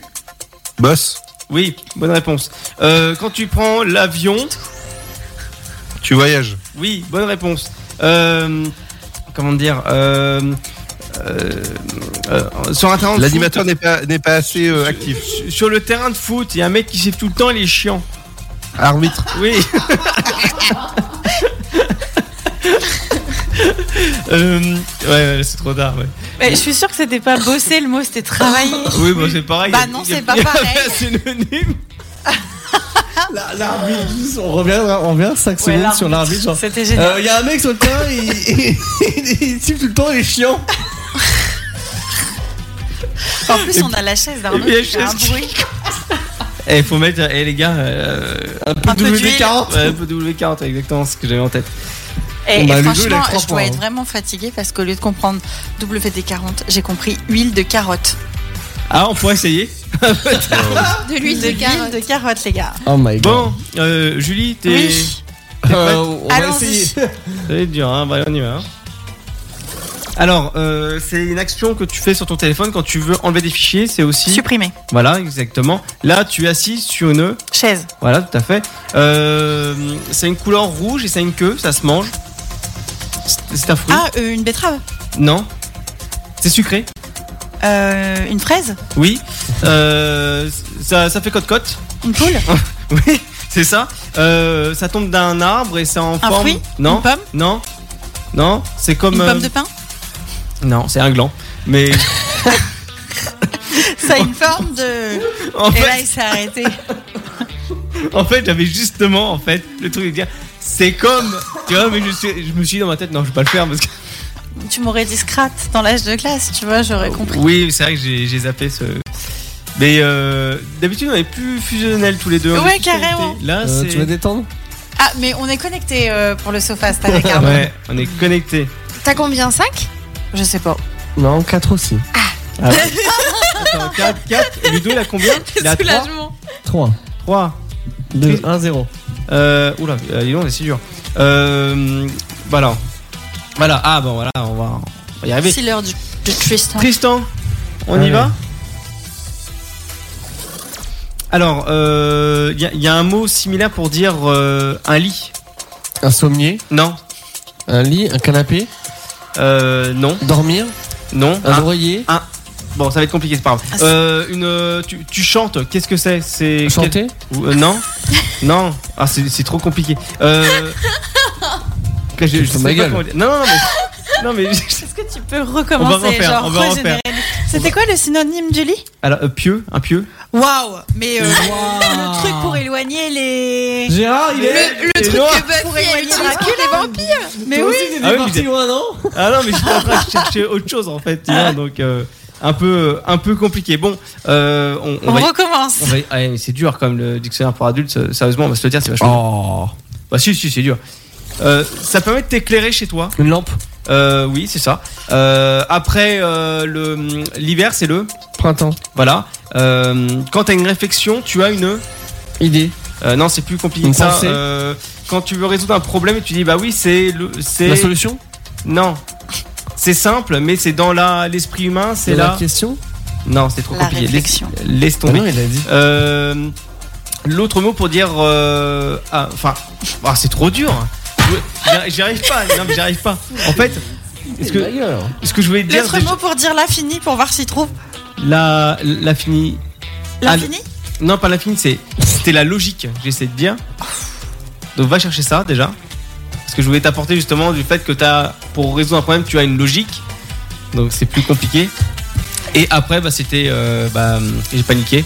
Boss,
Oui, bonne réponse. Euh, quand tu prends l'avion.
tu voyages.
Oui, bonne réponse. Euh, comment dire euh, euh, euh, Sur un terrain de
L'animateur
foot,
n'est pas, n'est pas assez euh, actif.
sur- Sur le terrain de foot, il y a un mec qui siffle tout le temps, il est chiant.
Arbitre,
Oui. Euh, ouais, ouais, c'est trop tard. Ouais.
Mais je suis sûre que c'était pas bosser le mot, c'était travailler.
Oui, bah, c'est pareil.
Bah
il y a-
non,
il y a-
c'est pas
il y a
pareil.
un synonyme.
L'arbitre, juste, on revient, on revient 5
Ouais,
secondes sur l'arbitre. genre,
C'était
Il
génial.
y a un mec sur le terrain, il, il, il, siffle tout le temps, il est chiant.
en plus, on a la chaise d'Arnaud.
et puis la
qui fait un
chaise qui-
bruit.
Eh, faut mettre. Eh, les gars. euh,
Un peu d'huile.
Ouais, un peu W40, exactement ce que j'avais en tête.
Et,
Bah, Ludo, il a
et franchement,
trois
je dois
points,
être
hein.
vraiment fatiguée parce qu'au lieu de comprendre WD40, j'ai compris huile de carotte.
Ah, on pourrait essayer.
De l'huile de
Huile
carotte.
de carotte, les gars.
Oh my
Bon, euh, Julie, t'es.
Oui.
Euh, on va
Allons-y.
essayer.
Ça va être dur, hein. Bah, on y va. hein. Alors, euh, c'est une action que tu fais sur ton téléphone quand tu veux enlever des fichiers. C'est aussi.
Supprimer.
Voilà, exactement. Là, tu es assis sur une.
Chaise.
Voilà, tout à fait. Euh, c'est une couleur rouge et c'est une queue, ça se mange. C'est c'est un fruit
Ah, euh, une betterave.
Non. C'est sucré
Euh, une fraise.
Oui. Euh, ça, ça fait cote-cote
Une poule.
Oui, c'est ça. Euh, ça tombe d'un arbre et c'est en
Un
forme.
fruit
Non.
Une pomme
Non. Non. C'est comme.
Une
euh,
pomme de pain.
Non, c'est un gland. Mais
Ça a une forme de.
en
Et là,
fait,
il s'est arrêté.
en fait, j'avais justement en fait le truc de dire. C'est comme. Tu vois, mais je, suis- je me suis dit dans ma tête, non, je vais pas le faire parce que.
Tu m'aurais dit scrat dans l'âge de classe, tu vois, j'aurais compris.
Oui, c'est vrai que j'ai j'ai zappé ce. Mais euh, d'habitude, on est plus fusionnels tous les deux. on
Ouais,
est plus connectés.
carrément.
Là,
Euh,
c'est.
tu vas détendre
Ah, mais on est connecté euh, pour le sofa, c'est avec Arnaud.
Ah Ouais, on est connectés.
T'as combien 5
Je sais pas.
Non, 4 aussi.
Ah, 4, 4. Ludo, il a combien Il a 3.
3,
3.
2, 1, 0.
Euh, oula, euh, dis donc, c'est dur. Euh, voilà. Voilà, ah bon, voilà, on va, on va y arriver.
C'est l'heure du, du hein. Tristan.
Tristan, on y
Allez.
va Alors, il y, a- y a un mot similaire pour dire euh, un lit.
Un sommier,
Non,
un lit, un canapé,
euh, non,
dormir,
non.
un
Un-
oreiller,
bon, ça va être compliqué, c'est pas grave.
Ah, c'est-
Euh, une, euh, tu, tu chantes, qu'est-ce que c'est C'est
chanter,
Ou- euh, non, non, ah, c'est c'est trop compliqué. Euh... je- je
fous de
sais
ma
pas
gueule.
comment dire. Non, non, non, mais. Non, mais.
Est-ce que tu peux
On va
recommencer
refaire,
genre,
on va
régénérer les- C'était quoi le synonyme du lit
Alors, euh, pieux, un pieux.
Waouh Mais euh,
Waouh.
le truc pour éloigner les.
Gérard, il est.
Le, le
Et
truc
non.
que Buffy
Pour
elle
éloigner
utilise
Dracula
que les vampires.
Mais oui
il
Ah oui,
parti
mais-
loin, non
Ah non, mais j'étais en train de chercher autre chose en fait, tu vois, donc euh, un, peu, un peu compliqué. Bon, euh, on, on
On
va.
recommence
on va- ah, mais c'est dur comme le dictionnaire pour adultes, euh, sérieusement, on va se le dire, c'est vachement.
Oh
dur. Bah, si, si, c'est dur. Euh, ça permet de t'éclairer chez toi.
Une lampe,
Euh, oui, c'est ça. Euh, après euh, le- l'hiver, c'est le.
printemps,
Voilà. Euh, quand t'as une réflexion, tu as une.
idée,
Euh, non, c'est plus compliqué
Une
que ça.
pensée.
Euh, quand tu veux résoudre un problème, tu dis bah oui, c'est le.
la
c'est
solution,
Non. C'est simple, mais c'est dans la- l'esprit humain, c'est
la
là.
question.
Non, c'est trop
La
compliqué. Laisse,
réflexion.
laisse
Ah
tomber.
non, il a dit.
Euh, l'autre mot pour dire. euh, ah, Enfin, ah, c'est trop dur. Je- j'y- J'y arrive pas. Non, mais j'y arrive pas. En fait, ce que, ce que je voulais dire.
L'autre
déjà-
mot pour dire l'infini pour voir s'il trouve.
La, la finie.
L'infini
Ah, Non, pas l'infini, c'est c'était la logique, j'essaie de dire. Donc va chercher ça déjà. Parce que je voulais t'apporter justement du fait que t'as, pour résoudre un problème, tu as une logique. Donc c'est plus compliqué. Et après, bah, c'était. euh, bah, j'ai paniqué.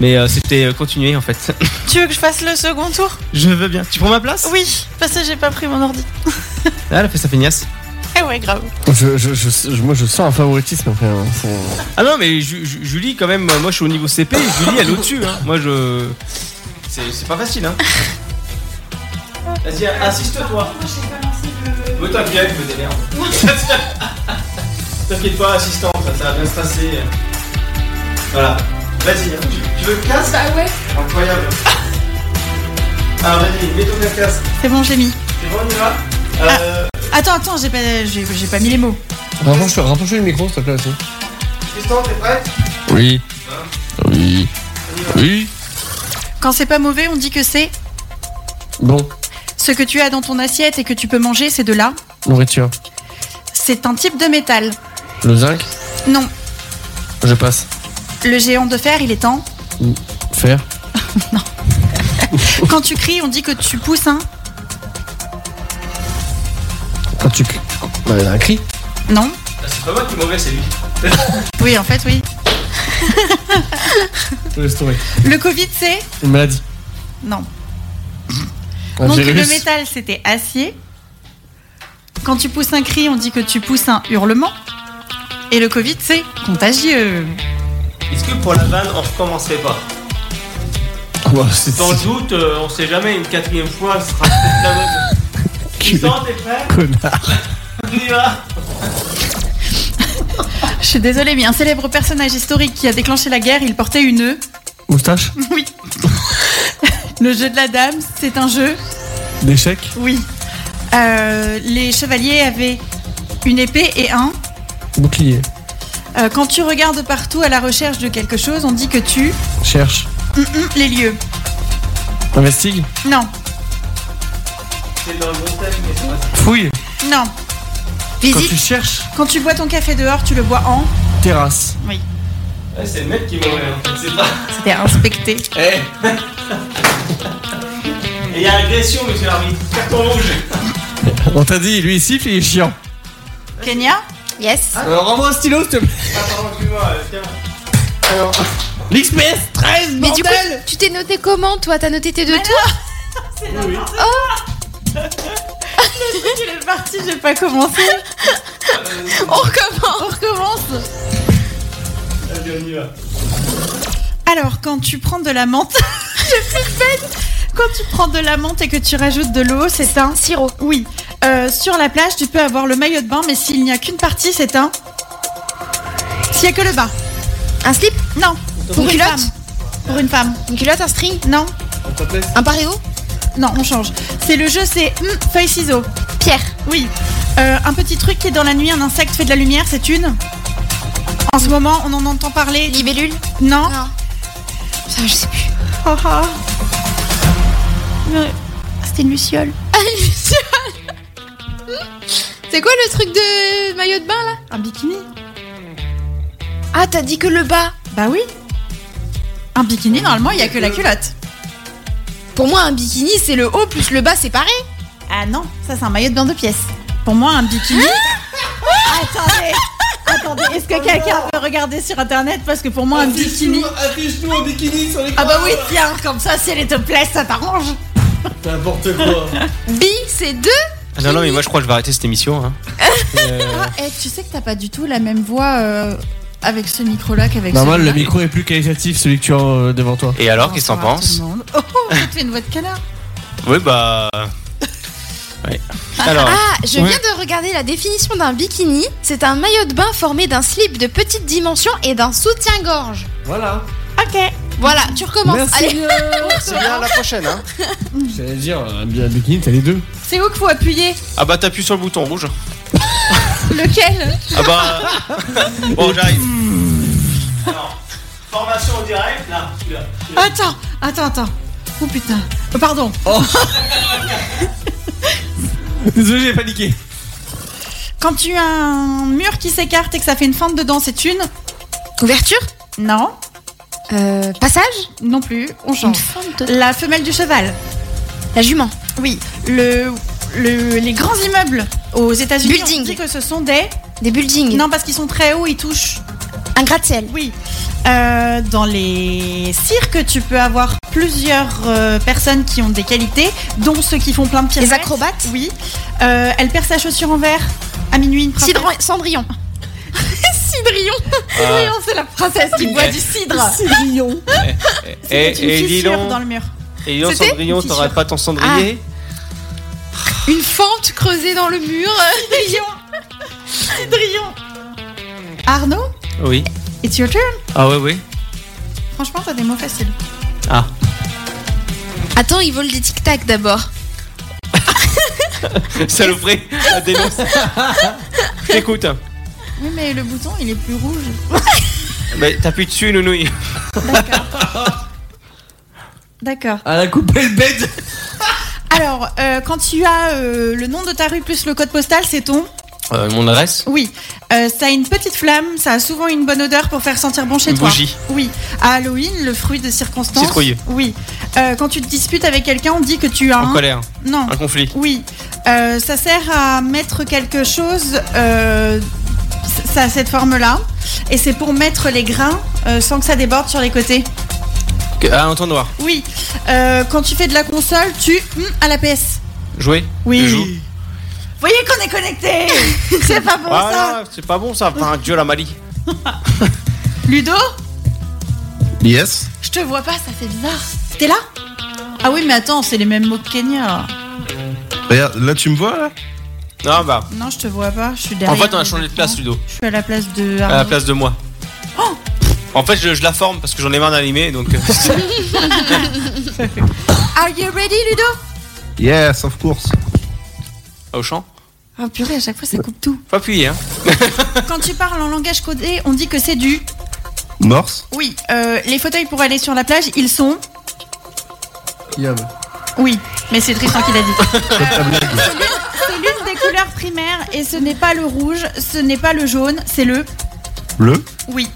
Mais euh, c'était euh, continuer en fait.
Tu veux que je fasse le second tour
je veux bien. Tu prends ma place
Oui, parce que j'ai pas pris mon ordi.
Ah, elle a fait sa feignasse.
Eh ouais, grave.
Je, je- je- je- moi, je sens un favoritisme. après, hein. C'est-
Ah non, mais Ju- Ju- Julie, quand même, moi je suis au niveau CP, Julie elle est au-dessus. hein. Moi je. C'est c'est pas facile, hein. Vas-y, assiste-toi. Mais t'inquiète, je me démerde. T'inquiète pas, assistante, ça va bien se passer. Voilà. Vas-y, hein. tu, tu veux le casque Ah ouais Incroyable. Alors vas-y, mets ton casque.
C'est bon, j'ai mis.
C'est bon, on y va Euh,
Attends, attends, j'ai pas, j'ai, j'ai pas mis les mots.
Rapproche, rapproche le micro, s'il te plaît, aussi.
Assistante, t'es prête
Oui. Oui. Oui.
Quand c'est pas mauvais, on dit que c'est
Bon,
ce que tu as dans ton assiette et que tu peux manger, c'est de là.
nourriture.
C'est un type de métal.
Le zinc,
Non,
je passe.
le géant de fer, il est en.
Fer.
Quand tu cries, on dit que tu pousses un.
Quand tu. Bah, il y a un cri.
Non
C'est pas moi qui est mauvais, c'est lui.
Oui, en fait, oui.
Laisse tomber.
Le Covid, c'est.
Une maladie.
Non.
Un
Donc le
virus.
métal, c'était acier. Quand tu pousses un cri, on dit que tu pousses un hurlement. Et le Covid, c'est contagieux.
Est-ce que pour la vanne, on recommencerait pas
Ouah, c'est-
Sans doute, euh, on sait jamais, une quatrième fois, ce sera peut-être la bonne. Assistante, t'es prêt
Connard.
On y va
Je suis désolée, mais un célèbre personnage historique qui a déclenché la guerre, il portait une. E.
Moustache.
Oui. le jeu de la dame, c'est un jeu.
L'échec.
Oui. Euh, les chevaliers avaient une épée et un.
Bouclier.
Euh, quand tu regardes partout à la recherche de quelque chose, on dit que tu.
Cherche.
Hum, hum, les lieux.
Investigue.
Non,
C'est dans le bon thème, mais c'est pas ça.
Fouille.
non.
Quand
Visite.
tu cherches.
Quand tu bois ton café dehors, tu le bois en.
Terrasse.
Oui.
Ouais, c'est le mec qui est mauvais, hein. c'est pas.
C'était inspecté.
Eh Il y a agression, monsieur l'arbitre. Carton rouge.
On t'a dit, lui, il siffle, il est chiant.
Kenya
Yes.
Ah. Alors, rends-moi un stylo, s'il te plaît.
Attends, excuse-moi, euh, tiens.
Alors. L'XPS 13,
Mais du
bordel
coup, tu t'es noté comment toi T'as noté tes deux tours
Le truc, il est parti, j'ai pas commencé.
On recommence.
On recommence.
Vas-y, on y va.
Alors, quand tu prends de la menthe. Je suis bête. Quand tu prends de la menthe et que tu rajoutes de l'eau, c'est un.
Sirop.
Oui. Euh, sur la plage, tu peux avoir le maillot de bain, mais s'il n'y a qu'une partie, c'est un. S'il n'y a que le bas.
Un slip
Non.
Une
Pour une
culotte
femme. Pour une femme.
Une culotte, un string
Non.
Un paréo
Non, on change. C'est le jeu, c'est hmm, feuille ciseaux.
Pierre.
Oui. Euh, un petit truc qui est dans la nuit, un insecte fait de la lumière, c'est une. En ce moment, on en entend parler.
Libellule
Non.
Non. Putain, je sais plus.
Oh, oh. Mais- C'était une luciole.
C'est quoi le truc de maillot de bain là
Un bikini
Ah, t'as dit que le bas.
Bah oui. Un bikini, normalement, il n'y a que la culotte.
Pour moi, un bikini, c'est le haut plus le bas, c'est pareil.
Ah non, ça c'est un maillot de bain de pièces. Pour moi, un bikini. attendez, attendez, est-ce que quelqu'un peut regarder sur internet Parce que pour moi, un bikini.
Affiche-nous en bikini sur les
Ah bah oui, tiens, comme ça, si elle te plaît, ça t'arrange.
N'importe quoi.
Bi, c'est deux.
Ah non, non, mais moi je crois que je vais arrêter cette émission. Hein.
Ah, eh, tu sais que t'as pas du tout la même voix euh, avec ce micro-là qu'avec
Normal, le
celui-là.
micro est plus qualitatif, celui que tu as euh, devant toi.
Et alors, qu'est-ce que t'en
Bonsoir à
penses
tout le monde. Oh, oh, ça te fait une voix de canard.
Oui, bah. Ouais. Alors.
Ah, je viens
Ouais.
de regarder la définition d'un bikini. C'est un maillot de bain formé d'un slip de petite dimension et d'un soutien-gorge.
Voilà.
Ok.
Voilà, tu recommences. Allez.
C'est bien la prochaine, hein. J'allais dire, un bi- un bikini, t'as les deux.
C'est où qu'il faut appuyer
Ah bah t'appuies sur le bouton rouge.
Lequel
Ah bah. bon, j'arrive. Alors, formation en direct, là, celui-là.
Attends, Attends, attends. Oh putain. Oh, pardon.
Désolé, j'ai paniqué.
Quand tu as un mur qui s'écarte et que ça fait une fente dedans, c'est une. Ouverture Non.
Euh, passage
Non plus. On change. La femelle du cheval.
La jument.
Oui. Le, le- les grands immeubles aux États-Unis.
Building.
On dit que ce sont des.
Des buildings.
Non, parce qu'ils sont très hauts, ils touchent.
Un gratte-ciel.
Oui. Euh, dans les cirques, tu peux avoir plusieurs euh, personnes qui ont des qualités, dont ceux qui font plein de pirouettes. Les acrobates Oui. Euh, elle perd sa chaussure en verre à minuit une princesse.
Cendrillon. Cidrillon.
Ah. Cendrillon, c'est la princesse qui boit du cidre. Cendrillon.
Et,
Une
Ah, et dis
fissure
donc,
dans le mur.
et dis donc,
C'était
Cendrillon,
une fissure.
t'aurais pas ton cendrier
Une fente creusée dans le mur.
Cendrillon. Cendrillon. Arnaud,
Oui.
it's your turn.
Ah, ouais, oui.
Franchement, t'as des mots faciles.
Ah.
Attends, ils volent des tic-tac d'abord.
Saloperie, la dénonce. Je t'écoute.
Oui, mais le bouton, il est plus rouge.
Mais t'appuies dessus, nounouille.
D'accord.
À la coupe le bête.
Alors, euh, quand tu as euh, le nom de ta rue plus le code postal, c'est ton
mon adresse
Oui. Euh, ça a une petite flamme, ça a souvent une bonne odeur pour faire sentir bon chez
Une
toi.
bougie.
Oui. À Halloween, le fruit de circonstance.
Citrouille.
Oui. Euh, quand tu te disputes avec quelqu'un, on dit que tu as.
En
un-
colère.
Non.
Un conflit.
Oui. Euh, ça sert à mettre quelque chose. euh, ça a cette forme-là. Et c'est pour mettre les grains euh, sans que ça déborde sur les côtés.
Que- Ah, un entonnoir.
Oui. Euh, quand tu fais de la console, tu. hum, à la PS.
Jouer
Oui.
Je joue.
Voyez qu'on est connecté C'est pas bon
ah,
ça
non, c'est pas bon ça. Enfin, Dieu la Mali.
Ludo
Yes.
Je te vois pas, ça fait bizarre. T'es là Ah oui, mais attends, c'est les mêmes mots que Kenya.
Regarde, là tu me vois là
Non, bah.
Non, je te vois pas, je suis derrière.
En fait, on a changé de place, Ludo. Euh,
Je suis à la place de.
À la place de moi.
Oh
En fait, je, je la forme parce que j'en ai marre d'animer, donc. euh,
Are you ready, Ludo
Yes, of course.
Au champ
Ah purée, à chaque fois ça coupe tout.
Faut appuyer, hein.
Quand tu parles en langage codé, on dit que c'est du.
Morse.
Oui, euh, les fauteuils pour aller sur la plage, ils sont. Oui, mais c'est Tristan qui l'a dit. C'est l'une des couleurs primaires et ce n'est pas le rouge, ce n'est pas le jaune, c'est le.
Bleu.
Oui.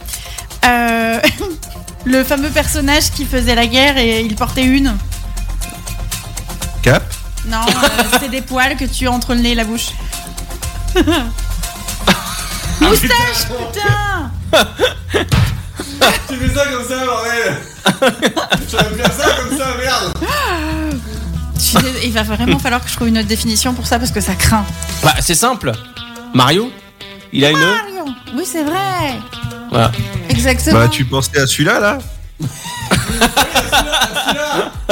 Euh, le fameux personnage qui faisait la guerre et il portait une.
Cap.
Non, euh, c'est des poils que tu as entre le nez et la bouche. Moustache, Ah, putain
Tu fais ça comme ça, bordel J'aurais faire ça comme ça, merde
Je suis dés- Il va vraiment falloir que je trouve une autre définition pour ça parce que ça craint.
Bah, c'est simple. Mario, il a une.
Marion Oui, c'est vrai
Voilà.
Exactement.
Bah tu pensais à celui-là là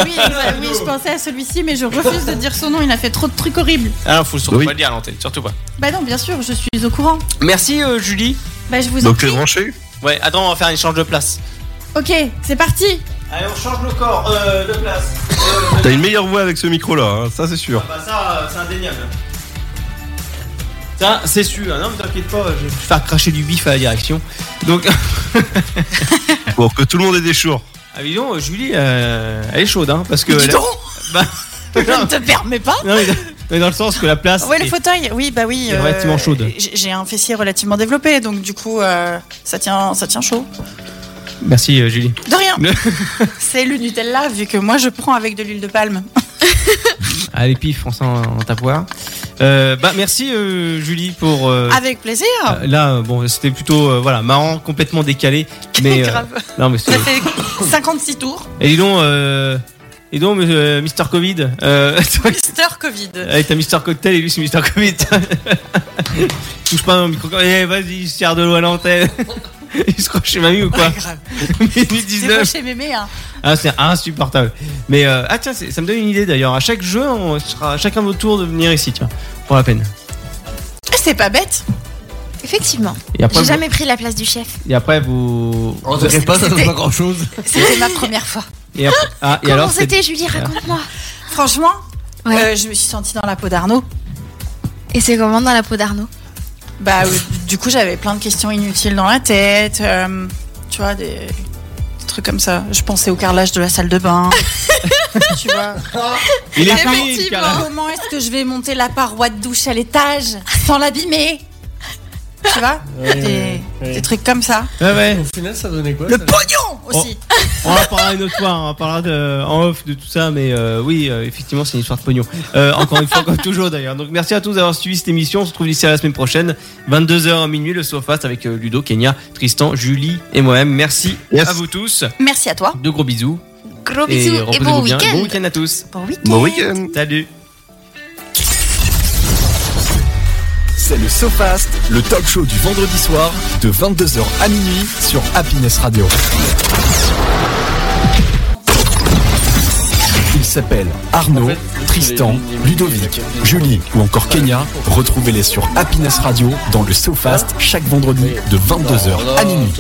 Oui, bah oui, je pensais à celui-ci, mais je refuse de dire son nom, il a fait trop de trucs horribles.
Ah non, faut surtout pas le dire à l'antenne, surtout pas.
Bah non, bien sûr, je suis au courant.
Merci, euh, Julie.
Bah je vous en prie.
branché
Ouais, attends, on va faire un échange de place.
Ok, c'est parti
Allez, on change le corps euh, de place.
T'as une meilleure voix avec ce micro là, hein, ça c'est sûr.
Bah, ça, c'est indéniable. Ça, c'est sûr. Non, mais t'inquiète pas, je vais faire cracher du bif à la direction. Donc,
Pour que tout le monde ait des jours.
ah, dis donc, Julie, euh, elle est chaude, hein, parce que.
Dis
la-
donc
Bah,
Je ne te permets pas
non, mais dans- mais dans le sens que la place.
Ouais, le
est-
fauteuil, oui, bah oui.
est relativement chaude.
j- J'ai un fessier relativement développé, donc du coup, euh, ça, tient, ça tient chaud.
Merci, euh, Julie.
De rien C'est le Nutella, vu que moi je prends avec de l'huile de palme.
Allez, pif, on s'en on t'avoir. Euh, bah, merci, euh, Julie, pour. euh,
Avec plaisir
Euh, Là, euh, bon, c'était plutôt euh, voilà, marrant, complètement décalé. Mais, euh,
Grave.
non, mais c'est-
Ça fait 56 tours.
Et dis donc, euh, dis donc euh, Mister Covid. Euh, toi,
Mister Covid.
avec ta Mister Cocktail et lui, c'est Mister Covid. Touche pas à mon micro. Eh, vas-y, il se sert de l'eau à l'antenne. il se croit chez mamie ou quoi Minute
C'est moi
19.
chez mémé, hein.
Ah, c'est insupportable. Mais, euh, ah, tiens, c'est- ça me donne une idée d'ailleurs. À chaque jeu, on sera à chacun votre tour de venir ici, tiens, pour la peine.
Ah, C'est pas bête.
Effectivement.
Et après,
J'ai
vous-
jamais pris la place du chef.
Et après, vous.
On dirait
Bah,
pas, ça donne pas grand chose.
C'était ma première fois.
Et, après- ah, et
Comment
alors, c'est-
c'était, Julie Raconte-moi.
Franchement, euh, je me suis sentie dans la peau d'Arnaud.
Et c'est comment dans la peau d'Arnaud
Bah, euh, du coup, j'avais plein de questions inutiles dans la tête. euh, tu vois, des trucs comme ça. Je pensais au carrelage de la salle de bain. tu vois.
Il est
Effectivement.
fini,
hein.
le carrelage.
Comment est-ce que je vais monter la paroi de douche à l'étage sans l'abîmer Tu vois des, des trucs comme ça.
Ouais, ouais.
Au final, ça donnait quoi
Le
ça
Oh.
pognon aussi.
On en parlera une autre fois, on en parlera de- en off de tout ça, mais euh, oui, euh, effectivement, c'est une histoire de pognon. Euh, encore une fois, comme toujours d'ailleurs. Donc merci à tous d'avoir suivi cette émission. On se retrouve d'ici à la semaine prochaine, 22h à minuit, le SoFast avec euh, Ludo, Kenya, Tristan, Julie et moi-même. Merci
Yes.
à vous tous.
Merci à toi.
De gros bisous.
Gros
Et
bisous et,
reposez-vous
bon
bien.
week-end.
Bon week-end à tous.
Bon
Bon week-end.
Salut.
C'est le SoFast, le talk show du vendredi soir de 22h à minuit sur Happiness Radio. Ils s'appellent Arnaud, Tristan, Ludovic, Julie ou encore Kenya. Retrouvez-les sur Happiness Radio dans le SoFast chaque vendredi de 22h à minuit.